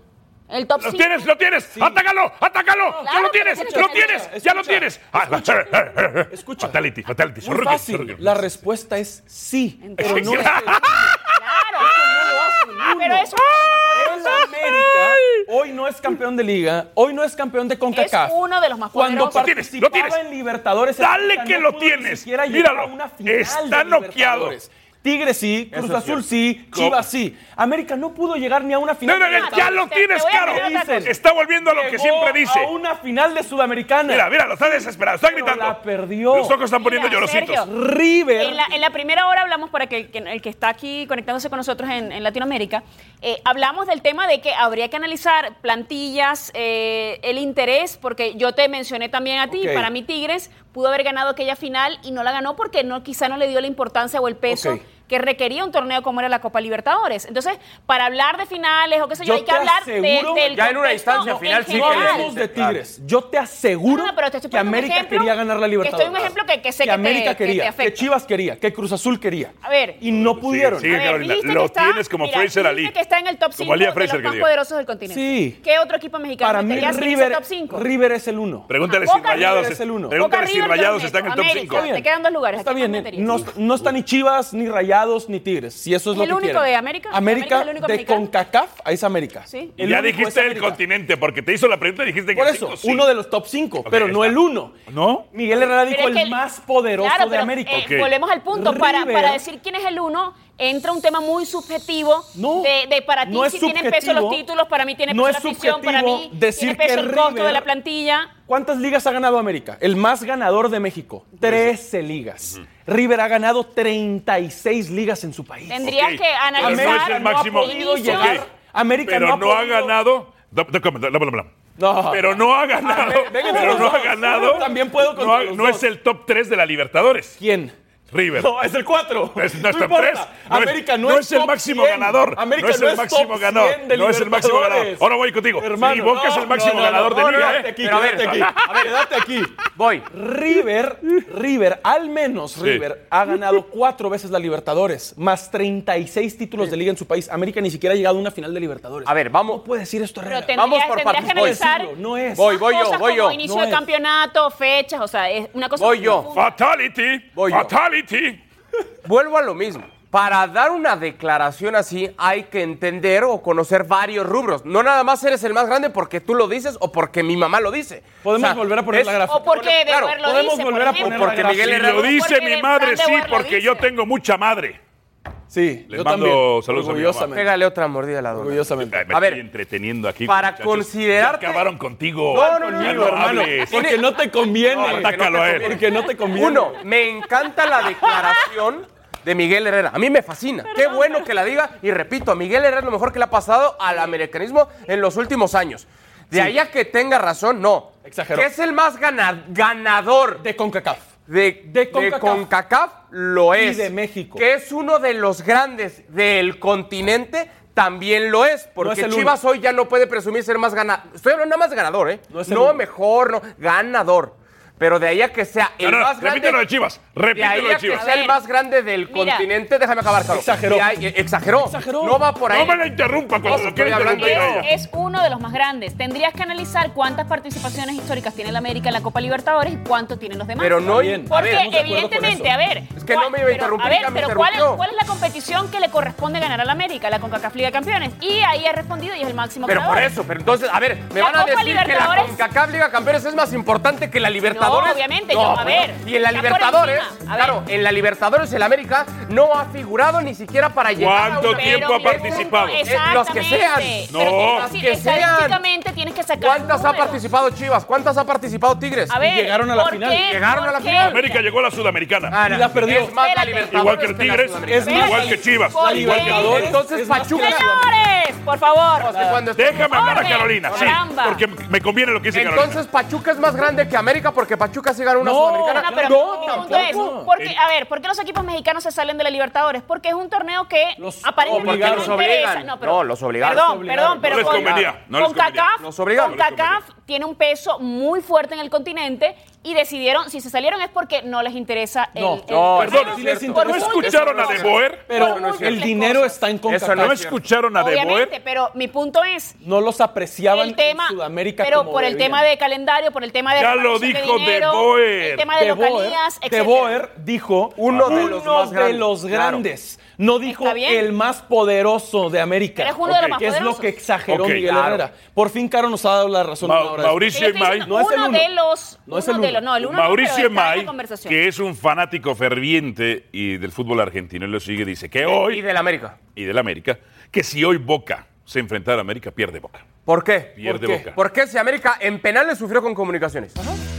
[SPEAKER 4] ¿En el top
[SPEAKER 2] ¡Lo
[SPEAKER 4] cinco?
[SPEAKER 2] tienes, lo tienes! ¡Atácalo, atácalo! ¡Ya
[SPEAKER 4] Claro
[SPEAKER 2] lo
[SPEAKER 4] que
[SPEAKER 2] tienes,
[SPEAKER 4] lo
[SPEAKER 2] lo
[SPEAKER 4] tienes,
[SPEAKER 2] tienes!
[SPEAKER 3] escucha,
[SPEAKER 2] ¡Ya lo
[SPEAKER 3] escucha,
[SPEAKER 2] tienes! Ah, la-
[SPEAKER 3] Escucha.
[SPEAKER 2] Fatality, fatality.
[SPEAKER 3] Muy
[SPEAKER 2] sorry,
[SPEAKER 3] fácil.
[SPEAKER 2] sorry.
[SPEAKER 3] La respuesta es sí. Pero no es
[SPEAKER 4] Claro. Pero eso
[SPEAKER 3] El América hoy no es campeón de liga, hoy no es campeón de CONCACAF.
[SPEAKER 4] Es uno de los más
[SPEAKER 3] Cuando
[SPEAKER 4] poderosos.
[SPEAKER 2] Lo tienes, lo
[SPEAKER 3] participaba
[SPEAKER 2] tienes.
[SPEAKER 3] en Libertadores, el
[SPEAKER 2] Dale
[SPEAKER 3] América
[SPEAKER 2] que
[SPEAKER 3] no
[SPEAKER 2] lo
[SPEAKER 3] pudo Ni
[SPEAKER 2] tienes.
[SPEAKER 3] siquiera llegar
[SPEAKER 2] Míralo.
[SPEAKER 3] a una final
[SPEAKER 2] Está
[SPEAKER 3] de
[SPEAKER 2] noqueado.
[SPEAKER 3] Libertadores. Tigre sí, Cruz
[SPEAKER 5] es
[SPEAKER 3] Azul
[SPEAKER 5] cierto.
[SPEAKER 3] sí,
[SPEAKER 2] ¿Cómo?
[SPEAKER 3] Chivas sí. América no pudo llegar ni a una
[SPEAKER 2] No,
[SPEAKER 3] final.
[SPEAKER 2] no,
[SPEAKER 3] de
[SPEAKER 2] no, ya
[SPEAKER 3] Libertadores.
[SPEAKER 2] lo
[SPEAKER 4] Te- te
[SPEAKER 2] tienes,
[SPEAKER 4] voy a
[SPEAKER 2] Caro.
[SPEAKER 4] pedir otra cosa.
[SPEAKER 2] Está volviendo a lo que
[SPEAKER 3] Llegó
[SPEAKER 2] siempre dice.
[SPEAKER 3] A una final de Sudamericana.
[SPEAKER 2] Mira, mira, lo está desesperado, está gritando.
[SPEAKER 3] la perdió.
[SPEAKER 2] Los ojos están poniendo
[SPEAKER 4] Mira,
[SPEAKER 2] llorositos.
[SPEAKER 4] Sergio.
[SPEAKER 3] River.
[SPEAKER 4] En la, en la primera hora hablamos, para que el que, el que está aquí conectándose con nosotros en, en Latinoamérica, eh, hablamos del tema de que habría que analizar plantillas, eh, el interés, porque yo te mencioné también a ti,
[SPEAKER 3] Ok.
[SPEAKER 4] para mí Tigres pudo haber ganado aquella final y no la ganó porque no, quizá no le dio la importancia o el peso
[SPEAKER 3] Ok.
[SPEAKER 4] que requería un torneo como era la Copa Libertadores. Entonces, para hablar de finales o qué sé yo,
[SPEAKER 3] Yo
[SPEAKER 4] hay que
[SPEAKER 3] te
[SPEAKER 4] hablar de-
[SPEAKER 3] aseguro-
[SPEAKER 4] del
[SPEAKER 5] Ya en una
[SPEAKER 4] contexto
[SPEAKER 5] instancia
[SPEAKER 4] en
[SPEAKER 5] final sí que
[SPEAKER 3] No
[SPEAKER 4] general.
[SPEAKER 3] hablemos de Tigres. Yo te aseguro
[SPEAKER 4] No, no, pero te estoy
[SPEAKER 3] que
[SPEAKER 4] poniendo un
[SPEAKER 3] América
[SPEAKER 4] ejemplo,
[SPEAKER 3] quería ganar la
[SPEAKER 4] que estoy
[SPEAKER 3] Libertadores.
[SPEAKER 4] un ejemplo que- que sé que te-
[SPEAKER 3] América
[SPEAKER 4] que te
[SPEAKER 3] quería, que
[SPEAKER 4] afecta.
[SPEAKER 3] Chivas quería, que Cruz Azul quería.
[SPEAKER 4] A ver.
[SPEAKER 3] Y no pudieron.
[SPEAKER 2] sigue.
[SPEAKER 4] A ver,
[SPEAKER 2] Carolina,
[SPEAKER 4] dijiste
[SPEAKER 2] lo
[SPEAKER 4] que está-
[SPEAKER 2] tienes como
[SPEAKER 4] mira,
[SPEAKER 2] Fraser
[SPEAKER 4] dijiste
[SPEAKER 2] Ali.
[SPEAKER 4] que está en el top
[SPEAKER 2] Como
[SPEAKER 4] 5
[SPEAKER 2] Alía
[SPEAKER 4] de
[SPEAKER 2] Fraser,
[SPEAKER 4] los
[SPEAKER 2] que
[SPEAKER 4] más
[SPEAKER 2] diga.
[SPEAKER 4] poderosos del continente.
[SPEAKER 3] Sí.
[SPEAKER 4] ¿Qué otro equipo mexicano
[SPEAKER 3] Para mí
[SPEAKER 4] estaría sin ese
[SPEAKER 3] River,
[SPEAKER 4] top 5?
[SPEAKER 3] River es el uno.
[SPEAKER 2] Pregúntale
[SPEAKER 4] Boca
[SPEAKER 2] si Rayados,
[SPEAKER 3] River es el uno.
[SPEAKER 2] pregúntale
[SPEAKER 4] Boca
[SPEAKER 2] si
[SPEAKER 4] River,
[SPEAKER 2] Rayados
[SPEAKER 4] yo
[SPEAKER 2] está en el
[SPEAKER 4] meto.
[SPEAKER 2] top
[SPEAKER 4] América,
[SPEAKER 2] 5.
[SPEAKER 4] Está bien. Te quedan dos lugares,
[SPEAKER 3] Está
[SPEAKER 4] aquí
[SPEAKER 3] bien,
[SPEAKER 4] no
[SPEAKER 3] ¿eh?
[SPEAKER 4] meterías.
[SPEAKER 3] no, no está ni Chivas, ni Rayados, ni Tigres. Si eso es,
[SPEAKER 4] ¿Es
[SPEAKER 3] lo
[SPEAKER 4] el
[SPEAKER 3] que
[SPEAKER 4] único
[SPEAKER 3] quieren.
[SPEAKER 4] de América?
[SPEAKER 3] América,
[SPEAKER 4] ¿América es el único
[SPEAKER 3] de
[SPEAKER 4] mexicano?
[SPEAKER 3] CONCACAF, ahí es América.
[SPEAKER 4] Sí.
[SPEAKER 2] Y ya
[SPEAKER 3] único es
[SPEAKER 2] dijiste el
[SPEAKER 3] América.
[SPEAKER 2] continente, porque te hizo la pregunta y dijiste que
[SPEAKER 3] Por
[SPEAKER 2] el
[SPEAKER 3] eso,
[SPEAKER 2] cinco, sí.
[SPEAKER 3] uno de los top 5,
[SPEAKER 2] Ok,
[SPEAKER 3] pero no
[SPEAKER 2] está.
[SPEAKER 3] el uno.
[SPEAKER 2] ¿No?
[SPEAKER 3] Miguel Herrera
[SPEAKER 4] Pero
[SPEAKER 3] dijo
[SPEAKER 4] es que
[SPEAKER 3] el más poderoso
[SPEAKER 4] Claro,
[SPEAKER 3] de
[SPEAKER 4] pero,
[SPEAKER 3] América.
[SPEAKER 4] eh,
[SPEAKER 2] Ok.
[SPEAKER 4] Volvemos al punto. Para,
[SPEAKER 3] River.
[SPEAKER 4] para decir quién es el uno, entra un tema muy subjetivo
[SPEAKER 3] No,
[SPEAKER 4] de, de para ti
[SPEAKER 3] no es
[SPEAKER 4] si tienen peso
[SPEAKER 3] subjetivo.
[SPEAKER 4] los títulos, para mí tiene
[SPEAKER 3] No
[SPEAKER 4] peso
[SPEAKER 3] es
[SPEAKER 4] la afición, para mí
[SPEAKER 3] subjetivo decir
[SPEAKER 4] tiene peso
[SPEAKER 3] que
[SPEAKER 4] el costo
[SPEAKER 3] River-
[SPEAKER 4] de la plantilla.
[SPEAKER 3] ¿Cuántas ligas ha ganado América? El más ganador de México. 13 ligas. River ha ganado 36 ligas en su país.
[SPEAKER 4] Tendrías
[SPEAKER 2] Ok,
[SPEAKER 4] que
[SPEAKER 2] pero no
[SPEAKER 4] analizar.
[SPEAKER 2] es el
[SPEAKER 4] no ha
[SPEAKER 2] máximo.
[SPEAKER 4] podido
[SPEAKER 2] Ok,
[SPEAKER 4] llegar.
[SPEAKER 3] América
[SPEAKER 2] pero
[SPEAKER 3] no ha
[SPEAKER 2] no ha
[SPEAKER 3] podido-
[SPEAKER 2] ganado. No, no, no, no, no, no.
[SPEAKER 3] No.
[SPEAKER 2] Pero no ha ganado.
[SPEAKER 3] A ver, vengan
[SPEAKER 2] pero
[SPEAKER 3] los
[SPEAKER 2] no ha
[SPEAKER 3] dos.
[SPEAKER 2] ganado.
[SPEAKER 3] También puedo
[SPEAKER 2] No,
[SPEAKER 3] contra
[SPEAKER 2] ha-
[SPEAKER 3] los
[SPEAKER 2] no
[SPEAKER 3] dos.
[SPEAKER 2] es el top 3 de la Libertadores.
[SPEAKER 3] ¿Quién?
[SPEAKER 2] River.
[SPEAKER 3] No, es el 4.
[SPEAKER 2] Es, no
[SPEAKER 3] No
[SPEAKER 2] está en
[SPEAKER 3] importa.
[SPEAKER 2] tres. No es-
[SPEAKER 3] América no
[SPEAKER 2] no
[SPEAKER 3] es
[SPEAKER 2] es el
[SPEAKER 3] top
[SPEAKER 2] máximo
[SPEAKER 3] 100.
[SPEAKER 2] ganador.
[SPEAKER 3] América
[SPEAKER 2] no es
[SPEAKER 3] no
[SPEAKER 2] el
[SPEAKER 3] es
[SPEAKER 2] máximo
[SPEAKER 3] top
[SPEAKER 2] ganador.
[SPEAKER 3] 100 de
[SPEAKER 2] No es el máximo ganador.
[SPEAKER 3] Libertadores.
[SPEAKER 2] Ahora voy contigo.
[SPEAKER 3] Hermano,
[SPEAKER 2] y Boca es el
[SPEAKER 3] no,
[SPEAKER 2] máximo
[SPEAKER 3] no, no,
[SPEAKER 2] ganador
[SPEAKER 3] no,
[SPEAKER 2] de liga,
[SPEAKER 3] quédate
[SPEAKER 2] ¿eh?
[SPEAKER 3] aquí,
[SPEAKER 2] Pero a ver,
[SPEAKER 3] quédate aquí.
[SPEAKER 2] a ver,
[SPEAKER 3] Quédate aquí. Voy. River, River, al menos River, ha ganado cuatro veces la Libertadores, más 36 títulos de liga en su país. América ni siquiera ha llegado a una final de Libertadores. A ver,
[SPEAKER 5] vamos.
[SPEAKER 3] No puede decir esto,
[SPEAKER 4] Pero
[SPEAKER 3] Herrera.
[SPEAKER 4] tendrías, tendrías que analizar
[SPEAKER 3] No es.
[SPEAKER 5] Voy, voy yo,
[SPEAKER 4] cosas
[SPEAKER 5] voy
[SPEAKER 4] como
[SPEAKER 5] yo.
[SPEAKER 4] inicio
[SPEAKER 5] No
[SPEAKER 4] de
[SPEAKER 5] es.
[SPEAKER 4] campeonato, fechas, o sea, es una cosa...
[SPEAKER 5] Voy yo.
[SPEAKER 4] profunda.
[SPEAKER 2] Fatality.
[SPEAKER 5] Voy yo.
[SPEAKER 2] Fatality.
[SPEAKER 5] Vuelvo a lo mismo. Para dar una declaración así hay que entender o conocer varios rubros. No nada más eres el más grande porque tú lo dices o porque mi mamá lo dice.
[SPEAKER 3] Podemos volver a poner la gráfica.
[SPEAKER 4] O porque de
[SPEAKER 5] claro,
[SPEAKER 4] ver lo
[SPEAKER 3] podemos
[SPEAKER 4] dice,
[SPEAKER 3] volver
[SPEAKER 4] por
[SPEAKER 3] a
[SPEAKER 4] ejemplo.
[SPEAKER 3] poner
[SPEAKER 5] porque
[SPEAKER 3] la
[SPEAKER 5] Miguel
[SPEAKER 3] gráfica.
[SPEAKER 5] Herrera
[SPEAKER 2] Lo dice
[SPEAKER 4] Porque
[SPEAKER 2] mi
[SPEAKER 4] de
[SPEAKER 2] madre,
[SPEAKER 4] Fran de
[SPEAKER 2] sí,
[SPEAKER 4] Boer lo
[SPEAKER 2] porque
[SPEAKER 4] dice.
[SPEAKER 2] yo tengo mucha madre.
[SPEAKER 3] Sí,
[SPEAKER 2] Les
[SPEAKER 3] yo
[SPEAKER 2] mando
[SPEAKER 3] también.
[SPEAKER 2] saludos a mi
[SPEAKER 3] Orgullosamente.
[SPEAKER 2] mamá.
[SPEAKER 5] Pégale otra mordida a la dona.
[SPEAKER 3] Orgullosamente.
[SPEAKER 2] Ay, me
[SPEAKER 5] A ver,
[SPEAKER 2] estoy entreteniendo aquí.
[SPEAKER 5] para
[SPEAKER 2] muchachos.
[SPEAKER 5] considerarte-
[SPEAKER 2] Ya acabaron contigo.
[SPEAKER 5] No, no, no,
[SPEAKER 2] Ya
[SPEAKER 5] no,
[SPEAKER 3] Hermano,
[SPEAKER 2] hables.
[SPEAKER 3] porque no te conviene.
[SPEAKER 2] Atácalo a él.
[SPEAKER 3] Porque no te conviene.
[SPEAKER 5] Uno, me encanta la declaración de Miguel Herrera. A mí me fascina. Qué bueno que la diga. Y repito, a Miguel Herrera es lo mejor que le ha pasado al americanismo en los últimos años. De ahí a que tenga razón, no.
[SPEAKER 3] Exageró.
[SPEAKER 5] Que es el más gana- ganador
[SPEAKER 3] De CONCACAF.
[SPEAKER 5] de,
[SPEAKER 3] De
[SPEAKER 5] de
[SPEAKER 3] CONCACAF.
[SPEAKER 5] CONCACAF. lo
[SPEAKER 3] Y
[SPEAKER 5] es.
[SPEAKER 3] de México.
[SPEAKER 5] Que es uno de los grandes del continente, también lo es. Porque
[SPEAKER 3] es el
[SPEAKER 5] Chivas hoy ya no puede presumir ser más ganador. Estoy hablando nada más ganador, ¿eh?
[SPEAKER 3] No
[SPEAKER 5] No,
[SPEAKER 3] es el único.
[SPEAKER 5] mejor, no. Ganador. Pero de ahí a que sea el
[SPEAKER 2] No, no,
[SPEAKER 5] más grande.
[SPEAKER 2] repítelo de Chivas,
[SPEAKER 5] de ahí
[SPEAKER 2] repítelo
[SPEAKER 5] a
[SPEAKER 2] de
[SPEAKER 5] que
[SPEAKER 2] Chivas.
[SPEAKER 5] sea el más grande del
[SPEAKER 4] Mira.
[SPEAKER 5] continente, déjame acabar, Carlos.
[SPEAKER 3] Exageró.
[SPEAKER 5] De ahí- eh, exageró.
[SPEAKER 3] Exageró.
[SPEAKER 5] No va por ahí.
[SPEAKER 2] No me la interrumpa cuando
[SPEAKER 5] No,
[SPEAKER 2] lo quiera
[SPEAKER 5] estoy hablando
[SPEAKER 2] interrumpir a
[SPEAKER 5] yo.
[SPEAKER 2] ella.
[SPEAKER 4] Es, es uno de los más grandes. Tendrías que analizar cuántas participaciones históricas tiene el América en la Copa Libertadores y cuánto tienen los demás.
[SPEAKER 5] Pero no- Está bien. A
[SPEAKER 4] Porque
[SPEAKER 5] ver, estamos
[SPEAKER 3] de acuerdo con
[SPEAKER 4] evidentemente,
[SPEAKER 3] eso.
[SPEAKER 4] a ver.
[SPEAKER 5] Es que no me
[SPEAKER 4] cuál-
[SPEAKER 5] iba a
[SPEAKER 4] pero,
[SPEAKER 5] interrumpir,
[SPEAKER 4] ver,
[SPEAKER 5] ya me
[SPEAKER 4] pero ¿cuál es,
[SPEAKER 5] interrumpió.
[SPEAKER 4] cuál es la competición que le corresponde ganar al América? La CONCACAF Liga de Campeones. Y ahí ha respondido y es el máximo
[SPEAKER 5] Pero por
[SPEAKER 4] ganador.
[SPEAKER 5] eso, pero entonces, a ver, me
[SPEAKER 4] La
[SPEAKER 5] van a
[SPEAKER 4] Copa
[SPEAKER 5] decir que la
[SPEAKER 4] Libertadores-
[SPEAKER 5] CONCACAF Liga Campeones es más importante que la Libertadores.
[SPEAKER 4] No, obviamente, yo- a
[SPEAKER 5] bueno,
[SPEAKER 4] ver,
[SPEAKER 5] Y en la
[SPEAKER 4] está por
[SPEAKER 5] Libertadores,
[SPEAKER 4] encima, a ver.
[SPEAKER 5] claro, en la Libertadores el América no ha figurado ni siquiera para llegar a
[SPEAKER 2] ¿Cuánto
[SPEAKER 5] una-
[SPEAKER 2] tiempo ha
[SPEAKER 4] mi punto-
[SPEAKER 2] participado?
[SPEAKER 4] Exactamente.
[SPEAKER 5] Los que sean.
[SPEAKER 2] No.
[SPEAKER 4] Pero,
[SPEAKER 2] Los
[SPEAKER 4] sí,
[SPEAKER 5] que sean.
[SPEAKER 4] Estadísticamente tienes que sacar.
[SPEAKER 5] ¿Cuántas ha
[SPEAKER 4] números.
[SPEAKER 5] participado Chivas? ¿Cuántas ha participado Tigres?
[SPEAKER 4] A ver,
[SPEAKER 3] llegaron a la
[SPEAKER 4] ¿por
[SPEAKER 3] final.
[SPEAKER 4] qué?
[SPEAKER 5] Llegaron a la
[SPEAKER 4] ¿Por qué?
[SPEAKER 5] final.
[SPEAKER 2] América llegó a la Sudamericana.
[SPEAKER 5] Ah, no,
[SPEAKER 3] Y la perdió.
[SPEAKER 5] Es más la
[SPEAKER 4] Espérate.
[SPEAKER 5] Libertadores
[SPEAKER 2] Igual que el
[SPEAKER 5] la
[SPEAKER 2] Tigres,
[SPEAKER 5] Sudamericana.
[SPEAKER 3] Es más,
[SPEAKER 2] igual que Chivas,
[SPEAKER 4] ¿Por
[SPEAKER 2] igual que
[SPEAKER 4] qué?
[SPEAKER 2] Tigres.
[SPEAKER 5] Entonces,
[SPEAKER 3] Es más que
[SPEAKER 5] Pachuca-
[SPEAKER 3] la Sudamericana.
[SPEAKER 4] Señores, por favor.
[SPEAKER 5] Que cuando esté-
[SPEAKER 2] Déjame hablar a
[SPEAKER 4] Orden,
[SPEAKER 2] Carolina, sí,
[SPEAKER 4] caramba.
[SPEAKER 2] porque me conviene lo que dice Carolina.
[SPEAKER 5] Entonces Pachuca es más grande que América porque Pachuca sí ganó una
[SPEAKER 3] No,
[SPEAKER 5] Sudamericana.
[SPEAKER 4] No, pero
[SPEAKER 3] No,
[SPEAKER 4] mi punto es,
[SPEAKER 3] tampoco.
[SPEAKER 4] porque, a ver, ¿por qué los equipos mexicanos se salen de la Libertadores? Porque es un torneo que
[SPEAKER 3] Los
[SPEAKER 4] aparentemente
[SPEAKER 3] obligaron.
[SPEAKER 4] no
[SPEAKER 5] Los obligan.
[SPEAKER 4] interesa.
[SPEAKER 5] No, los obligaron.
[SPEAKER 4] Perdón,
[SPEAKER 3] Los obligaron.
[SPEAKER 4] perdón, pero
[SPEAKER 2] No les
[SPEAKER 4] con-
[SPEAKER 2] convenía, no les
[SPEAKER 4] con CACAF,
[SPEAKER 2] convenía.
[SPEAKER 5] Los obligaron.
[SPEAKER 4] con
[SPEAKER 5] No les
[SPEAKER 4] CACAF tiene un peso muy fuerte en el continente y decidieron, si se salieron es porque no les interesa el,
[SPEAKER 3] No,
[SPEAKER 4] el
[SPEAKER 5] no,
[SPEAKER 4] torneo.
[SPEAKER 2] Perdón,
[SPEAKER 3] sí les
[SPEAKER 4] Por
[SPEAKER 2] ¿no
[SPEAKER 3] interesa.
[SPEAKER 4] múltiples
[SPEAKER 2] escucharon a
[SPEAKER 4] cosas.
[SPEAKER 2] De Boer?
[SPEAKER 4] Por
[SPEAKER 3] Pero
[SPEAKER 4] múltiples
[SPEAKER 3] el dinero
[SPEAKER 4] cosas.
[SPEAKER 3] está en
[SPEAKER 5] Eso
[SPEAKER 3] CONCACAF.
[SPEAKER 2] ¿No
[SPEAKER 5] no es
[SPEAKER 2] escucharon a De
[SPEAKER 4] Obviamente,
[SPEAKER 2] Boer?
[SPEAKER 4] pero mi punto es,
[SPEAKER 3] No los apreciaban
[SPEAKER 4] el tema,
[SPEAKER 3] en Sudamérica
[SPEAKER 4] pero
[SPEAKER 3] como
[SPEAKER 4] por el
[SPEAKER 3] debían.
[SPEAKER 4] tema de calendario, por el tema de
[SPEAKER 2] Ya lo
[SPEAKER 4] repartición
[SPEAKER 2] dijo De
[SPEAKER 4] dinero,
[SPEAKER 2] Boer.
[SPEAKER 4] el tema de,
[SPEAKER 3] De Boer-
[SPEAKER 4] localías,
[SPEAKER 3] De
[SPEAKER 4] etcétera.
[SPEAKER 3] Boer dijo uno de los,
[SPEAKER 5] más grandes, claro.
[SPEAKER 3] grandes. No dijo
[SPEAKER 4] Está bien.
[SPEAKER 3] el más poderoso de América.
[SPEAKER 4] Pero es uno de los
[SPEAKER 3] Ok.
[SPEAKER 4] más
[SPEAKER 3] que es lo
[SPEAKER 4] poderosos.
[SPEAKER 3] que exageró
[SPEAKER 2] Ok,
[SPEAKER 3] Miguel
[SPEAKER 5] claro.
[SPEAKER 3] Herrera. Por fin Caro nos ha dado la razón.
[SPEAKER 2] Ma-
[SPEAKER 3] a la hora de-
[SPEAKER 2] Mauricio-
[SPEAKER 4] Yo estoy
[SPEAKER 2] May.
[SPEAKER 4] diciendo
[SPEAKER 3] No es el
[SPEAKER 4] uno
[SPEAKER 3] uno.
[SPEAKER 4] de los,
[SPEAKER 3] No
[SPEAKER 4] no
[SPEAKER 3] es el
[SPEAKER 4] uno de
[SPEAKER 3] uno.
[SPEAKER 4] los, no, el uno no,
[SPEAKER 2] Mauricio
[SPEAKER 4] pero está en la
[SPEAKER 2] May,
[SPEAKER 4] conversación.
[SPEAKER 2] que es un fanático ferviente y del fútbol argentino, y lo sigue, dice que
[SPEAKER 5] Y
[SPEAKER 2] hoy,
[SPEAKER 5] del América.
[SPEAKER 2] y del América, que si hoy Boca se enfrentara a América, pierde Boca.
[SPEAKER 5] ¿Por qué?
[SPEAKER 2] Pierde
[SPEAKER 5] ¿Por qué?
[SPEAKER 2] Boca.
[SPEAKER 5] ¿Por qué si América en penales sufrió con comunicaciones?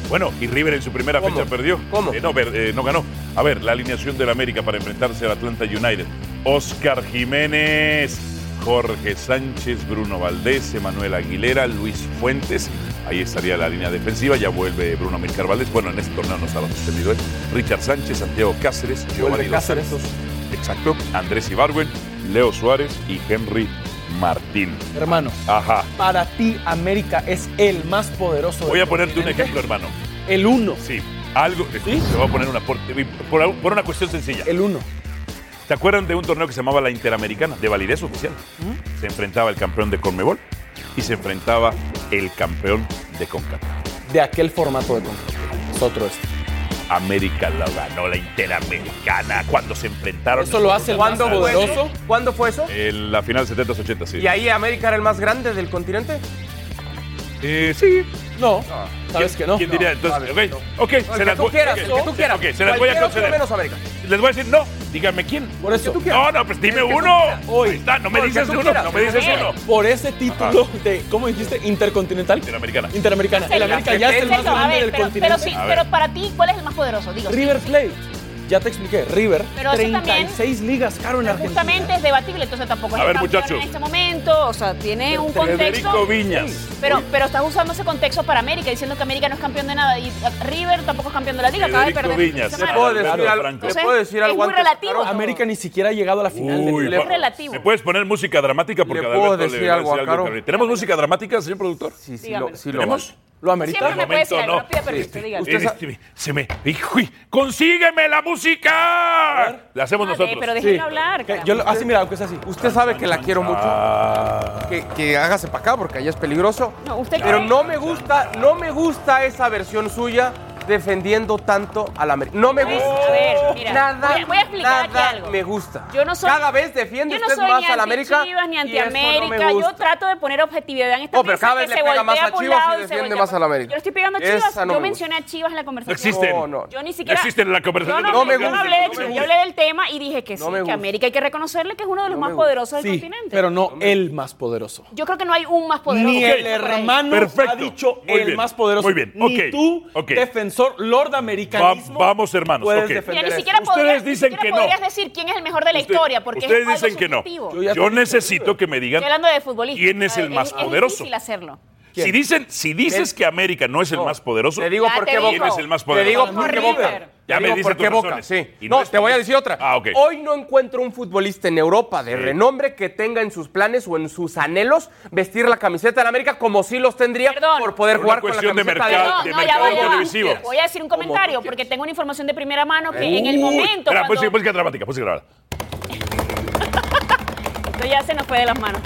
[SPEAKER 2] Bueno, y River en su primera
[SPEAKER 5] ¿Cómo?
[SPEAKER 2] fecha perdió.
[SPEAKER 5] ¿Cómo?
[SPEAKER 2] Eh, no, ver- eh, no ganó. A ver, la alineación del América para enfrentarse al Atlanta United. Oscar Jiménez, Jorge Sánchez, Bruno Valdés, Emanuel Aguilera, Luis Fuentes. Ahí estaría la línea defensiva. Ya vuelve Bruno Milcar Valdés. Bueno, en este torneo no estaba suspendido él. Richard Sánchez, Santiago Cáceres, Giovanni
[SPEAKER 3] Vuelve
[SPEAKER 2] Dos
[SPEAKER 3] Cáceres.
[SPEAKER 2] Santos. Exacto. Andrés Ibarwen, Leo Suárez y Henry Martín.
[SPEAKER 3] Hermano,
[SPEAKER 2] Ajá.
[SPEAKER 3] para ti América es el más poderoso.
[SPEAKER 2] Voy a
[SPEAKER 3] del
[SPEAKER 2] ponerte un
[SPEAKER 3] continente.
[SPEAKER 2] ejemplo, hermano.
[SPEAKER 3] El uno.
[SPEAKER 2] Sí, algo. Te voy a poner una. Por, eh, por- por una cuestión sencilla.
[SPEAKER 3] El uno.
[SPEAKER 2] ¿Se acuerdan de un torneo que se llamaba la Interamericana? De validez oficial. Se enfrentaba el campeón de Conmebol y se enfrentaba el campeón de CONCACAF.
[SPEAKER 3] De aquel formato de CONCACAF. Es otro este.
[SPEAKER 2] América la ganó la Interamericana cuando se enfrentaron.
[SPEAKER 3] Eso lo hace el más
[SPEAKER 5] ¿Cuándo fue eso?
[SPEAKER 3] poderoso.
[SPEAKER 5] ¿Cuándo fue eso?
[SPEAKER 2] En la final 70-80, sí.
[SPEAKER 5] ¿Y ahí América era el más grande del continente? Ah.
[SPEAKER 2] Eh, sí.
[SPEAKER 3] No, sabes que no.
[SPEAKER 2] ¿Quién diría? Entonces, ok, ok,
[SPEAKER 5] El
[SPEAKER 2] se
[SPEAKER 5] que
[SPEAKER 2] las
[SPEAKER 5] tú
[SPEAKER 2] voy
[SPEAKER 5] quieras,
[SPEAKER 2] ok,
[SPEAKER 5] el que tú quieras.
[SPEAKER 2] ok, se las voy a
[SPEAKER 5] Cualquier otro
[SPEAKER 2] conceder.
[SPEAKER 5] menos América.
[SPEAKER 2] Les voy a decir no. Díganme quién.
[SPEAKER 3] Por eso.
[SPEAKER 2] No, no, pues dime
[SPEAKER 5] El que tú
[SPEAKER 2] uno.
[SPEAKER 5] quieras.
[SPEAKER 2] Ahí está, no me
[SPEAKER 5] No, el que
[SPEAKER 2] dices
[SPEAKER 5] tú
[SPEAKER 2] uno.
[SPEAKER 5] quieras.
[SPEAKER 2] No me dices
[SPEAKER 4] Eh.
[SPEAKER 2] uno.
[SPEAKER 3] por ese título de, ¿cómo dijiste? Intercontinental.
[SPEAKER 2] Interamericana.
[SPEAKER 3] Interamericana. El
[SPEAKER 4] Pero,
[SPEAKER 3] América ya es el más
[SPEAKER 4] pero, a
[SPEAKER 3] grande
[SPEAKER 4] ver,
[SPEAKER 3] del
[SPEAKER 4] pero, pero
[SPEAKER 3] continente.
[SPEAKER 4] sí, pero para ti, ¿cuál es el más poderoso? Digo,
[SPEAKER 3] River Plate. Ya te expliqué, River,
[SPEAKER 4] Pero eso también-
[SPEAKER 3] 36 ligas, caro en Argentina.
[SPEAKER 4] Justamente es debatible, entonces tampoco es
[SPEAKER 3] A
[SPEAKER 4] el
[SPEAKER 3] ver,
[SPEAKER 4] campeón
[SPEAKER 3] muchachos.
[SPEAKER 4] en este momento, o sea, tiene un
[SPEAKER 2] Federico
[SPEAKER 4] contexto.
[SPEAKER 2] Viñas.
[SPEAKER 4] Pero, pero estás usando ese contexto para América, diciendo que América no es campeón de nada y uh, River tampoco es campeón de la liga, acaba de
[SPEAKER 2] Federico
[SPEAKER 4] perder.
[SPEAKER 2] Viñas.
[SPEAKER 4] esta semana.
[SPEAKER 2] Puedo decir Alberto algo- Franco.
[SPEAKER 4] Entonces,
[SPEAKER 2] ¿le puedo decir algo
[SPEAKER 4] Es muy
[SPEAKER 2] antes?
[SPEAKER 4] relativo.
[SPEAKER 3] América ni siquiera ha llegado a la final. del
[SPEAKER 2] Uy,
[SPEAKER 3] torneo.
[SPEAKER 2] pa-
[SPEAKER 4] relativo.
[SPEAKER 2] ¿Me puedes poner música dramática? Porque
[SPEAKER 3] ¿Le
[SPEAKER 2] a
[SPEAKER 3] puedo
[SPEAKER 2] Alberto
[SPEAKER 3] decir
[SPEAKER 2] voy a
[SPEAKER 3] algo a Caro?
[SPEAKER 2] Carlos. ¿Tenemos música dramática, señor productor? Sí,
[SPEAKER 4] sí, lo- sí lo
[SPEAKER 2] ¿Tenemos?
[SPEAKER 3] ¿Lo
[SPEAKER 4] amerita? Siempre me puede decir algo, no pida permiso, dígame.
[SPEAKER 2] Usted sa- Este- se me... hijo, y- ¡Consígueme la música! La hacemos
[SPEAKER 4] Dale,
[SPEAKER 2] nosotros.
[SPEAKER 4] Ah, pero déjenlo hablar.
[SPEAKER 3] Que
[SPEAKER 4] caramba.
[SPEAKER 3] Yo,
[SPEAKER 5] ah,
[SPEAKER 3] lo- así, mira, aunque es así.
[SPEAKER 5] Usted sabe que
[SPEAKER 2] Ah.
[SPEAKER 5] la quiero mucho. Que, que hágase para acá porque allá es peligroso.
[SPEAKER 4] No, usted
[SPEAKER 5] Pero
[SPEAKER 4] cree-
[SPEAKER 5] no me gusta, no me gusta esa versión suya defendiendo tanto a la América. No me
[SPEAKER 4] A ver,
[SPEAKER 5] gusta.
[SPEAKER 4] a ver, mira,
[SPEAKER 5] nada,
[SPEAKER 4] voy a- voy a explicar aquí
[SPEAKER 5] nada
[SPEAKER 4] algo.
[SPEAKER 5] Me gusta.
[SPEAKER 4] Yo no soy,
[SPEAKER 5] Cada vez defiende
[SPEAKER 4] yo no
[SPEAKER 5] usted
[SPEAKER 4] soy
[SPEAKER 5] más
[SPEAKER 4] ni
[SPEAKER 5] a la América
[SPEAKER 4] Chivas, ni
[SPEAKER 5] y
[SPEAKER 4] anti
[SPEAKER 5] eso no me
[SPEAKER 4] América. yo
[SPEAKER 5] gusta.
[SPEAKER 4] trato de poner objetividad en esta
[SPEAKER 5] Oh, pero
[SPEAKER 4] mesa
[SPEAKER 5] cada
[SPEAKER 4] que
[SPEAKER 5] vez le
[SPEAKER 4] se
[SPEAKER 5] pega
[SPEAKER 4] voltea
[SPEAKER 5] más a
[SPEAKER 4] pa' un
[SPEAKER 5] Chivas y
[SPEAKER 4] lado se
[SPEAKER 5] defiende
[SPEAKER 4] voltea
[SPEAKER 5] más
[SPEAKER 4] pa'
[SPEAKER 5] a la América.
[SPEAKER 4] Yo no estoy pegando a
[SPEAKER 5] Esa
[SPEAKER 4] Chivas.
[SPEAKER 5] no me
[SPEAKER 4] yo
[SPEAKER 5] gusta.
[SPEAKER 4] mencioné a Chivas en la
[SPEAKER 2] No
[SPEAKER 4] conversación.
[SPEAKER 2] existen.
[SPEAKER 5] No, no.
[SPEAKER 4] Yo ni siquiera.
[SPEAKER 2] No existen en la conversación.
[SPEAKER 4] Yo no,
[SPEAKER 2] No
[SPEAKER 4] me
[SPEAKER 2] me
[SPEAKER 4] yo no
[SPEAKER 2] gusta.
[SPEAKER 4] hablé de
[SPEAKER 2] No me
[SPEAKER 4] Chivas, yo
[SPEAKER 2] gusta.
[SPEAKER 4] hablé del tema y dije que sí,
[SPEAKER 3] No me
[SPEAKER 4] que
[SPEAKER 3] gusta.
[SPEAKER 4] América hay que reconocerle que es uno de los más
[SPEAKER 3] gusta.
[SPEAKER 4] poderosos del
[SPEAKER 3] Sí,
[SPEAKER 4] continente.
[SPEAKER 3] pero no el más poderoso.
[SPEAKER 4] Yo creo que no hay un más poderoso.
[SPEAKER 3] Ni
[SPEAKER 4] que
[SPEAKER 3] el
[SPEAKER 4] Chivas por ahí.
[SPEAKER 3] hermano ha dicho
[SPEAKER 2] Muy
[SPEAKER 3] el
[SPEAKER 2] bien.
[SPEAKER 3] más poderoso.
[SPEAKER 2] Muy bien,
[SPEAKER 3] Ni
[SPEAKER 2] ok,
[SPEAKER 3] tú,
[SPEAKER 2] ok.
[SPEAKER 3] defensor Lord americanismo.
[SPEAKER 2] Va- vamos, hermanos,
[SPEAKER 3] puedes
[SPEAKER 2] ok.
[SPEAKER 3] defender
[SPEAKER 4] Mira, ni
[SPEAKER 3] eso.
[SPEAKER 4] siquiera podrías,
[SPEAKER 2] Ustedes
[SPEAKER 4] ni
[SPEAKER 2] dicen
[SPEAKER 4] siquiera
[SPEAKER 2] que no.
[SPEAKER 4] podrías decir quién es el mejor de la historia, porque
[SPEAKER 2] Ustedes
[SPEAKER 4] es algo
[SPEAKER 2] dicen que no.
[SPEAKER 4] subjetivo.
[SPEAKER 2] Yo, necesito que me digan
[SPEAKER 4] Estoy hablando de futbolista. Eh,
[SPEAKER 2] quién es el más poderoso.
[SPEAKER 4] Es difícil hacerlo.
[SPEAKER 2] Si, dicen, si dices que América no es el más poderoso,
[SPEAKER 5] Te digo
[SPEAKER 4] Ya
[SPEAKER 5] por
[SPEAKER 4] te
[SPEAKER 5] qué
[SPEAKER 4] digo.
[SPEAKER 5] Boca.
[SPEAKER 2] ¿quién es el más
[SPEAKER 5] Te
[SPEAKER 2] poderoso?
[SPEAKER 5] digo por qué
[SPEAKER 4] River.
[SPEAKER 5] Boca.
[SPEAKER 2] Ya
[SPEAKER 5] Te
[SPEAKER 2] me
[SPEAKER 5] digo
[SPEAKER 2] dice
[SPEAKER 5] por
[SPEAKER 2] tus
[SPEAKER 5] qué Boca.
[SPEAKER 2] razones.
[SPEAKER 5] Sí.
[SPEAKER 2] Y no
[SPEAKER 5] No,
[SPEAKER 2] es
[SPEAKER 5] te voy a
[SPEAKER 2] América.
[SPEAKER 5] decir otra.
[SPEAKER 2] Ah, ok.
[SPEAKER 5] Hoy no encuentro un futbolista en Europa de renombre que tenga en sus planes o en sus anhelos vestir la camiseta de América como sí los tendría por poder
[SPEAKER 2] Por una
[SPEAKER 5] jugar con la
[SPEAKER 2] cuestión de
[SPEAKER 5] camiseta de
[SPEAKER 2] mercado-
[SPEAKER 5] América.
[SPEAKER 2] de
[SPEAKER 4] No,
[SPEAKER 2] mercado.
[SPEAKER 4] ya va, ya va.
[SPEAKER 2] televisivo.
[SPEAKER 4] Voy a decir un comentario porque tengo una información de primera mano que en el
[SPEAKER 2] Uy,
[SPEAKER 4] momento.
[SPEAKER 2] espera, pues música,
[SPEAKER 4] cuando-
[SPEAKER 2] música dramática, música dramática. pues-
[SPEAKER 4] Esto ya se nos fue de las manos.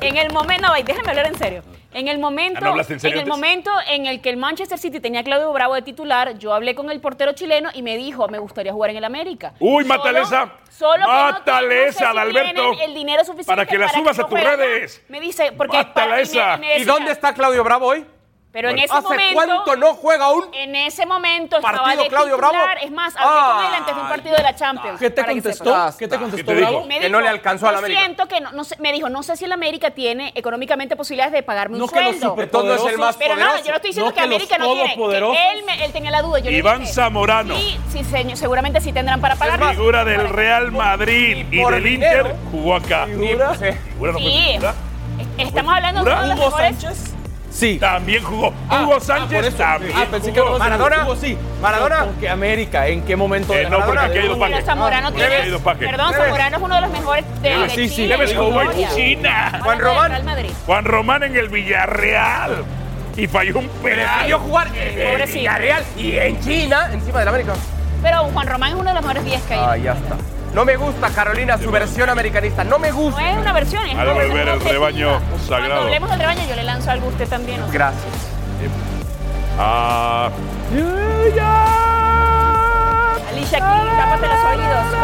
[SPEAKER 4] En el momento, no, ay, déjame hablar en serio. En el momento,
[SPEAKER 2] Ah, ¿no hablaste en serio
[SPEAKER 4] el
[SPEAKER 2] antes?
[SPEAKER 4] momento en el que el Manchester City tenía a Claudio Bravo de titular, yo hablé con el portero chileno y me dijo, me gustaría jugar en el América.
[SPEAKER 2] Uy,
[SPEAKER 4] Solo-
[SPEAKER 2] mátale esa.
[SPEAKER 4] Solo que no-
[SPEAKER 2] Mátale
[SPEAKER 4] no sé
[SPEAKER 2] esa,
[SPEAKER 4] si
[SPEAKER 2] Adalberto.
[SPEAKER 4] tienen El dinero suficiente
[SPEAKER 2] Para que la subas a
[SPEAKER 4] yo
[SPEAKER 2] tus
[SPEAKER 4] juegue.
[SPEAKER 2] redes.
[SPEAKER 4] Me dice, porque
[SPEAKER 2] Mátala
[SPEAKER 4] para- y me-
[SPEAKER 2] esa.
[SPEAKER 4] me
[SPEAKER 5] ¿Y
[SPEAKER 4] decía,
[SPEAKER 5] dónde está Claudio Bravo hoy?
[SPEAKER 4] Pero en ese
[SPEAKER 5] ¿Hace
[SPEAKER 4] momento
[SPEAKER 5] cuánto no juega aún?
[SPEAKER 4] En ese momento estaba
[SPEAKER 5] ¿Partido
[SPEAKER 4] de
[SPEAKER 5] Claudio
[SPEAKER 4] titular.
[SPEAKER 5] Bravo?
[SPEAKER 4] Es más, hablé con él antes de un
[SPEAKER 5] Ay,
[SPEAKER 4] partido de la Champions.
[SPEAKER 3] ¿Qué te
[SPEAKER 4] para que
[SPEAKER 3] contestó?
[SPEAKER 4] sepas.
[SPEAKER 3] ¿Qué te contestó
[SPEAKER 2] te dijo?
[SPEAKER 3] Bravo?
[SPEAKER 4] Me
[SPEAKER 5] Que no le alcanzó a la
[SPEAKER 4] "Lo
[SPEAKER 5] América".
[SPEAKER 4] Siento que no, no sé, me dijo, no sé si la América tiene económicamente posibilidades de pagarme un
[SPEAKER 3] No que los
[SPEAKER 4] sueldo.
[SPEAKER 5] Entonces no es el más
[SPEAKER 4] pero
[SPEAKER 5] poderoso.
[SPEAKER 4] no, yo no estoy diciendo
[SPEAKER 3] No
[SPEAKER 4] que
[SPEAKER 3] que los
[SPEAKER 4] América no tiene.
[SPEAKER 3] todopoderosos.
[SPEAKER 4] que él, me- él tenía la duda. Yo le
[SPEAKER 2] Iván
[SPEAKER 4] dije,
[SPEAKER 2] Zamorano.
[SPEAKER 4] Sí, sí, señor, seguramente sí tendrán para pagarme.
[SPEAKER 2] Figura del Real Madrid y,
[SPEAKER 5] por
[SPEAKER 2] del
[SPEAKER 5] dinero.
[SPEAKER 2] Inter jugó acá.
[SPEAKER 5] Figura. Sí.
[SPEAKER 2] Figura no pues, fue
[SPEAKER 4] Sí.
[SPEAKER 2] titular.
[SPEAKER 4] Estamos hablando de
[SPEAKER 2] ¿Figura?
[SPEAKER 4] uno de los
[SPEAKER 2] Hugo
[SPEAKER 4] mejores.
[SPEAKER 3] Sí.
[SPEAKER 2] También jugó.
[SPEAKER 3] Ah,
[SPEAKER 2] Hugo
[SPEAKER 3] ah, por
[SPEAKER 2] Sánchez
[SPEAKER 3] eso.
[SPEAKER 2] también.
[SPEAKER 3] Ah, pensé que
[SPEAKER 2] jugó.
[SPEAKER 3] hablabas de
[SPEAKER 5] Maradona.
[SPEAKER 3] Hugo, sí.
[SPEAKER 5] Maradona.
[SPEAKER 3] No, Porque América, ¿en qué momento?
[SPEAKER 2] Eh,
[SPEAKER 3] de la-
[SPEAKER 2] no, porque aquí hay dos
[SPEAKER 4] Pero
[SPEAKER 2] paques.
[SPEAKER 4] Zamorano
[SPEAKER 2] Porque
[SPEAKER 4] tiene.
[SPEAKER 2] hay dos paques.
[SPEAKER 4] Perdón,
[SPEAKER 5] Debes.
[SPEAKER 4] Zamorano es uno de los mejores de,
[SPEAKER 3] Ah,
[SPEAKER 4] de
[SPEAKER 3] sí, sí.
[SPEAKER 4] Chile,
[SPEAKER 2] Debes
[SPEAKER 4] de
[SPEAKER 2] jugó en
[SPEAKER 4] Colombia.
[SPEAKER 2] China.
[SPEAKER 5] Juan
[SPEAKER 4] Del
[SPEAKER 5] Román.
[SPEAKER 4] Real Madrid.
[SPEAKER 2] Juan Román en el Villarreal. Y falló un penal.
[SPEAKER 5] Yo jugar en
[SPEAKER 4] Pobrecito.
[SPEAKER 5] Villarreal y en China encima del América.
[SPEAKER 4] Pero Juan Román es uno de los mejores 10 que hay.
[SPEAKER 5] Ah, ya está. No me gusta, Carolina, su versión americanista. No me
[SPEAKER 4] No
[SPEAKER 5] gusta.
[SPEAKER 4] es una versión, es
[SPEAKER 2] Al
[SPEAKER 4] una
[SPEAKER 2] volver
[SPEAKER 4] versión
[SPEAKER 2] al
[SPEAKER 4] objetiva.
[SPEAKER 2] rebaño
[SPEAKER 4] Cuando
[SPEAKER 2] sagrado. Eh,
[SPEAKER 4] hablemos del rebaño, yo le lanzo algo a usted también. o sea.
[SPEAKER 5] Gracias.
[SPEAKER 2] Ah.
[SPEAKER 4] Alicia, aquí, tápate los oídos,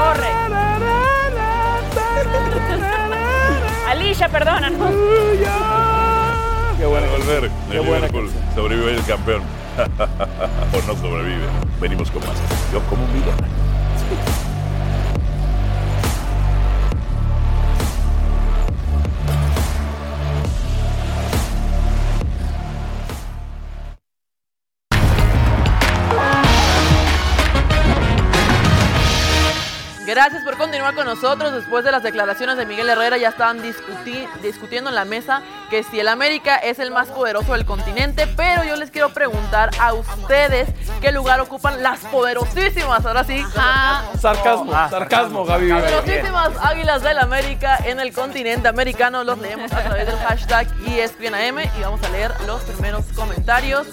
[SPEAKER 4] corre. Alicia, perdónanos.
[SPEAKER 2] Qué bueno volver. El Liverpool sobrevive el campeón. o no sobrevive. Venimos con más. Yo como un villano.
[SPEAKER 1] Gracias por continuar con nosotros. Después de las declaraciones de Miguel Herrera, ya están discuti- discutiendo en la mesa que si el América es el más poderoso del continente. Pero yo les quiero preguntar a ustedes qué lugar ocupan las poderosísimas, ahora sí,
[SPEAKER 3] Sarcasmo, sarcasmo, Gaby.
[SPEAKER 1] poderosísimas águilas del América en el continente americano. Los leemos a través del hashtag E ESPNAM y vamos a leer los primeros comentarios.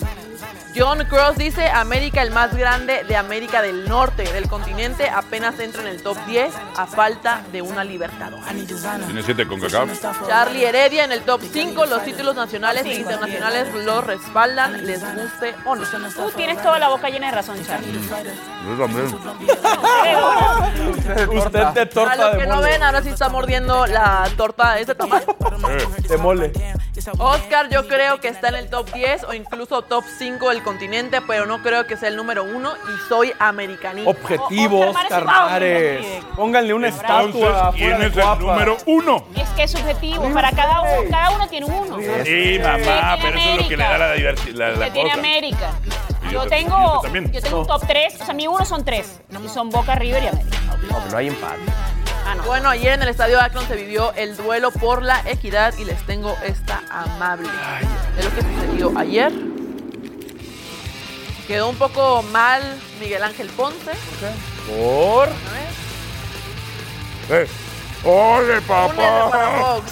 [SPEAKER 1] John Cross dice, América el más grande de América del Norte, del continente, apenas entra en el top 10 a falta de una Libertadores.
[SPEAKER 2] Tiene siete con cacao.
[SPEAKER 1] Charlie Heredia en el top 5, los títulos nacionales e internacionales los respaldan, les guste o no.
[SPEAKER 4] Tú tienes toda la boca llena de razón, Charlie.
[SPEAKER 2] Yo también.
[SPEAKER 3] Usted de
[SPEAKER 1] Para
[SPEAKER 3] torta
[SPEAKER 1] los
[SPEAKER 3] de
[SPEAKER 1] que no
[SPEAKER 3] mole. Eh,
[SPEAKER 1] ven, ahora sí está mordiendo la torta de este tamaño.
[SPEAKER 3] De mole.
[SPEAKER 1] Oscar yo creo que está en el top 10 o incluso top 5 del continente, pero no creo que sea el número 1 y soy americanista.
[SPEAKER 3] Objetivos,
[SPEAKER 4] Oscar Mares.
[SPEAKER 3] carnares. Pónganle una
[SPEAKER 2] Entonces,
[SPEAKER 3] estatua
[SPEAKER 2] ¿quién
[SPEAKER 3] fuera de
[SPEAKER 2] es el
[SPEAKER 3] Cuapa.
[SPEAKER 2] número uno?
[SPEAKER 4] Es que es subjetivo. Para cada uno, cada uno tiene uno.
[SPEAKER 2] Sí, mamá, pero eso es lo que le da la, diversi- la, la
[SPEAKER 4] Usted tiene
[SPEAKER 2] cosa.
[SPEAKER 4] América.
[SPEAKER 2] Y
[SPEAKER 4] Yo
[SPEAKER 2] te-
[SPEAKER 4] tengo,
[SPEAKER 2] te también.
[SPEAKER 4] yo tengo un top 3, o sea, mi uno son tres. Y son Boca, River y América.
[SPEAKER 5] No hay empate.
[SPEAKER 1] Ah, Bueno, ayer en el Estadio Akron se vivió el duelo por la equidad y les tengo esta amable. Es lo que sucedió ayer. Quedó un poco mal Miguel Ángel Ponce.
[SPEAKER 5] Por.
[SPEAKER 2] Eh. ¡Ole,
[SPEAKER 1] Túnel para
[SPEAKER 2] papá!
[SPEAKER 1] Fox.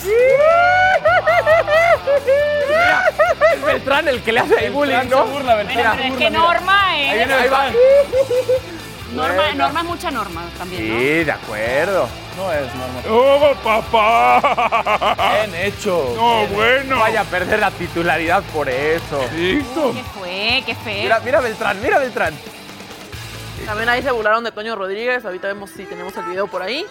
[SPEAKER 5] Es Beltrán el que le hace ahí bullying, ¿no?
[SPEAKER 4] Bueno, pero es que Norma es...
[SPEAKER 5] Ahí viene, ahí va.
[SPEAKER 4] Norma,
[SPEAKER 5] Bueno.
[SPEAKER 4] Norma es mucha Norma también, ¿no?
[SPEAKER 5] Sí, de acuerdo.
[SPEAKER 3] No es normal.
[SPEAKER 2] ¡Oh, papá!
[SPEAKER 3] Bien hecho.
[SPEAKER 2] ¡No, bueno!
[SPEAKER 5] Vaya a perder la titularidad por eso.
[SPEAKER 2] Listo.
[SPEAKER 4] ¿Qué fue? ¿Qué feo?
[SPEAKER 5] Mira, mira Beltrán, mira Beltrán.
[SPEAKER 1] También ahí se burlaron de Toño Rodríguez. Ahorita vemos si tenemos el video por ahí.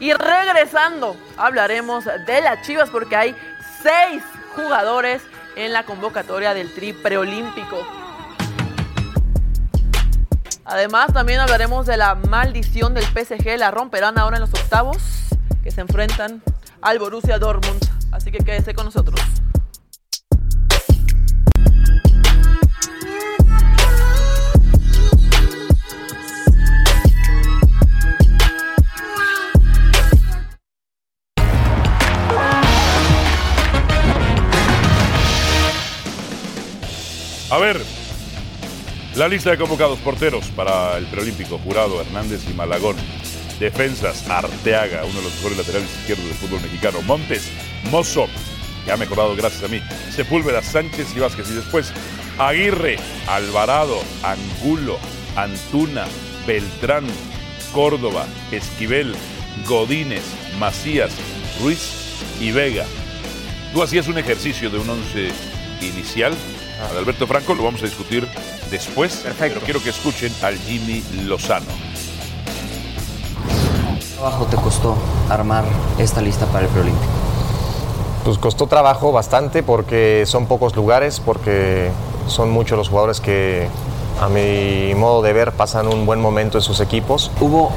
[SPEAKER 1] Y regresando, hablaremos de las Chivas porque hay seis jugadores en la convocatoria del Tri Preolímpico. Además, también hablaremos de la maldición del PSG. La romperán ahora en los octavos que se enfrentan al Borussia Dortmund. Así que quédese con nosotros.
[SPEAKER 2] A ver, la lista de convocados porteros para el preolímpico, Jurado, Hernández y Malagón. Defensas, Arteaga, uno de los mejores laterales izquierdos del fútbol mexicano. Montes, Mozo, que ha mejorado gracias a mí. Sepúlveda, Sánchez y Vázquez. Y después, Aguirre, Alvarado, Angulo, Antuna, Beltrán, Córdoba, Esquivel, Godínez, Macías, Ruiz y Vega. Tú hacías un ejercicio de un once inicial. Al Alberto Franco lo vamos a discutir después.
[SPEAKER 5] Perfecto.
[SPEAKER 2] Pero quiero que escuchen al Jimmy Lozano.
[SPEAKER 12] trabajo te costó armar esta lista para el preolímpico?
[SPEAKER 13] Pues costó trabajo bastante porque son pocos lugares, porque son muchos los jugadores que a mi modo de ver pasan un buen momento en sus equipos. ¿Hubo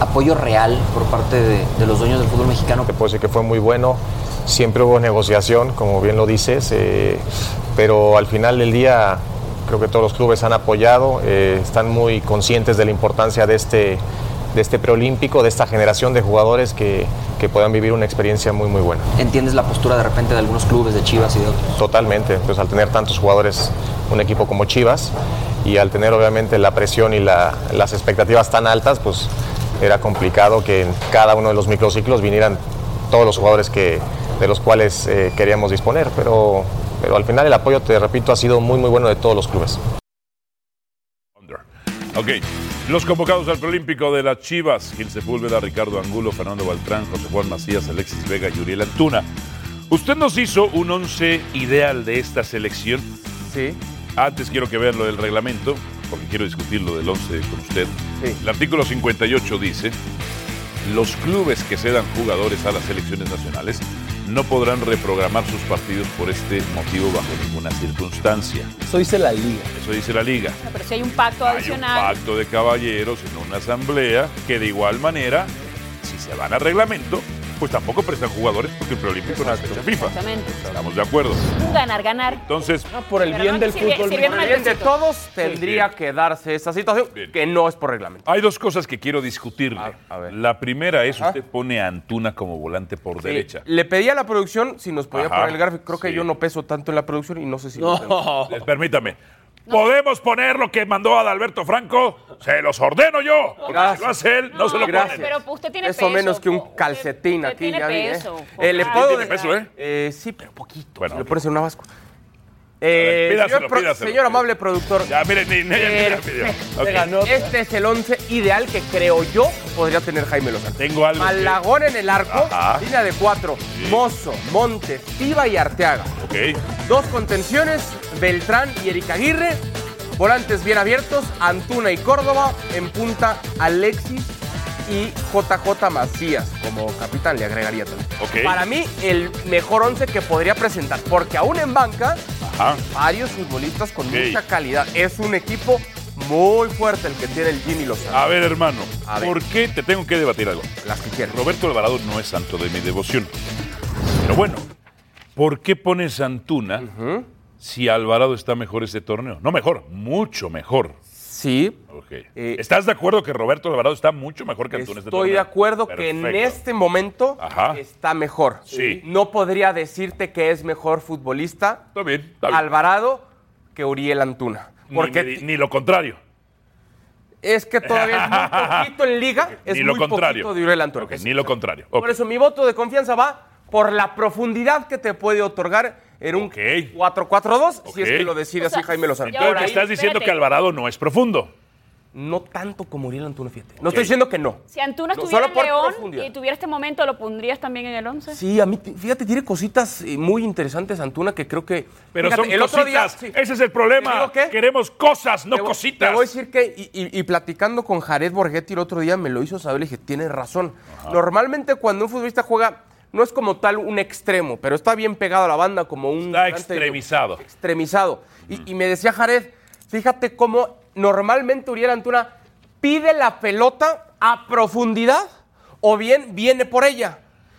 [SPEAKER 13] apoyo real por parte de, los dueños del fútbol mexicano? Te puedo decir que fue muy bueno, siempre hubo negociación, como bien lo dices, eh, pero al final del día creo que todos los clubes han apoyado, eh, están muy conscientes de la importancia de este, de este preolímpico, de esta generación de jugadores que, que puedan vivir una experiencia muy, muy buena.
[SPEAKER 12] ¿Entiendes la postura de repente de algunos clubes de Chivas y de otros?
[SPEAKER 13] Totalmente, pues al tener tantos jugadores, un equipo como Chivas, y al tener obviamente la presión y la- las expectativas tan altas, pues era complicado que en cada uno de los microciclos vinieran todos los jugadores que, de los cuales eh, queríamos disponer, pero, pero al final el apoyo, te repito, ha sido muy, muy bueno de todos los clubes.
[SPEAKER 2] Ok. Los convocados al preolímpico de las Chivas, Gil Sepúlveda, Ricardo Angulo, Fernando Baltrán, José Juan Macías, Alexis Vega y Uriel Antuna. Usted nos hizo un once ideal de esta selección.
[SPEAKER 5] Sí.
[SPEAKER 2] Antes quiero que vean lo del reglamento, porque quiero discutir lo del once con usted. El artículo 58 dice, los clubes que cedan jugadores a las selecciones nacionales no podrán reprogramar sus partidos por este motivo bajo ninguna circunstancia.
[SPEAKER 3] Eso dice la liga.
[SPEAKER 2] Eso dice la liga.
[SPEAKER 4] Pero si hay un pacto
[SPEAKER 2] Hay un
[SPEAKER 4] adicional.
[SPEAKER 2] pacto de caballeros en una asamblea que de igual manera, si se van a reglamento, pues tampoco prestan jugadores porque el preolímpico no es fecha FIFA.
[SPEAKER 4] Exactamente.
[SPEAKER 2] Estamos de acuerdo.
[SPEAKER 4] Un ganar, ganar.
[SPEAKER 2] Entonces,
[SPEAKER 3] Por el
[SPEAKER 4] Pero
[SPEAKER 3] bien
[SPEAKER 4] no,
[SPEAKER 3] del
[SPEAKER 4] sirve-
[SPEAKER 3] fútbol
[SPEAKER 4] sirviendo
[SPEAKER 5] Por el bien de todos tendría que darse esa situación que no es por reglamento.
[SPEAKER 2] hay dos cosas que quiero discutirle. La primera es, usted pone a Antuna como volante por
[SPEAKER 5] Sí,
[SPEAKER 2] derecha.
[SPEAKER 5] Le pedí a la producción si nos podía
[SPEAKER 2] Ajá,
[SPEAKER 5] poner el gráfico. Creo que
[SPEAKER 2] sí.
[SPEAKER 5] yo no peso tanto en la producción y no sé si. lo tengo.
[SPEAKER 3] No.
[SPEAKER 2] Eh, Permítame. ¿Podemos poner lo que mandó Adalberto Franco? Se los ordeno yo. Porque si lo
[SPEAKER 5] Gracias.
[SPEAKER 2] hace él, no, se lo
[SPEAKER 5] gracias.
[SPEAKER 2] ponen.
[SPEAKER 4] Pero usted tiene
[SPEAKER 5] Eso
[SPEAKER 4] peso.
[SPEAKER 5] menos que un
[SPEAKER 4] po-
[SPEAKER 5] calcetín
[SPEAKER 4] usted
[SPEAKER 5] aquí,
[SPEAKER 4] tiene
[SPEAKER 5] ya vi, ¿eh?
[SPEAKER 4] peso, Ah,
[SPEAKER 5] Eh, le
[SPEAKER 4] Ojalá.
[SPEAKER 5] puedo
[SPEAKER 2] Tiene peso, ¿eh?
[SPEAKER 5] Eh, sí, pero poquito.
[SPEAKER 2] Bueno.
[SPEAKER 5] Bueno, le pones en una vasco. Eh,
[SPEAKER 2] A ver, pídaselo,
[SPEAKER 5] señor, pro-
[SPEAKER 2] pídaselo.
[SPEAKER 5] señor amable productor,
[SPEAKER 2] Ya, miren, ni- ni- ni-
[SPEAKER 5] Perfecto.
[SPEAKER 2] Ok.
[SPEAKER 5] Se ganó. este es el 11 ideal que creo yo podría tener Jaime Lozano.
[SPEAKER 2] Tengo algo. que-
[SPEAKER 5] Malagón en el arco,
[SPEAKER 2] Ajá.
[SPEAKER 5] línea de cuatro, Mozo, Montes, Tiva y Arteaga.
[SPEAKER 2] Ok.
[SPEAKER 5] Dos contenciones, Beltrán y Erika Aguirre. Volantes bien abiertos, Antuna y Córdoba. En punta, Alexis y JJ Macías. Como capitán le agregaría también.
[SPEAKER 2] Ok.
[SPEAKER 5] Para mí, el mejor once que podría presentar. Porque aún en banca,
[SPEAKER 2] Ajá.
[SPEAKER 5] varios futbolistas con
[SPEAKER 2] Ok.
[SPEAKER 5] mucha calidad. Es un equipo muy fuerte el que tiene el Jimmy Lozano.
[SPEAKER 2] A ver, hermano,
[SPEAKER 5] A ver.
[SPEAKER 2] ¿por qué te tengo que debatir algo?
[SPEAKER 5] Las que quieran.
[SPEAKER 2] Roberto Alvarado no es santo de mi devoción. Pero bueno, ¿por qué pones a Antuna si Alvarado está mejor este torneo. No mejor, mucho mejor.
[SPEAKER 5] Sí. Eh,
[SPEAKER 2] ¿Estás de acuerdo que Roberto Alvarado está mucho mejor que Antuna este torneo?
[SPEAKER 5] Estoy de acuerdo que en
[SPEAKER 2] Perfecto.
[SPEAKER 5] este momento está mejor.
[SPEAKER 2] Sí.
[SPEAKER 5] No podría decirte que es mejor futbolista
[SPEAKER 2] bien.
[SPEAKER 5] Alvarado que Uriel Antuna.
[SPEAKER 2] Ni
[SPEAKER 5] Porque
[SPEAKER 2] me di- ni lo contrario.
[SPEAKER 5] es que todavía es muy poquito en liga, es
[SPEAKER 2] ni lo
[SPEAKER 5] muy
[SPEAKER 2] contrario.
[SPEAKER 5] poquito de Uriel Antuna.
[SPEAKER 2] Ok, ni lo contrario. Ok.
[SPEAKER 5] Por eso mi voto de confianza va por la profundidad que te puede otorgar en un 4-4-2, si es que lo decide así Jaime Lozano.
[SPEAKER 2] Entonces me estás diciendo que Alvarado no es profundo.
[SPEAKER 5] No tanto como Uriel Antuna, fíjate. No estoy diciendo que no.
[SPEAKER 4] Si Antuna
[SPEAKER 5] No,
[SPEAKER 4] estuviera
[SPEAKER 5] solo por
[SPEAKER 4] en León
[SPEAKER 5] profundidad.
[SPEAKER 4] y tuviera este momento, ¿lo pondrías también en el 11?
[SPEAKER 5] Sí, a mí, t- fíjate, tiene cositas eh, muy interesantes Antuna que creo que...
[SPEAKER 2] Pero
[SPEAKER 5] Fíjate,
[SPEAKER 2] son cositas. Ese es el problema.
[SPEAKER 5] ¿Te digo qué?
[SPEAKER 2] Queremos cosas, no
[SPEAKER 5] Te voy-
[SPEAKER 2] cositas.
[SPEAKER 5] Te voy a decir que, y, y- y platicando con Jared Borghetti el otro día, me lo hizo saber, le dije, tienes razón. Normalmente cuando un futbolista juega, no es como tal un extremo, pero está bien pegado a la banda como un...
[SPEAKER 2] Está
[SPEAKER 5] volante
[SPEAKER 2] extremizado.
[SPEAKER 5] Extremizado. Y, y me decía Jared, fíjate cómo normalmente Uriel Antuna pide la pelota a profundidad o bien viene por ella.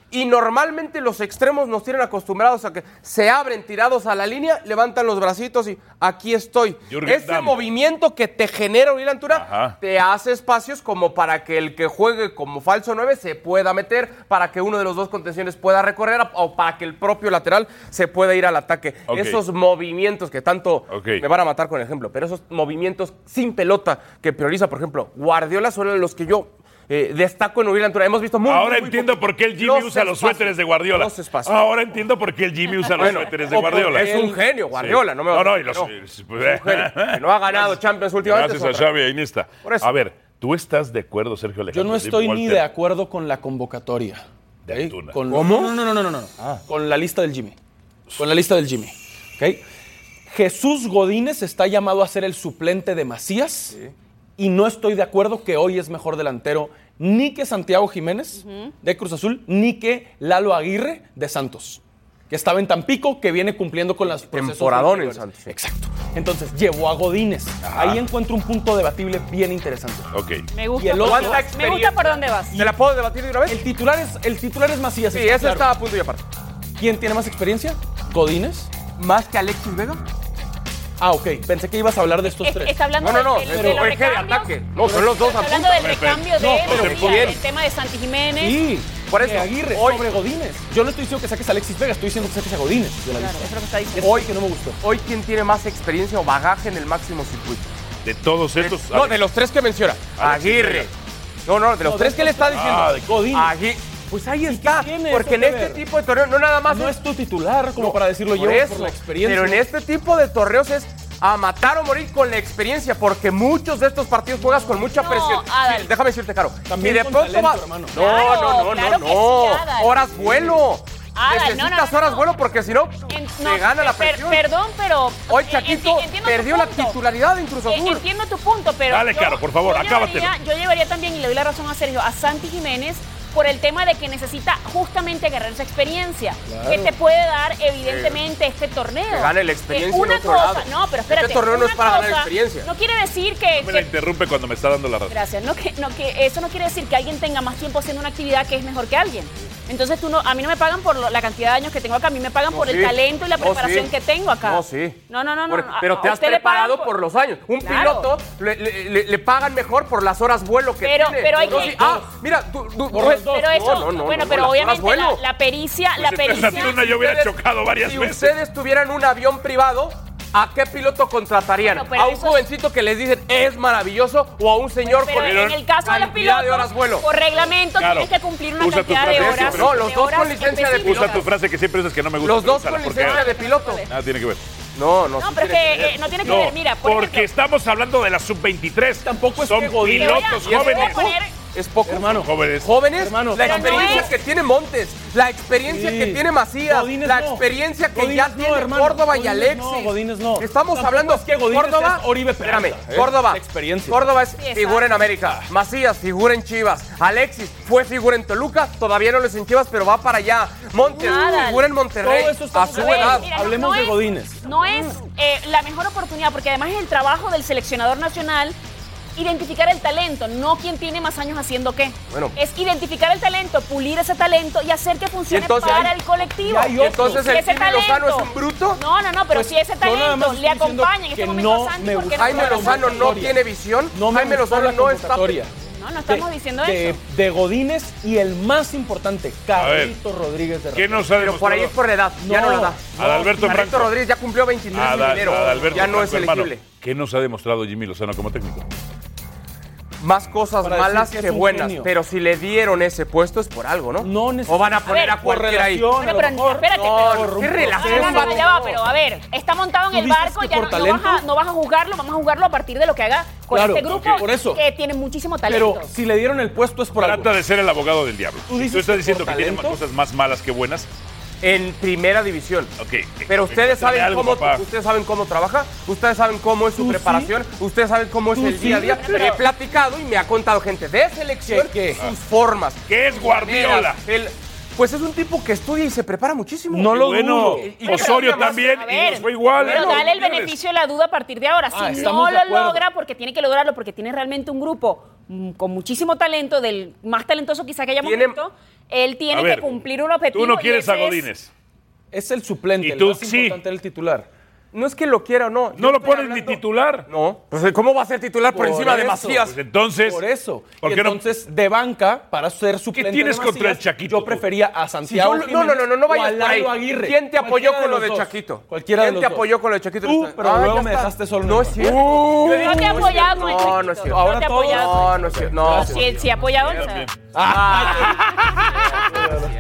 [SPEAKER 5] Y normalmente los extremos nos tienen acostumbrados a que se abren tirados a la línea, levantan los bracitos y aquí estoy.
[SPEAKER 2] Jürgen
[SPEAKER 5] Ese
[SPEAKER 2] Damm.
[SPEAKER 5] movimiento que te genera Uriel Antuna
[SPEAKER 2] Ajá.
[SPEAKER 5] te hace espacios como para que el que juegue como falso 9 se pueda meter, para que uno de los dos contenciones pueda recorrer o para que el propio lateral se pueda ir al ataque.
[SPEAKER 2] Ok.
[SPEAKER 5] Esos movimientos que tanto
[SPEAKER 2] Ok.
[SPEAKER 5] me van a matar con el ejemplo, pero esos movimientos sin pelota que prioriza, por ejemplo, Guardiola son los que yo eh, destaco en Uriel Antuna. Hemos visto muy
[SPEAKER 2] Ahora
[SPEAKER 5] muy, muy
[SPEAKER 2] entiendo
[SPEAKER 5] poquito.
[SPEAKER 2] por qué el Jimmy
[SPEAKER 5] Los
[SPEAKER 2] usa los
[SPEAKER 5] espacios,
[SPEAKER 2] suéteres de Guardiola.
[SPEAKER 5] los espacios.
[SPEAKER 2] Ahora entiendo por qué el Jimmy usa los
[SPEAKER 5] Bueno,
[SPEAKER 2] suéteres de
[SPEAKER 5] o porque
[SPEAKER 2] Guardiola.
[SPEAKER 5] Es un genio, Guardiola,
[SPEAKER 2] Sí. pues,
[SPEAKER 5] no me
[SPEAKER 2] No, no, y los-
[SPEAKER 5] Es un genio. Que no ha ganado Champions últimamente.
[SPEAKER 2] Gracias
[SPEAKER 5] es
[SPEAKER 2] a
[SPEAKER 5] otra.
[SPEAKER 2] Xavi e Iniesta.
[SPEAKER 5] Por eso.
[SPEAKER 2] A ver, ¿tú estás de acuerdo, Sergio
[SPEAKER 3] Yo
[SPEAKER 2] Alejandro?
[SPEAKER 3] no estoy ni
[SPEAKER 2] Walter?
[SPEAKER 3] de acuerdo con la convocatoria. ¿ok? Con,
[SPEAKER 5] ¿Cómo?
[SPEAKER 3] No, no, no, no, no. no.
[SPEAKER 2] Ah.
[SPEAKER 3] Con la lista del Jimmy. Con la lista del Jimmy. ¿ok? Jesús Godínez está llamado a ser el suplente de Macías. Y no estoy de acuerdo que hoy es mejor delantero ni que Santiago Jiménez de Cruz Azul, ni que Lalo Aguirre de Santos. Que estaba en Tampico, que viene cumpliendo con las procesos
[SPEAKER 5] Temporadón en
[SPEAKER 3] anteriores.
[SPEAKER 5] Santos.
[SPEAKER 3] Exacto. Entonces, llevó a Godínez. Ahí encuentro un punto debatible bien interesante.
[SPEAKER 2] Ok.
[SPEAKER 4] Me
[SPEAKER 3] Y
[SPEAKER 4] gusta,
[SPEAKER 3] el
[SPEAKER 4] por
[SPEAKER 3] otro-
[SPEAKER 4] dónde vas. me gusta por dónde vas.
[SPEAKER 5] ¿Te la puedo debatir de una vez?
[SPEAKER 3] El titular es, el titular es Macías.
[SPEAKER 5] Sí,
[SPEAKER 3] está
[SPEAKER 5] eso
[SPEAKER 3] claro.
[SPEAKER 5] estaba a punto y aparte.
[SPEAKER 3] ¿Quién tiene más experiencia? ¿Godínez?
[SPEAKER 5] ¿Más que Alexis Vega?
[SPEAKER 3] Ah, ok. Pensé que ibas a hablar de estos
[SPEAKER 4] Es-
[SPEAKER 3] tres.
[SPEAKER 4] está hablando No, no, del- no, del- de los es que de recambios. ataque.
[SPEAKER 5] No, son los dos
[SPEAKER 4] Está hablando del recambio de
[SPEAKER 3] No, pero
[SPEAKER 4] Macías,
[SPEAKER 3] bien.
[SPEAKER 4] el tema de Santi Jiménez.
[SPEAKER 3] Sí, por eso. Aguirre
[SPEAKER 5] hoy-
[SPEAKER 3] sobre Godínez. Yo no estoy diciendo que saques a Alexis Vega, estoy diciendo que saques a Godínez de la
[SPEAKER 5] Claro,
[SPEAKER 3] lista.
[SPEAKER 5] es lo que está diciendo.
[SPEAKER 3] Hoy que no me gustó.
[SPEAKER 5] Hoy, ¿quién tiene más experiencia o bagaje en el máximo circuito?
[SPEAKER 2] De todos estos.
[SPEAKER 5] No, de los tres que menciona.
[SPEAKER 2] Alexis
[SPEAKER 5] Aguirre.
[SPEAKER 2] Vega.
[SPEAKER 5] No, no, de los
[SPEAKER 2] No,
[SPEAKER 5] tres
[SPEAKER 2] de-
[SPEAKER 5] que le está diciendo.
[SPEAKER 2] Ah, de Godínez.
[SPEAKER 5] Agui- Pues ahí está.
[SPEAKER 3] tiene
[SPEAKER 5] Porque en
[SPEAKER 3] eso que
[SPEAKER 5] este
[SPEAKER 3] ver?
[SPEAKER 5] tipo de torneos no nada más
[SPEAKER 3] No es tu titular como para decirlo
[SPEAKER 5] por
[SPEAKER 3] yo
[SPEAKER 5] eso,
[SPEAKER 3] por la experiencia.
[SPEAKER 5] Pero en este tipo de torneos es a matar o morir con la experiencia, porque muchos de estos partidos juegas con mucha
[SPEAKER 4] No,
[SPEAKER 5] presión.
[SPEAKER 4] Adal.
[SPEAKER 5] Sí, déjame decirte, Caro.
[SPEAKER 3] También
[SPEAKER 5] y de
[SPEAKER 3] con
[SPEAKER 5] pronto
[SPEAKER 3] talento,
[SPEAKER 5] vas-
[SPEAKER 3] hermano.
[SPEAKER 5] No,
[SPEAKER 4] Claro,
[SPEAKER 5] no, no,
[SPEAKER 4] claro
[SPEAKER 5] no,
[SPEAKER 4] que
[SPEAKER 5] no.
[SPEAKER 4] sí, Adal.
[SPEAKER 5] Horas vuelo.
[SPEAKER 4] Adal, no, no,
[SPEAKER 5] Necesitas horas vuelo porque si no,
[SPEAKER 4] En-
[SPEAKER 5] se
[SPEAKER 4] no,
[SPEAKER 5] gana la
[SPEAKER 4] per-
[SPEAKER 5] presión.
[SPEAKER 4] perdón, pero.
[SPEAKER 5] Hoy
[SPEAKER 4] en-
[SPEAKER 5] Chaquito
[SPEAKER 4] enti- entiendo tu
[SPEAKER 5] perdió la
[SPEAKER 4] punto.
[SPEAKER 5] titularidad en Cruz
[SPEAKER 4] Eh,
[SPEAKER 5] Azul.
[SPEAKER 4] Entiendo tu punto, pero.
[SPEAKER 2] Dale, Caro, por favor, acábatelo.
[SPEAKER 4] llevaría- yo llevaría también, y le doy la razón a Sergio, a Santi Jiménez por el tema de que necesita justamente agarrar esa experiencia
[SPEAKER 5] Claro.
[SPEAKER 4] que te puede dar, evidentemente, este torneo.
[SPEAKER 5] que gane la
[SPEAKER 4] Eh,
[SPEAKER 5] experiencia en
[SPEAKER 4] una
[SPEAKER 5] otro
[SPEAKER 4] cosa,
[SPEAKER 5] lado.
[SPEAKER 4] no, pero espérate.
[SPEAKER 5] Este torneo no
[SPEAKER 4] una
[SPEAKER 5] es para ganar
[SPEAKER 4] cosa
[SPEAKER 5] experiencia.
[SPEAKER 4] No quiere decir que.
[SPEAKER 2] Me
[SPEAKER 4] que-
[SPEAKER 2] la interrumpe cuando me está dando la razón.
[SPEAKER 4] Gracias. No que, no que eso no quiere decir que alguien tenga más tiempo haciendo una actividad que es mejor que alguien. Entonces tú no, a mí no me pagan por lo- la cantidad de años que tengo acá, a mí me pagan
[SPEAKER 5] No,
[SPEAKER 4] por
[SPEAKER 5] sí.
[SPEAKER 4] el talento y la
[SPEAKER 5] No,
[SPEAKER 4] preparación
[SPEAKER 5] sí.
[SPEAKER 4] que tengo acá.
[SPEAKER 5] No, sí.
[SPEAKER 4] No, no, no, no,
[SPEAKER 5] Por-
[SPEAKER 4] no.
[SPEAKER 5] pero
[SPEAKER 4] A-
[SPEAKER 5] te
[SPEAKER 4] a
[SPEAKER 5] has
[SPEAKER 4] usted le pagan
[SPEAKER 5] preparado
[SPEAKER 4] por-
[SPEAKER 5] por... los años. Un
[SPEAKER 4] Claro.
[SPEAKER 5] piloto le, le- le- le pagan mejor por las horas vuelo que
[SPEAKER 4] Pero-
[SPEAKER 5] tiene.
[SPEAKER 4] pero hay
[SPEAKER 5] No,
[SPEAKER 4] que-
[SPEAKER 5] sí. Ah, mira, tú, tú-
[SPEAKER 4] Por
[SPEAKER 5] tú-
[SPEAKER 4] los dos. Pero eso- bueno, pero
[SPEAKER 5] las horas
[SPEAKER 4] obviamente
[SPEAKER 5] vuelo.
[SPEAKER 4] la- la pericia-
[SPEAKER 5] Pues
[SPEAKER 4] la
[SPEAKER 5] entonces,
[SPEAKER 4] pericia-
[SPEAKER 5] si
[SPEAKER 2] Una, yo hubiera chocado varias
[SPEAKER 5] si
[SPEAKER 2] veces.
[SPEAKER 5] ustedes tuvieran un avión privado, ¿a qué piloto contratarían?
[SPEAKER 4] Bueno, pero
[SPEAKER 5] ¿A un
[SPEAKER 4] eso es-
[SPEAKER 5] jovencito que les dicen es maravilloso o a un señor
[SPEAKER 4] Pero
[SPEAKER 5] con
[SPEAKER 4] en el caso de los
[SPEAKER 5] cantidad
[SPEAKER 4] pilotos,
[SPEAKER 5] de horas vuelo?
[SPEAKER 4] por reglamento
[SPEAKER 2] Claro.
[SPEAKER 4] tienes que cumplir una
[SPEAKER 2] Usa tu
[SPEAKER 4] cantidad de
[SPEAKER 2] frase,
[SPEAKER 4] horas.
[SPEAKER 2] pero- No,
[SPEAKER 5] los
[SPEAKER 4] de
[SPEAKER 5] dos con
[SPEAKER 4] horas
[SPEAKER 5] licencia de
[SPEAKER 4] específicas.
[SPEAKER 2] Usa tu frase que siempre dices que no me gusta.
[SPEAKER 5] Los
[SPEAKER 2] pero
[SPEAKER 5] dos
[SPEAKER 2] úsala,
[SPEAKER 5] con
[SPEAKER 2] porque-
[SPEAKER 5] licencia de piloto.
[SPEAKER 2] Nada tiene que ver.
[SPEAKER 5] No, no.
[SPEAKER 4] No,
[SPEAKER 5] sí
[SPEAKER 4] pero es
[SPEAKER 5] tiene
[SPEAKER 4] que eh, no tiene que
[SPEAKER 2] No,
[SPEAKER 4] ver. Mira, por
[SPEAKER 2] porque
[SPEAKER 4] ejemplo,
[SPEAKER 2] estamos hablando de la sub-23. Tampoco
[SPEAKER 3] es
[SPEAKER 2] Son
[SPEAKER 3] que Godín-
[SPEAKER 2] pilotos
[SPEAKER 4] Te voy a- te voy a
[SPEAKER 2] jóvenes.
[SPEAKER 4] poner-
[SPEAKER 5] Es poco.
[SPEAKER 2] Hermano, jóvenes.
[SPEAKER 5] Jóvenes, la
[SPEAKER 4] pero no
[SPEAKER 5] experiencia
[SPEAKER 4] es-
[SPEAKER 5] que tiene Montes, la experiencia
[SPEAKER 3] Sí.
[SPEAKER 5] que tiene Macías,
[SPEAKER 3] Godínez
[SPEAKER 5] la
[SPEAKER 3] no.
[SPEAKER 5] experiencia que
[SPEAKER 3] Godínez
[SPEAKER 5] ya
[SPEAKER 3] no,
[SPEAKER 5] tiene
[SPEAKER 3] hermano.
[SPEAKER 5] Córdoba y
[SPEAKER 3] Godínez
[SPEAKER 5] Alexis.
[SPEAKER 3] no, Godínez no.
[SPEAKER 5] Estamos
[SPEAKER 3] Tampoco
[SPEAKER 5] hablando
[SPEAKER 3] es que Godínez
[SPEAKER 5] Córdoba,
[SPEAKER 3] es Oribe Peralta,
[SPEAKER 5] espérame,
[SPEAKER 3] ¿eh?
[SPEAKER 5] Córdoba.
[SPEAKER 3] La experiencia.
[SPEAKER 5] Córdoba es
[SPEAKER 4] exacto.
[SPEAKER 5] figura en América. Macías, figura en Chivas. Alexis fue figura en Toluca, todavía no lo es en Chivas, pero va para allá. Montes,
[SPEAKER 4] Nada.
[SPEAKER 5] figura en Monterrey.
[SPEAKER 3] Todo eso está
[SPEAKER 5] a
[SPEAKER 3] muy
[SPEAKER 5] su
[SPEAKER 4] bien.
[SPEAKER 5] edad.
[SPEAKER 4] Mira,
[SPEAKER 3] Hablemos
[SPEAKER 4] no
[SPEAKER 3] de
[SPEAKER 4] es-
[SPEAKER 3] Godínez.
[SPEAKER 4] no es eh, la mejor oportunidad, porque además es el trabajo del seleccionador nacional identificar el talento, no quién tiene más años haciendo qué.
[SPEAKER 5] Bueno.
[SPEAKER 4] Es identificar el talento, pulir ese talento y hacer que funcione
[SPEAKER 5] entonces
[SPEAKER 4] para
[SPEAKER 5] hay-
[SPEAKER 4] el colectivo.
[SPEAKER 5] y hay otros. Entonces el
[SPEAKER 4] ese
[SPEAKER 5] Jimmy Lozano
[SPEAKER 4] talento-
[SPEAKER 5] es un bruto.
[SPEAKER 4] No, no, no, pero
[SPEAKER 5] Pues,
[SPEAKER 4] si ese
[SPEAKER 5] yo nada
[SPEAKER 4] talento
[SPEAKER 5] más
[SPEAKER 4] le
[SPEAKER 5] estoy diciendo
[SPEAKER 4] acompaña en este
[SPEAKER 5] que
[SPEAKER 4] momento
[SPEAKER 5] no
[SPEAKER 4] a Santi,
[SPEAKER 5] me
[SPEAKER 4] ¿por qué
[SPEAKER 5] gustó Jaime
[SPEAKER 4] lo
[SPEAKER 5] Lozano
[SPEAKER 4] convocas?
[SPEAKER 5] no tiene visión.
[SPEAKER 3] No me
[SPEAKER 5] Jaime
[SPEAKER 3] gustó
[SPEAKER 5] Lozano
[SPEAKER 3] la
[SPEAKER 5] no está.
[SPEAKER 3] convocatoria.
[SPEAKER 4] No, no estamos diciendo
[SPEAKER 3] de,
[SPEAKER 4] eso.
[SPEAKER 3] de Godínez y el más importante,
[SPEAKER 2] ver.
[SPEAKER 3] Carlito Rodríguez de
[SPEAKER 2] ¿Qué
[SPEAKER 3] Ramírez.
[SPEAKER 2] nos ha
[SPEAKER 3] Pero
[SPEAKER 2] demostrado?
[SPEAKER 3] por ahí es por la edad, ya no la da.
[SPEAKER 2] Adalberto
[SPEAKER 5] Alberto
[SPEAKER 2] Franco.
[SPEAKER 5] Rodríguez ya cumplió 23 en
[SPEAKER 2] Adal-
[SPEAKER 5] enero.
[SPEAKER 2] Adalberto
[SPEAKER 5] ya no
[SPEAKER 2] Franco,
[SPEAKER 5] es
[SPEAKER 2] hermano.
[SPEAKER 5] elegible.
[SPEAKER 2] ¿Qué nos ha demostrado Jimmy Lozano como técnico?
[SPEAKER 5] Más cosas
[SPEAKER 2] Para decir
[SPEAKER 5] malas
[SPEAKER 2] que es
[SPEAKER 5] que,
[SPEAKER 2] un
[SPEAKER 5] buenas,
[SPEAKER 2] genio.
[SPEAKER 5] pero si le dieron ese puesto es por algo, ¿no? No O van a poner a cualquiera ahí.
[SPEAKER 4] Bueno, pero espérate, pero-
[SPEAKER 5] qué relación.
[SPEAKER 4] No, no, no, ya va, pero a ver, está montado en
[SPEAKER 3] Tú
[SPEAKER 4] el
[SPEAKER 3] dices
[SPEAKER 4] barco,
[SPEAKER 3] que
[SPEAKER 4] ya no,
[SPEAKER 3] por
[SPEAKER 4] no vas a,
[SPEAKER 3] talento.
[SPEAKER 4] no vas a juzgarlo, vamos a jugarlo a partir de lo que haga con
[SPEAKER 3] Claro,
[SPEAKER 4] este grupo
[SPEAKER 3] ok, por eso.
[SPEAKER 4] que tiene muchísimo talento.
[SPEAKER 3] Pero si le dieron el puesto es por algo.
[SPEAKER 2] Trata de ser el abogado del diablo.
[SPEAKER 3] ¿Tú
[SPEAKER 2] Si
[SPEAKER 3] dices
[SPEAKER 2] ¿Tú estás
[SPEAKER 3] que
[SPEAKER 2] diciendo
[SPEAKER 3] por
[SPEAKER 2] que tiene
[SPEAKER 3] talento?
[SPEAKER 2] cosas más malas que buenas?
[SPEAKER 5] En primera división.
[SPEAKER 2] Ok.
[SPEAKER 5] Pero ustedes
[SPEAKER 2] Cuéntame
[SPEAKER 5] saben,
[SPEAKER 2] algo,
[SPEAKER 5] cómo,
[SPEAKER 2] papá.
[SPEAKER 5] ustedes saben cómo trabaja, ustedes saben cómo es su preparación, ustedes saben cómo es
[SPEAKER 2] ¿Tú
[SPEAKER 5] el día a
[SPEAKER 2] sí?
[SPEAKER 5] día.
[SPEAKER 2] Pero-
[SPEAKER 5] He platicado y me ha contado gente de selección sus formas.
[SPEAKER 2] ¿Qué es Guardiola?
[SPEAKER 5] El- pues es un tipo que estudia y se prepara muchísimo.
[SPEAKER 2] No lo Bueno, dudo. Osorio también,
[SPEAKER 4] A ver, Pero
[SPEAKER 5] Bueno,
[SPEAKER 4] dale el
[SPEAKER 5] ¿quieres?
[SPEAKER 4] beneficio de la duda a partir de ahora.
[SPEAKER 5] Ah,
[SPEAKER 4] si no
[SPEAKER 5] estamos de
[SPEAKER 4] lo
[SPEAKER 5] acuerdo.
[SPEAKER 4] logra, porque tiene que lograrlo, porque tiene realmente un grupo mm, con muchísimo talento, del más talentoso quizá que hayamos
[SPEAKER 3] Tiene-
[SPEAKER 4] visto, él tiene
[SPEAKER 3] A ver,
[SPEAKER 4] que cumplir un objetivo. y ese es-
[SPEAKER 3] Es el suplente,
[SPEAKER 5] Y
[SPEAKER 3] el
[SPEAKER 5] tú
[SPEAKER 3] más
[SPEAKER 5] sí.
[SPEAKER 3] importante el titular.
[SPEAKER 5] No es que lo quiera o no.
[SPEAKER 3] ¿No lo pones ni
[SPEAKER 2] titular?
[SPEAKER 5] No. Pues, ¿Cómo va a ser titular por, encima de Macías?
[SPEAKER 2] entonces.
[SPEAKER 3] Por eso.
[SPEAKER 5] ¿por
[SPEAKER 3] Y
[SPEAKER 5] qué no-
[SPEAKER 3] entonces, de banca, para ser suplente.
[SPEAKER 5] tienes
[SPEAKER 3] de
[SPEAKER 5] contra
[SPEAKER 3] Macías,
[SPEAKER 5] el Chaquito,
[SPEAKER 3] Yo prefería a
[SPEAKER 5] Si
[SPEAKER 3] Santiago.
[SPEAKER 5] yo- no, no, no, no, no
[SPEAKER 3] Jiménez o a
[SPEAKER 5] vayas por ahí.
[SPEAKER 3] Lalo Aguirre.
[SPEAKER 5] ¿Quién te apoyó
[SPEAKER 3] Cualquiera
[SPEAKER 5] con lo de,
[SPEAKER 3] los dos.
[SPEAKER 5] Chaquito?
[SPEAKER 3] Cualquiera de
[SPEAKER 5] ¿Quién
[SPEAKER 3] los
[SPEAKER 5] te
[SPEAKER 3] dos.
[SPEAKER 5] apoyó con lo de Chaquito? ah,
[SPEAKER 3] Tú, pero luego
[SPEAKER 5] ya
[SPEAKER 3] me
[SPEAKER 5] está.
[SPEAKER 3] dejaste solo en
[SPEAKER 5] No
[SPEAKER 3] el
[SPEAKER 5] es
[SPEAKER 3] banco.
[SPEAKER 5] cierto.
[SPEAKER 3] Uh.
[SPEAKER 5] Yo digo,
[SPEAKER 3] No te he
[SPEAKER 5] es cierto.
[SPEAKER 4] apoyado, Chaquito.
[SPEAKER 5] No, no es cierto.
[SPEAKER 4] No Ah. te he apoyado.
[SPEAKER 5] No, no es cierto.
[SPEAKER 3] Ah,
[SPEAKER 5] No,
[SPEAKER 4] Si, él- si apoya a Onza.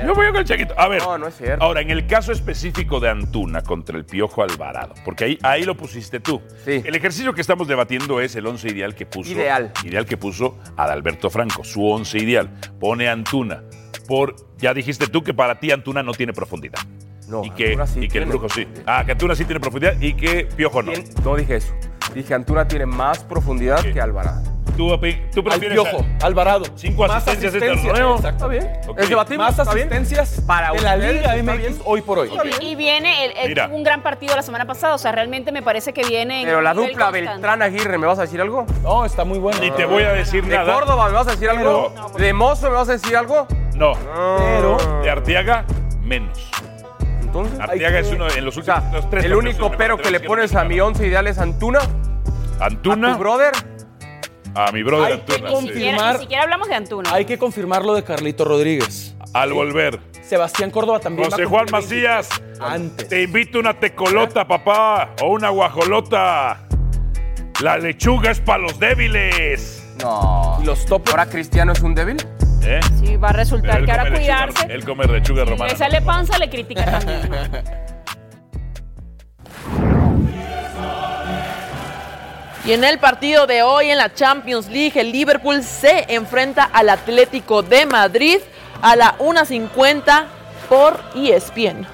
[SPEAKER 2] Yo voy con el chaquito. A ver.
[SPEAKER 5] No, no es cierto.
[SPEAKER 2] Ahora, en el caso específico de Antuna contra el Piojo Alvarado, porque ahí, ahí lo pusiste tú. El ejercicio que estamos debatiendo es el once ideal que puso.
[SPEAKER 5] Ideal.
[SPEAKER 2] Ideal que puso Adalberto Franco, su once ideal. Pone a Antuna. Por, ya dijiste tú que para ti Antuna no tiene profundidad.
[SPEAKER 5] No,
[SPEAKER 2] y que, y que el brujo sí. Ah, que Antuna sí tiene profundidad y que Piojo no.
[SPEAKER 5] No dije eso. Dije, Antuna tiene más profundidad que Alvarado.
[SPEAKER 2] Tú, opi- tú prefieres.
[SPEAKER 3] Piojo, Alvarado.
[SPEAKER 2] Cinco
[SPEAKER 3] Más
[SPEAKER 2] asistencias este
[SPEAKER 3] asistencias.
[SPEAKER 2] torneo.
[SPEAKER 3] Exacto.
[SPEAKER 5] Está bien.
[SPEAKER 2] Ok.
[SPEAKER 5] Es debatible.
[SPEAKER 3] Más
[SPEAKER 5] está bien.
[SPEAKER 3] asistencias
[SPEAKER 5] Para
[SPEAKER 3] de la
[SPEAKER 5] ustedes,
[SPEAKER 3] Liga
[SPEAKER 5] está
[SPEAKER 3] MX hoy por hoy.
[SPEAKER 4] Y- Y, viene, el- el-
[SPEAKER 5] Mira.
[SPEAKER 4] tuvo un gran partido la semana pasada, o sea, realmente me parece que viene. en
[SPEAKER 5] Pero la
[SPEAKER 4] un nivel
[SPEAKER 5] dupla
[SPEAKER 4] constante.
[SPEAKER 5] Beltrán Aguirre, ¿me vas a decir algo?
[SPEAKER 3] No, está muy buena.
[SPEAKER 2] Ni te voy a decir
[SPEAKER 5] de
[SPEAKER 2] nada.
[SPEAKER 5] Córdoba, ¿me vas a decir algo? ¿De Mozo, me vas a decir algo?
[SPEAKER 2] No.
[SPEAKER 5] Pero.
[SPEAKER 2] De Arteaga, menos.
[SPEAKER 5] Entonces.
[SPEAKER 2] Arteaga es uno de- en los últimos los tres.
[SPEAKER 5] El
[SPEAKER 2] torneos
[SPEAKER 5] único
[SPEAKER 2] es
[SPEAKER 5] pero que le pones a mi once ideal es Antuna.
[SPEAKER 2] Antuna.
[SPEAKER 5] ¿A tu brother?
[SPEAKER 2] A mi brother
[SPEAKER 3] Hay que
[SPEAKER 2] Antuna.
[SPEAKER 4] Ni siquiera, ni
[SPEAKER 3] Firmar-
[SPEAKER 4] siquiera hablamos de Antuna.
[SPEAKER 3] Hay que confirmar lo de Carlito Rodríguez.
[SPEAKER 2] Al volver.
[SPEAKER 3] Sebastián Córdoba también. va a
[SPEAKER 2] José Juan
[SPEAKER 3] cumplir
[SPEAKER 2] Macías. Te invito una
[SPEAKER 5] ¿Eh?
[SPEAKER 2] tecolota, papá. O una guajolota. La lechuga es para los débiles.
[SPEAKER 5] No.
[SPEAKER 3] ¿Los topos?
[SPEAKER 5] ¿Ahora Cristiano es un débil?
[SPEAKER 2] ¿Eh?
[SPEAKER 4] Sí, va a
[SPEAKER 2] Pero
[SPEAKER 4] resultar
[SPEAKER 2] él
[SPEAKER 4] que ahora
[SPEAKER 2] come lechuga-
[SPEAKER 4] cuidarse.
[SPEAKER 2] Él come lechuga romana.
[SPEAKER 4] Le sale panza, le critica también. ¿no?
[SPEAKER 1] Y en el partido de hoy en la Champions League, el Liverpool se enfrenta al Atlético de Madrid a la 1.50 por E ESPN.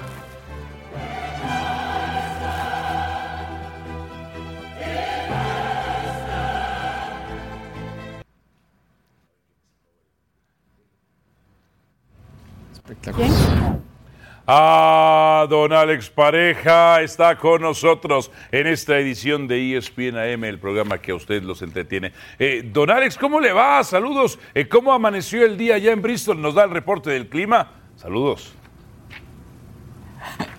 [SPEAKER 2] Ah, don Alex Pareja está con nosotros en esta edición de E ESPN AM, el programa que a usted los entretiene. Eh, don Alex, ¿cómo le va? Saludos. Eh, ¿Cómo amaneció el día allá en Bristol? Nos da el reporte del clima. Saludos.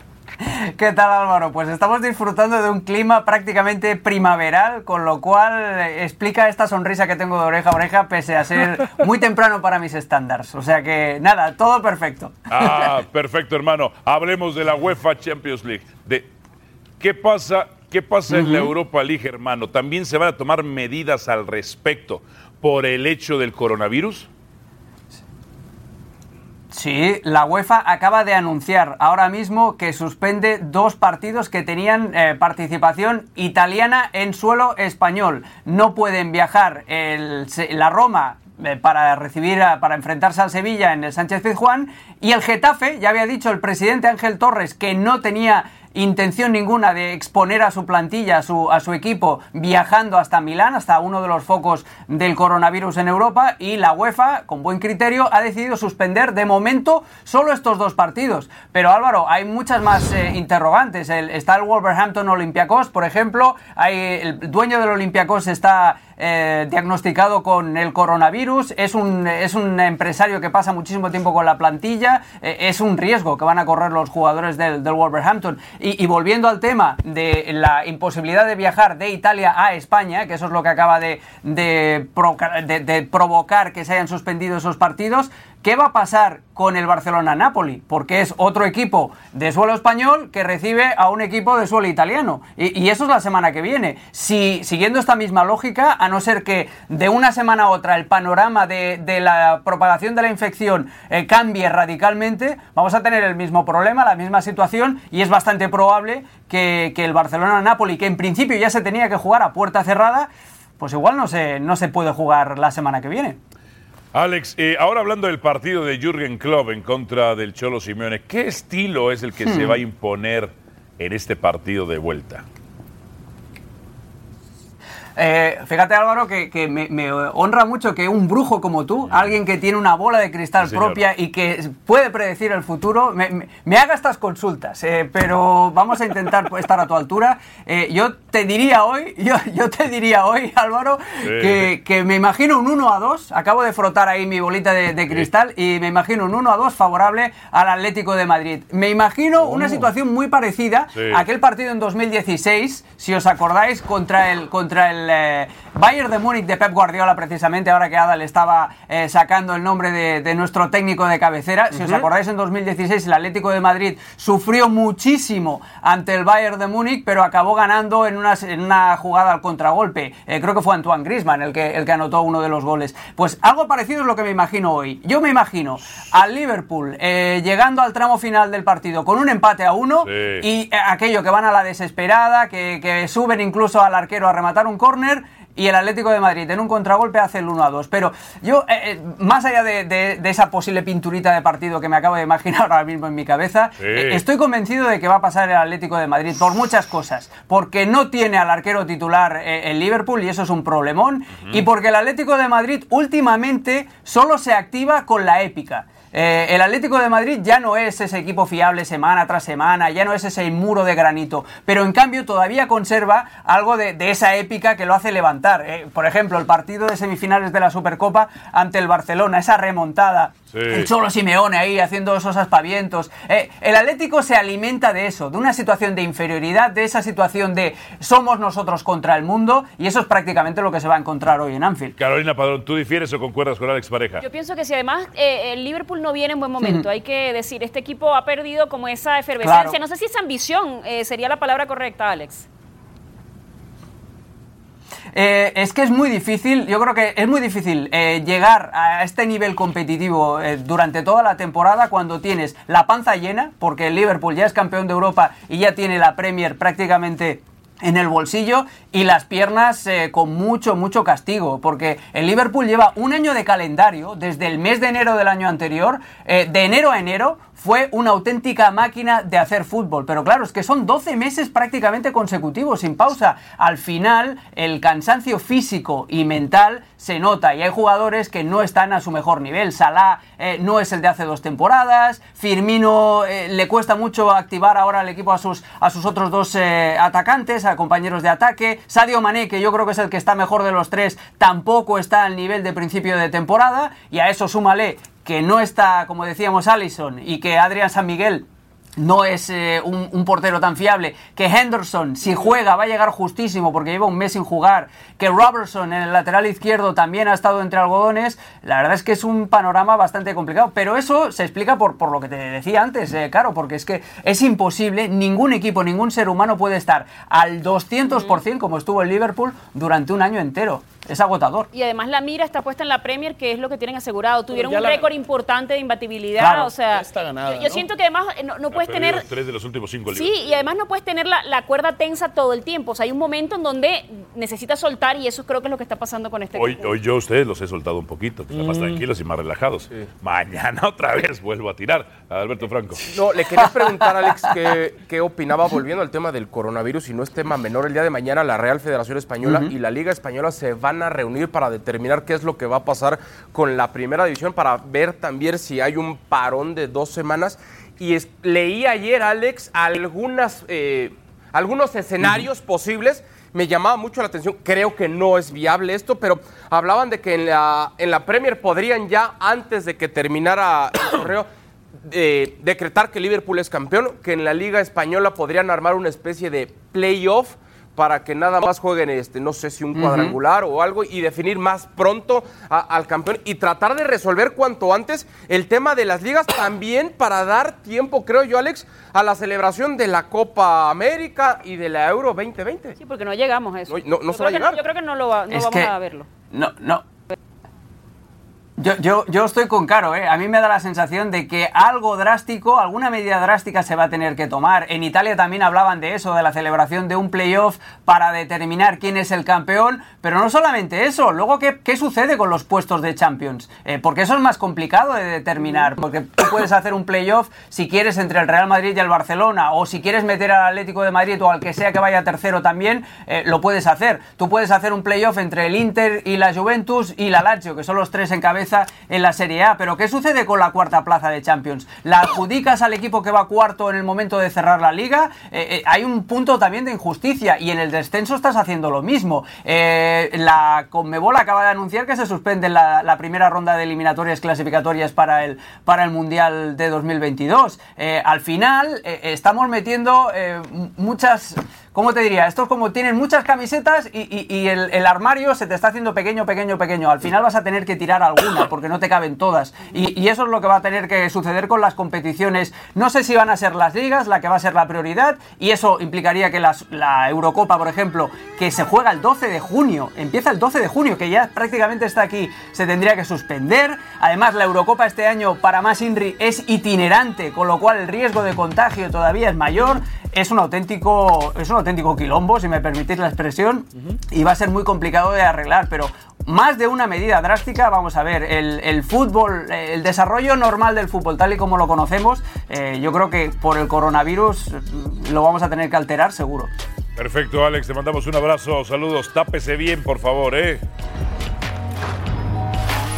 [SPEAKER 14] ¿Qué tal Álvaro? Pues estamos disfrutando de un clima prácticamente primaveral, con lo cual eh, explica esta sonrisa que tengo de oreja a oreja, pese a ser muy temprano para mis estándares. O sea que nada, todo perfecto.
[SPEAKER 2] Ah, perfecto, hermano. Hablemos de la UEFA Champions League. De, ¿Qué pasa, qué pasa en la Europa League, hermano? ¿También se van a tomar medidas al respecto por el hecho del coronavirus?
[SPEAKER 14] Sí, la UEFA acaba de anunciar ahora mismo que suspende dos partidos que tenían eh, participación italiana en suelo español. No pueden viajar el Se- la Roma eh, para recibir a- para enfrentarse al Sevilla en el Sánchez Pizjuán Y el Getafe, ya había dicho el presidente Ángel Torres que no tenía intención ninguna de exponer a su plantilla, a su, a su equipo, viajando hasta Milán, hasta uno de los focos del coronavirus en Europa, y la UEFA, con buen criterio, ha decidido suspender de momento solo estos dos partidos. Pero Álvaro, hay muchas más eh, interrogantes. El- está el Wolverhampton Olympiacos, por ejemplo, hay, el dueño del Olympiacos está eh, diagnosticado con el coronavirus, es un, es un empresario que pasa muchísimo tiempo con la plantilla, eh, es un riesgo que van a correr los jugadores del, del Wolverhampton. Y, y volviendo al tema de la imposibilidad de viajar de Italia a España, que eso es lo que acaba de, de proca- de- de provocar que se hayan suspendido esos partidos, ¿qué va a pasar con el Barcelona-Napoli? Porque es otro equipo de suelo español que recibe a un equipo de suelo italiano. Y, y eso es la semana que viene. Si, siguiendo esta misma lógica, a no ser que de una semana a otra el panorama de, de la propagación de la infección eh, cambie radicalmente, vamos a tener el mismo problema, la misma situación, y es bastante probable que, que el Barcelona-Napoli, que en principio ya se tenía que jugar a puerta cerrada, pues igual no se, no se puede jugar la semana que viene.
[SPEAKER 2] Alex, eh, ahora hablando del partido de Jürgen Klopp en contra del Cholo Simeone, ¿qué estilo es el que se
[SPEAKER 14] Hmm.
[SPEAKER 2] va a imponer en este partido de vuelta?
[SPEAKER 14] Eh, fíjate Álvaro que, que me, me honra mucho que un brujo como tú, alguien que tiene una bola de cristal
[SPEAKER 15] Sí, señor.
[SPEAKER 14] propia y que puede predecir el futuro, me, me- me haga estas consultas, eh, pero vamos a intentar pues, estar a tu altura. Eh, yo te diría hoy, yo, yo te diría hoy Álvaro,
[SPEAKER 15] Sí.
[SPEAKER 14] que, que me imagino un 1 a 2, acabo de frotar ahí mi bolita de, de cristal y me imagino un 1 a 2 favorable al Atlético de Madrid. Me imagino una situación muy parecida
[SPEAKER 15] Oh. Sí.
[SPEAKER 14] a aquel partido en 2016, si os acordáis, contra el, contra el eh, Bayern de Múnich de Pep Guardiola, precisamente, ahora que Ada le estaba eh, sacando el nombre de, de nuestro técnico de cabecera. Si os
[SPEAKER 15] Ujú.
[SPEAKER 14] acordáis, en 2016 el Atlético de Madrid sufrió muchísimo ante el Bayern de Múnich, pero acabó ganando en una, en una jugada al contragolpe. Eh, creo que fue Antoine Griezmann el que, el que anotó uno de los goles. Pues algo parecido es lo que me imagino hoy. Yo me imagino al Liverpool eh, llegando al tramo final del partido con un empate a uno
[SPEAKER 15] Sí.
[SPEAKER 14] y y, eh, aquello que van a la desesperada, que, que suben incluso al arquero a rematar un córner. Y el Atlético de Madrid en un contragolpe hace el 1 a 2. Pero yo, eh, eh, más allá de, de- de esa posible pinturita de partido que me acabo de imaginar ahora mismo en mi cabeza,
[SPEAKER 15] Sí.
[SPEAKER 14] eh, estoy convencido de que va a pasar el Atlético de Madrid por muchas cosas. Porque no tiene al arquero titular eh, el Liverpool y eso es un problemón. Y porque el Atlético de Madrid últimamente solo se activa con la épica. Eh, el Atlético de Madrid ya no es ese equipo fiable semana tras semana, ya no es ese muro de granito, pero en cambio todavía conserva algo de, de esa épica que lo hace levantar. Eh, por ejemplo, el partido de semifinales de la Supercopa ante el Barcelona, esa remontada
[SPEAKER 15] Sí.
[SPEAKER 14] el Cholo Simeone ahí haciendo esos aspavientos. Eh, el Atlético se alimenta de eso, de una situación de inferioridad, de esa situación de somos nosotros contra el mundo, y eso es prácticamente lo que se va a encontrar hoy en Anfield.
[SPEAKER 2] Carolina Padrón, ¿tú difieres o concuerdas con Alex Pareja?
[SPEAKER 4] Yo pienso que si además eh, el Liverpool no viene en buen momento,
[SPEAKER 2] Ujú.
[SPEAKER 4] hay que decir, este equipo ha perdido como esa efervescencia,
[SPEAKER 14] Claro.
[SPEAKER 4] no sé si esa ambición eh, sería la palabra correcta, Alex.
[SPEAKER 14] Eh, es que es muy difícil, yo creo que es muy difícil eh, llegar a este nivel competitivo eh, durante toda la temporada cuando tienes la panza llena, porque el Liverpool ya es campeón de Europa y ya tiene la Premier prácticamente en el bolsillo y las piernas eh, con mucho, mucho castigo, porque el Liverpool lleva un año de calendario, desde el mes de enero del año anterior, eh, de enero a enero, fue una auténtica máquina de hacer fútbol. Pero claro, es que son 12 meses prácticamente consecutivos, sin pausa. Al final, el cansancio físico y mental se nota y hay jugadores que no están a su mejor nivel. Salah eh, no es el de hace dos temporadas, Firmino eh, le cuesta mucho activar ahora al equipo a sus, a sus otros dos eh, atacantes, a compañeros de ataque. Sadio Mané, que yo creo que es el que está mejor de los tres, tampoco está al nivel de principio de temporada y a eso súmale que no está, como decíamos, Allison y que Adrián San Miguel no es eh, un, un portero tan fiable, que Henderson, si juega, va a llegar justísimo porque lleva un mes sin jugar, que Robertson en el lateral izquierdo también ha estado entre algodones, la verdad es que es un panorama bastante complicado, pero eso se explica por, por lo que te decía antes, eh, Caro, porque es que es imposible, ningún equipo, ningún ser humano puede estar al 200% como estuvo el Liverpool durante un año entero. Es agotador.
[SPEAKER 4] Y además la mira está puesta en la Premier, que es lo que tienen asegurado. Tuvieron
[SPEAKER 3] ya
[SPEAKER 4] un
[SPEAKER 3] la-
[SPEAKER 4] récord importante de imbatibilidad.
[SPEAKER 2] Claro,
[SPEAKER 4] o sea,
[SPEAKER 2] ya está ganada,
[SPEAKER 4] yo, yo
[SPEAKER 2] ¿no?
[SPEAKER 4] siento que además eh, no, no puedes
[SPEAKER 2] perdido
[SPEAKER 4] tener...
[SPEAKER 2] tres de los últimos cinco
[SPEAKER 4] Sí,
[SPEAKER 2] libros.
[SPEAKER 4] y además no puedes tener la, la cuerda tensa todo el tiempo. O sea, hay un momento en donde necesitas soltar y eso creo que es lo que está pasando con este
[SPEAKER 2] Hoy,
[SPEAKER 4] equipo.
[SPEAKER 2] hoy yo a ustedes los he soltado un poquito, que están más
[SPEAKER 5] Mm.
[SPEAKER 2] tranquilos y más relajados. Mañana otra vez vuelvo a tirar a Alberto Franco.
[SPEAKER 5] No, le quería preguntar, Alex, qué, qué opinaba, volviendo al tema del coronavirus, y no es tema menor, el día de mañana la Real Federación Española
[SPEAKER 15] Ujú.
[SPEAKER 5] y la Liga Española se van a reunir para determinar qué es lo que va a pasar con la primera división, para ver también si hay un parón de dos semanas. Y es- leí ayer, Alex, algunas, eh, algunos escenarios posibles. Me llamaba mucho la atención, creo que no es viable esto, pero hablaban de que en la, en la Premier podrían ya, antes de que terminara el correo, eh, decretar que Liverpool es campeón, que en la Liga Española podrían armar una especie de playoff para que nada más jueguen este, no sé si un
[SPEAKER 15] Ujú.
[SPEAKER 5] cuadrangular o algo, y definir más pronto a- al campeón y tratar de resolver cuanto antes el tema de las ligas, también para dar tiempo, creo yo, Alex, a la celebración de la Copa América y de la Euro 2020.
[SPEAKER 4] Sí, porque no llegamos a eso.
[SPEAKER 5] No, no- no
[SPEAKER 4] Yo
[SPEAKER 5] se va a
[SPEAKER 4] creo que
[SPEAKER 5] llegar.
[SPEAKER 4] yo creo que no, lo va- no
[SPEAKER 14] Es
[SPEAKER 4] vamos
[SPEAKER 14] que-
[SPEAKER 4] a verlo.
[SPEAKER 14] No, no. Yo, yo, yo estoy con Caro, ¿eh? A mí me da la sensación de que algo drástico, alguna medida drástica se va a tener que tomar. En Italia también hablaban de eso, de la celebración de un playoff para determinar quién es el campeón. Pero no solamente eso, luego, ¿qué, qué sucede con los puestos de Champions? Eh, porque eso es más complicado de determinar, porque tú puedes hacer un playoff si quieres entre el Real Madrid y el Barcelona, o si quieres meter al Atlético de Madrid o al que sea que vaya tercero también, eh, lo puedes hacer. Tú puedes hacer un playoff entre el Inter y la Juventus y la Lazio, que son los tres en cabeza en la Serie A. Pero ¿qué sucede con la cuarta plaza de Champions? ¿La adjudicas al equipo que va cuarto en el momento de cerrar la liga? Eh, eh, hay un punto también de injusticia y en el descenso estás haciendo lo mismo. Eh, la Conmebol acaba de anunciar que se suspende la, la primera ronda de eliminatorias clasificatorias para el, para el Mundial de 2022. Eh, al final eh, estamos metiendo eh, m- muchas... ¿Cómo te diría? Esto es como tienen muchas camisetas y, y- y el, el armario se te está haciendo pequeño, pequeño, pequeño. Al final vas a tener que tirar alguna porque no te caben todas. Y, y eso es lo que va a tener que suceder con las competiciones. No sé si van a ser las ligas la que va a ser la prioridad y eso implicaría que las- la Eurocopa, por ejemplo, que se juega el 12 de junio, empieza el 12 de junio, que ya prácticamente está aquí, se tendría que suspender. Además, la Eurocopa este año para más INRI es itinerante, con lo cual el riesgo de contagio todavía es mayor. Es un auténtico, es un auténtico quilombo, si me permitís la expresión, y va a ser muy complicado de arreglar, pero más de una medida drástica, vamos a ver, el, el fútbol, eh, el desarrollo normal del fútbol, tal y como lo conocemos, eh, yo creo que por el coronavirus eh, lo vamos a tener que alterar seguro.
[SPEAKER 2] Perfecto, Alex, te mandamos un abrazo, saludos, tápese bien, por favor, ¿eh?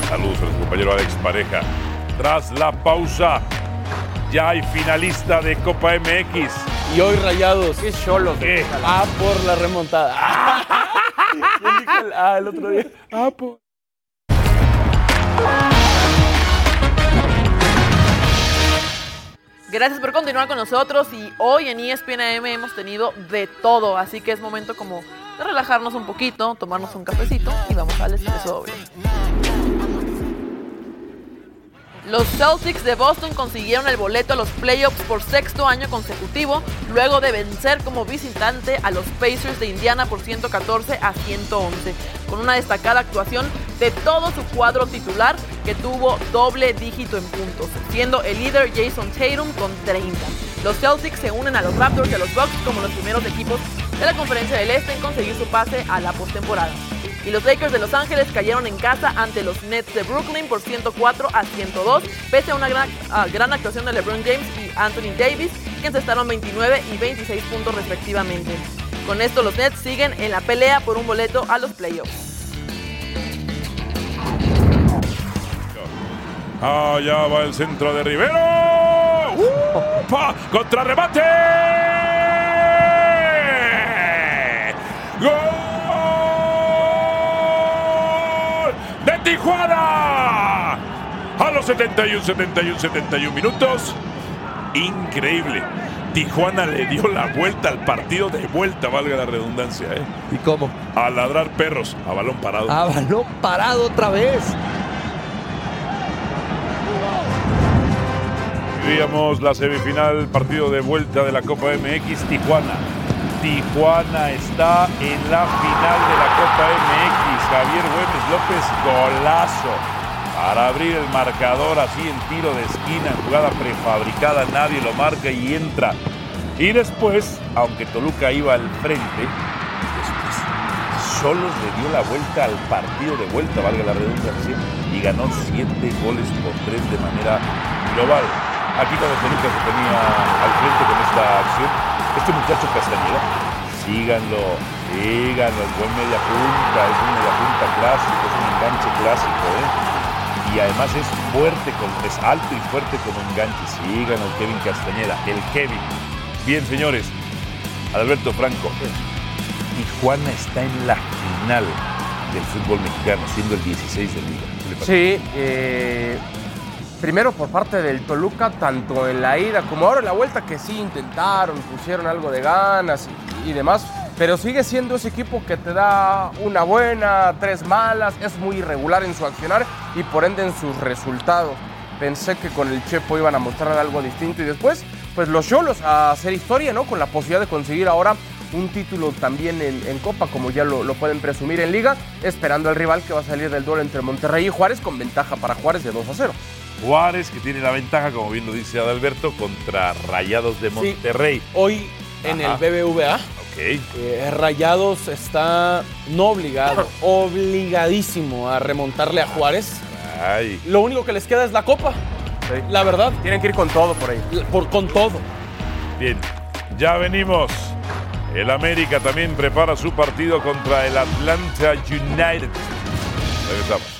[SPEAKER 2] Saludos a nuestro compañero Alex Pareja. Tras la pausa, ya hay finalista de Copa Eh. MX.
[SPEAKER 3] Y hoy rayados.
[SPEAKER 5] Qué cholo.
[SPEAKER 3] Ah, por la remontada.
[SPEAKER 2] Ah,
[SPEAKER 3] ¿Quién dijo el, ah, el otro día? Ah, por.
[SPEAKER 1] Gracias por continuar con nosotros y hoy en E ESPN AM hemos tenido de todo, así que es momento como de relajarnos un poquito, tomarnos un cafecito y vamos al expreso doble. Los Celtics de Boston consiguieron el boleto a los playoffs por sexto año consecutivo, luego de vencer como visitante a los Pacers de Indiana por 114 a 111, con una destacada actuación de todo su cuadro titular que tuvo doble dígito en puntos, siendo el líder Jason Tatum con 30. Los Celtics se unen a los Raptors y a los Bucks como los primeros equipos de la Conferencia del Este en conseguir su pase a la postemporada. Y los Lakers de Los Ángeles cayeron en casa ante los Nets de Brooklyn por 104 a 102, pese a una gran, a gran actuación de LeBron James y Anthony Davis, que encestaron 29 y 26 puntos respectivamente. Con esto los Nets siguen en la pelea por un boleto a los playoffs.
[SPEAKER 2] Allá va el centro de Rivero. ¡Upa! ¡Contrarremate! ¡Gol de Tijuana! A los 71, 71, 71 minutos. Increíble. Tijuana le dio la vuelta al partido de vuelta, valga la redundancia. ¿eh?
[SPEAKER 16] ¿Y cómo?
[SPEAKER 2] A ladrar perros, a balón parado.
[SPEAKER 16] A balón parado otra vez.
[SPEAKER 2] Vivíamos la semifinal, partido de vuelta de la Copa MX Tijuana Tijuana está en la final de la Copa MX. Javier Güemes López, golazo. Para abrir el marcador así en tiro de esquina, en jugada prefabricada, nadie lo marca y entra. Y después, aunque Toluca iba al frente, después Solos le dio la vuelta al partido de vuelta, valga la redundancia, y ganó siete goles por tres de manera global. Aquí cuando Toluca se tenía al frente con esta acción, este muchacho Castañeda, síganlo, síganlo, es buen media punta, es un media punta clásico, es un enganche clásico, ¿eh? y además es fuerte, con- es alto y fuerte como enganche. Sigan al Kevin Castañeda, el Kevin. Bien, señores, Alberto Franco, Tijuana está en la final del fútbol mexicano, siendo el 16 de liga. ¿Qué le parece?
[SPEAKER 5] Sí, eh, primero por parte del Toluca, tanto en la ida como ahora en la vuelta, que sí intentaron, pusieron algo de ganas y, y demás, pero sigue siendo ese equipo que te da una buena, tres malas, es muy irregular en su accionar y por ende en sus resultados. Pensé que con el Chepo iban a mostrar algo distinto y después, pues los Cholos a hacer historia, ¿no? Con la posibilidad de conseguir ahora un título también en, en Copa, como ya lo, lo pueden presumir en Liga, esperando al rival que va a salir del duelo entre Monterrey y Juárez con ventaja para Juárez de 2 a 0.
[SPEAKER 2] Juárez, que tiene la ventaja, como bien lo dice Adalberto, contra Rayados de Monterrey.
[SPEAKER 3] Hoy en
[SPEAKER 2] Ajá.
[SPEAKER 3] el BBVA,
[SPEAKER 2] Ok.
[SPEAKER 3] eh, Rayados está no obligado, obligadísimo a remontarle a Juárez.
[SPEAKER 2] Ay.
[SPEAKER 3] Lo único que les queda es la copa. La verdad.
[SPEAKER 5] Tienen que ir con todo por ahí.
[SPEAKER 3] Por, con todo.
[SPEAKER 2] Bien, ya venimos. El América también prepara su partido contra el Atlanta United. Regresamos.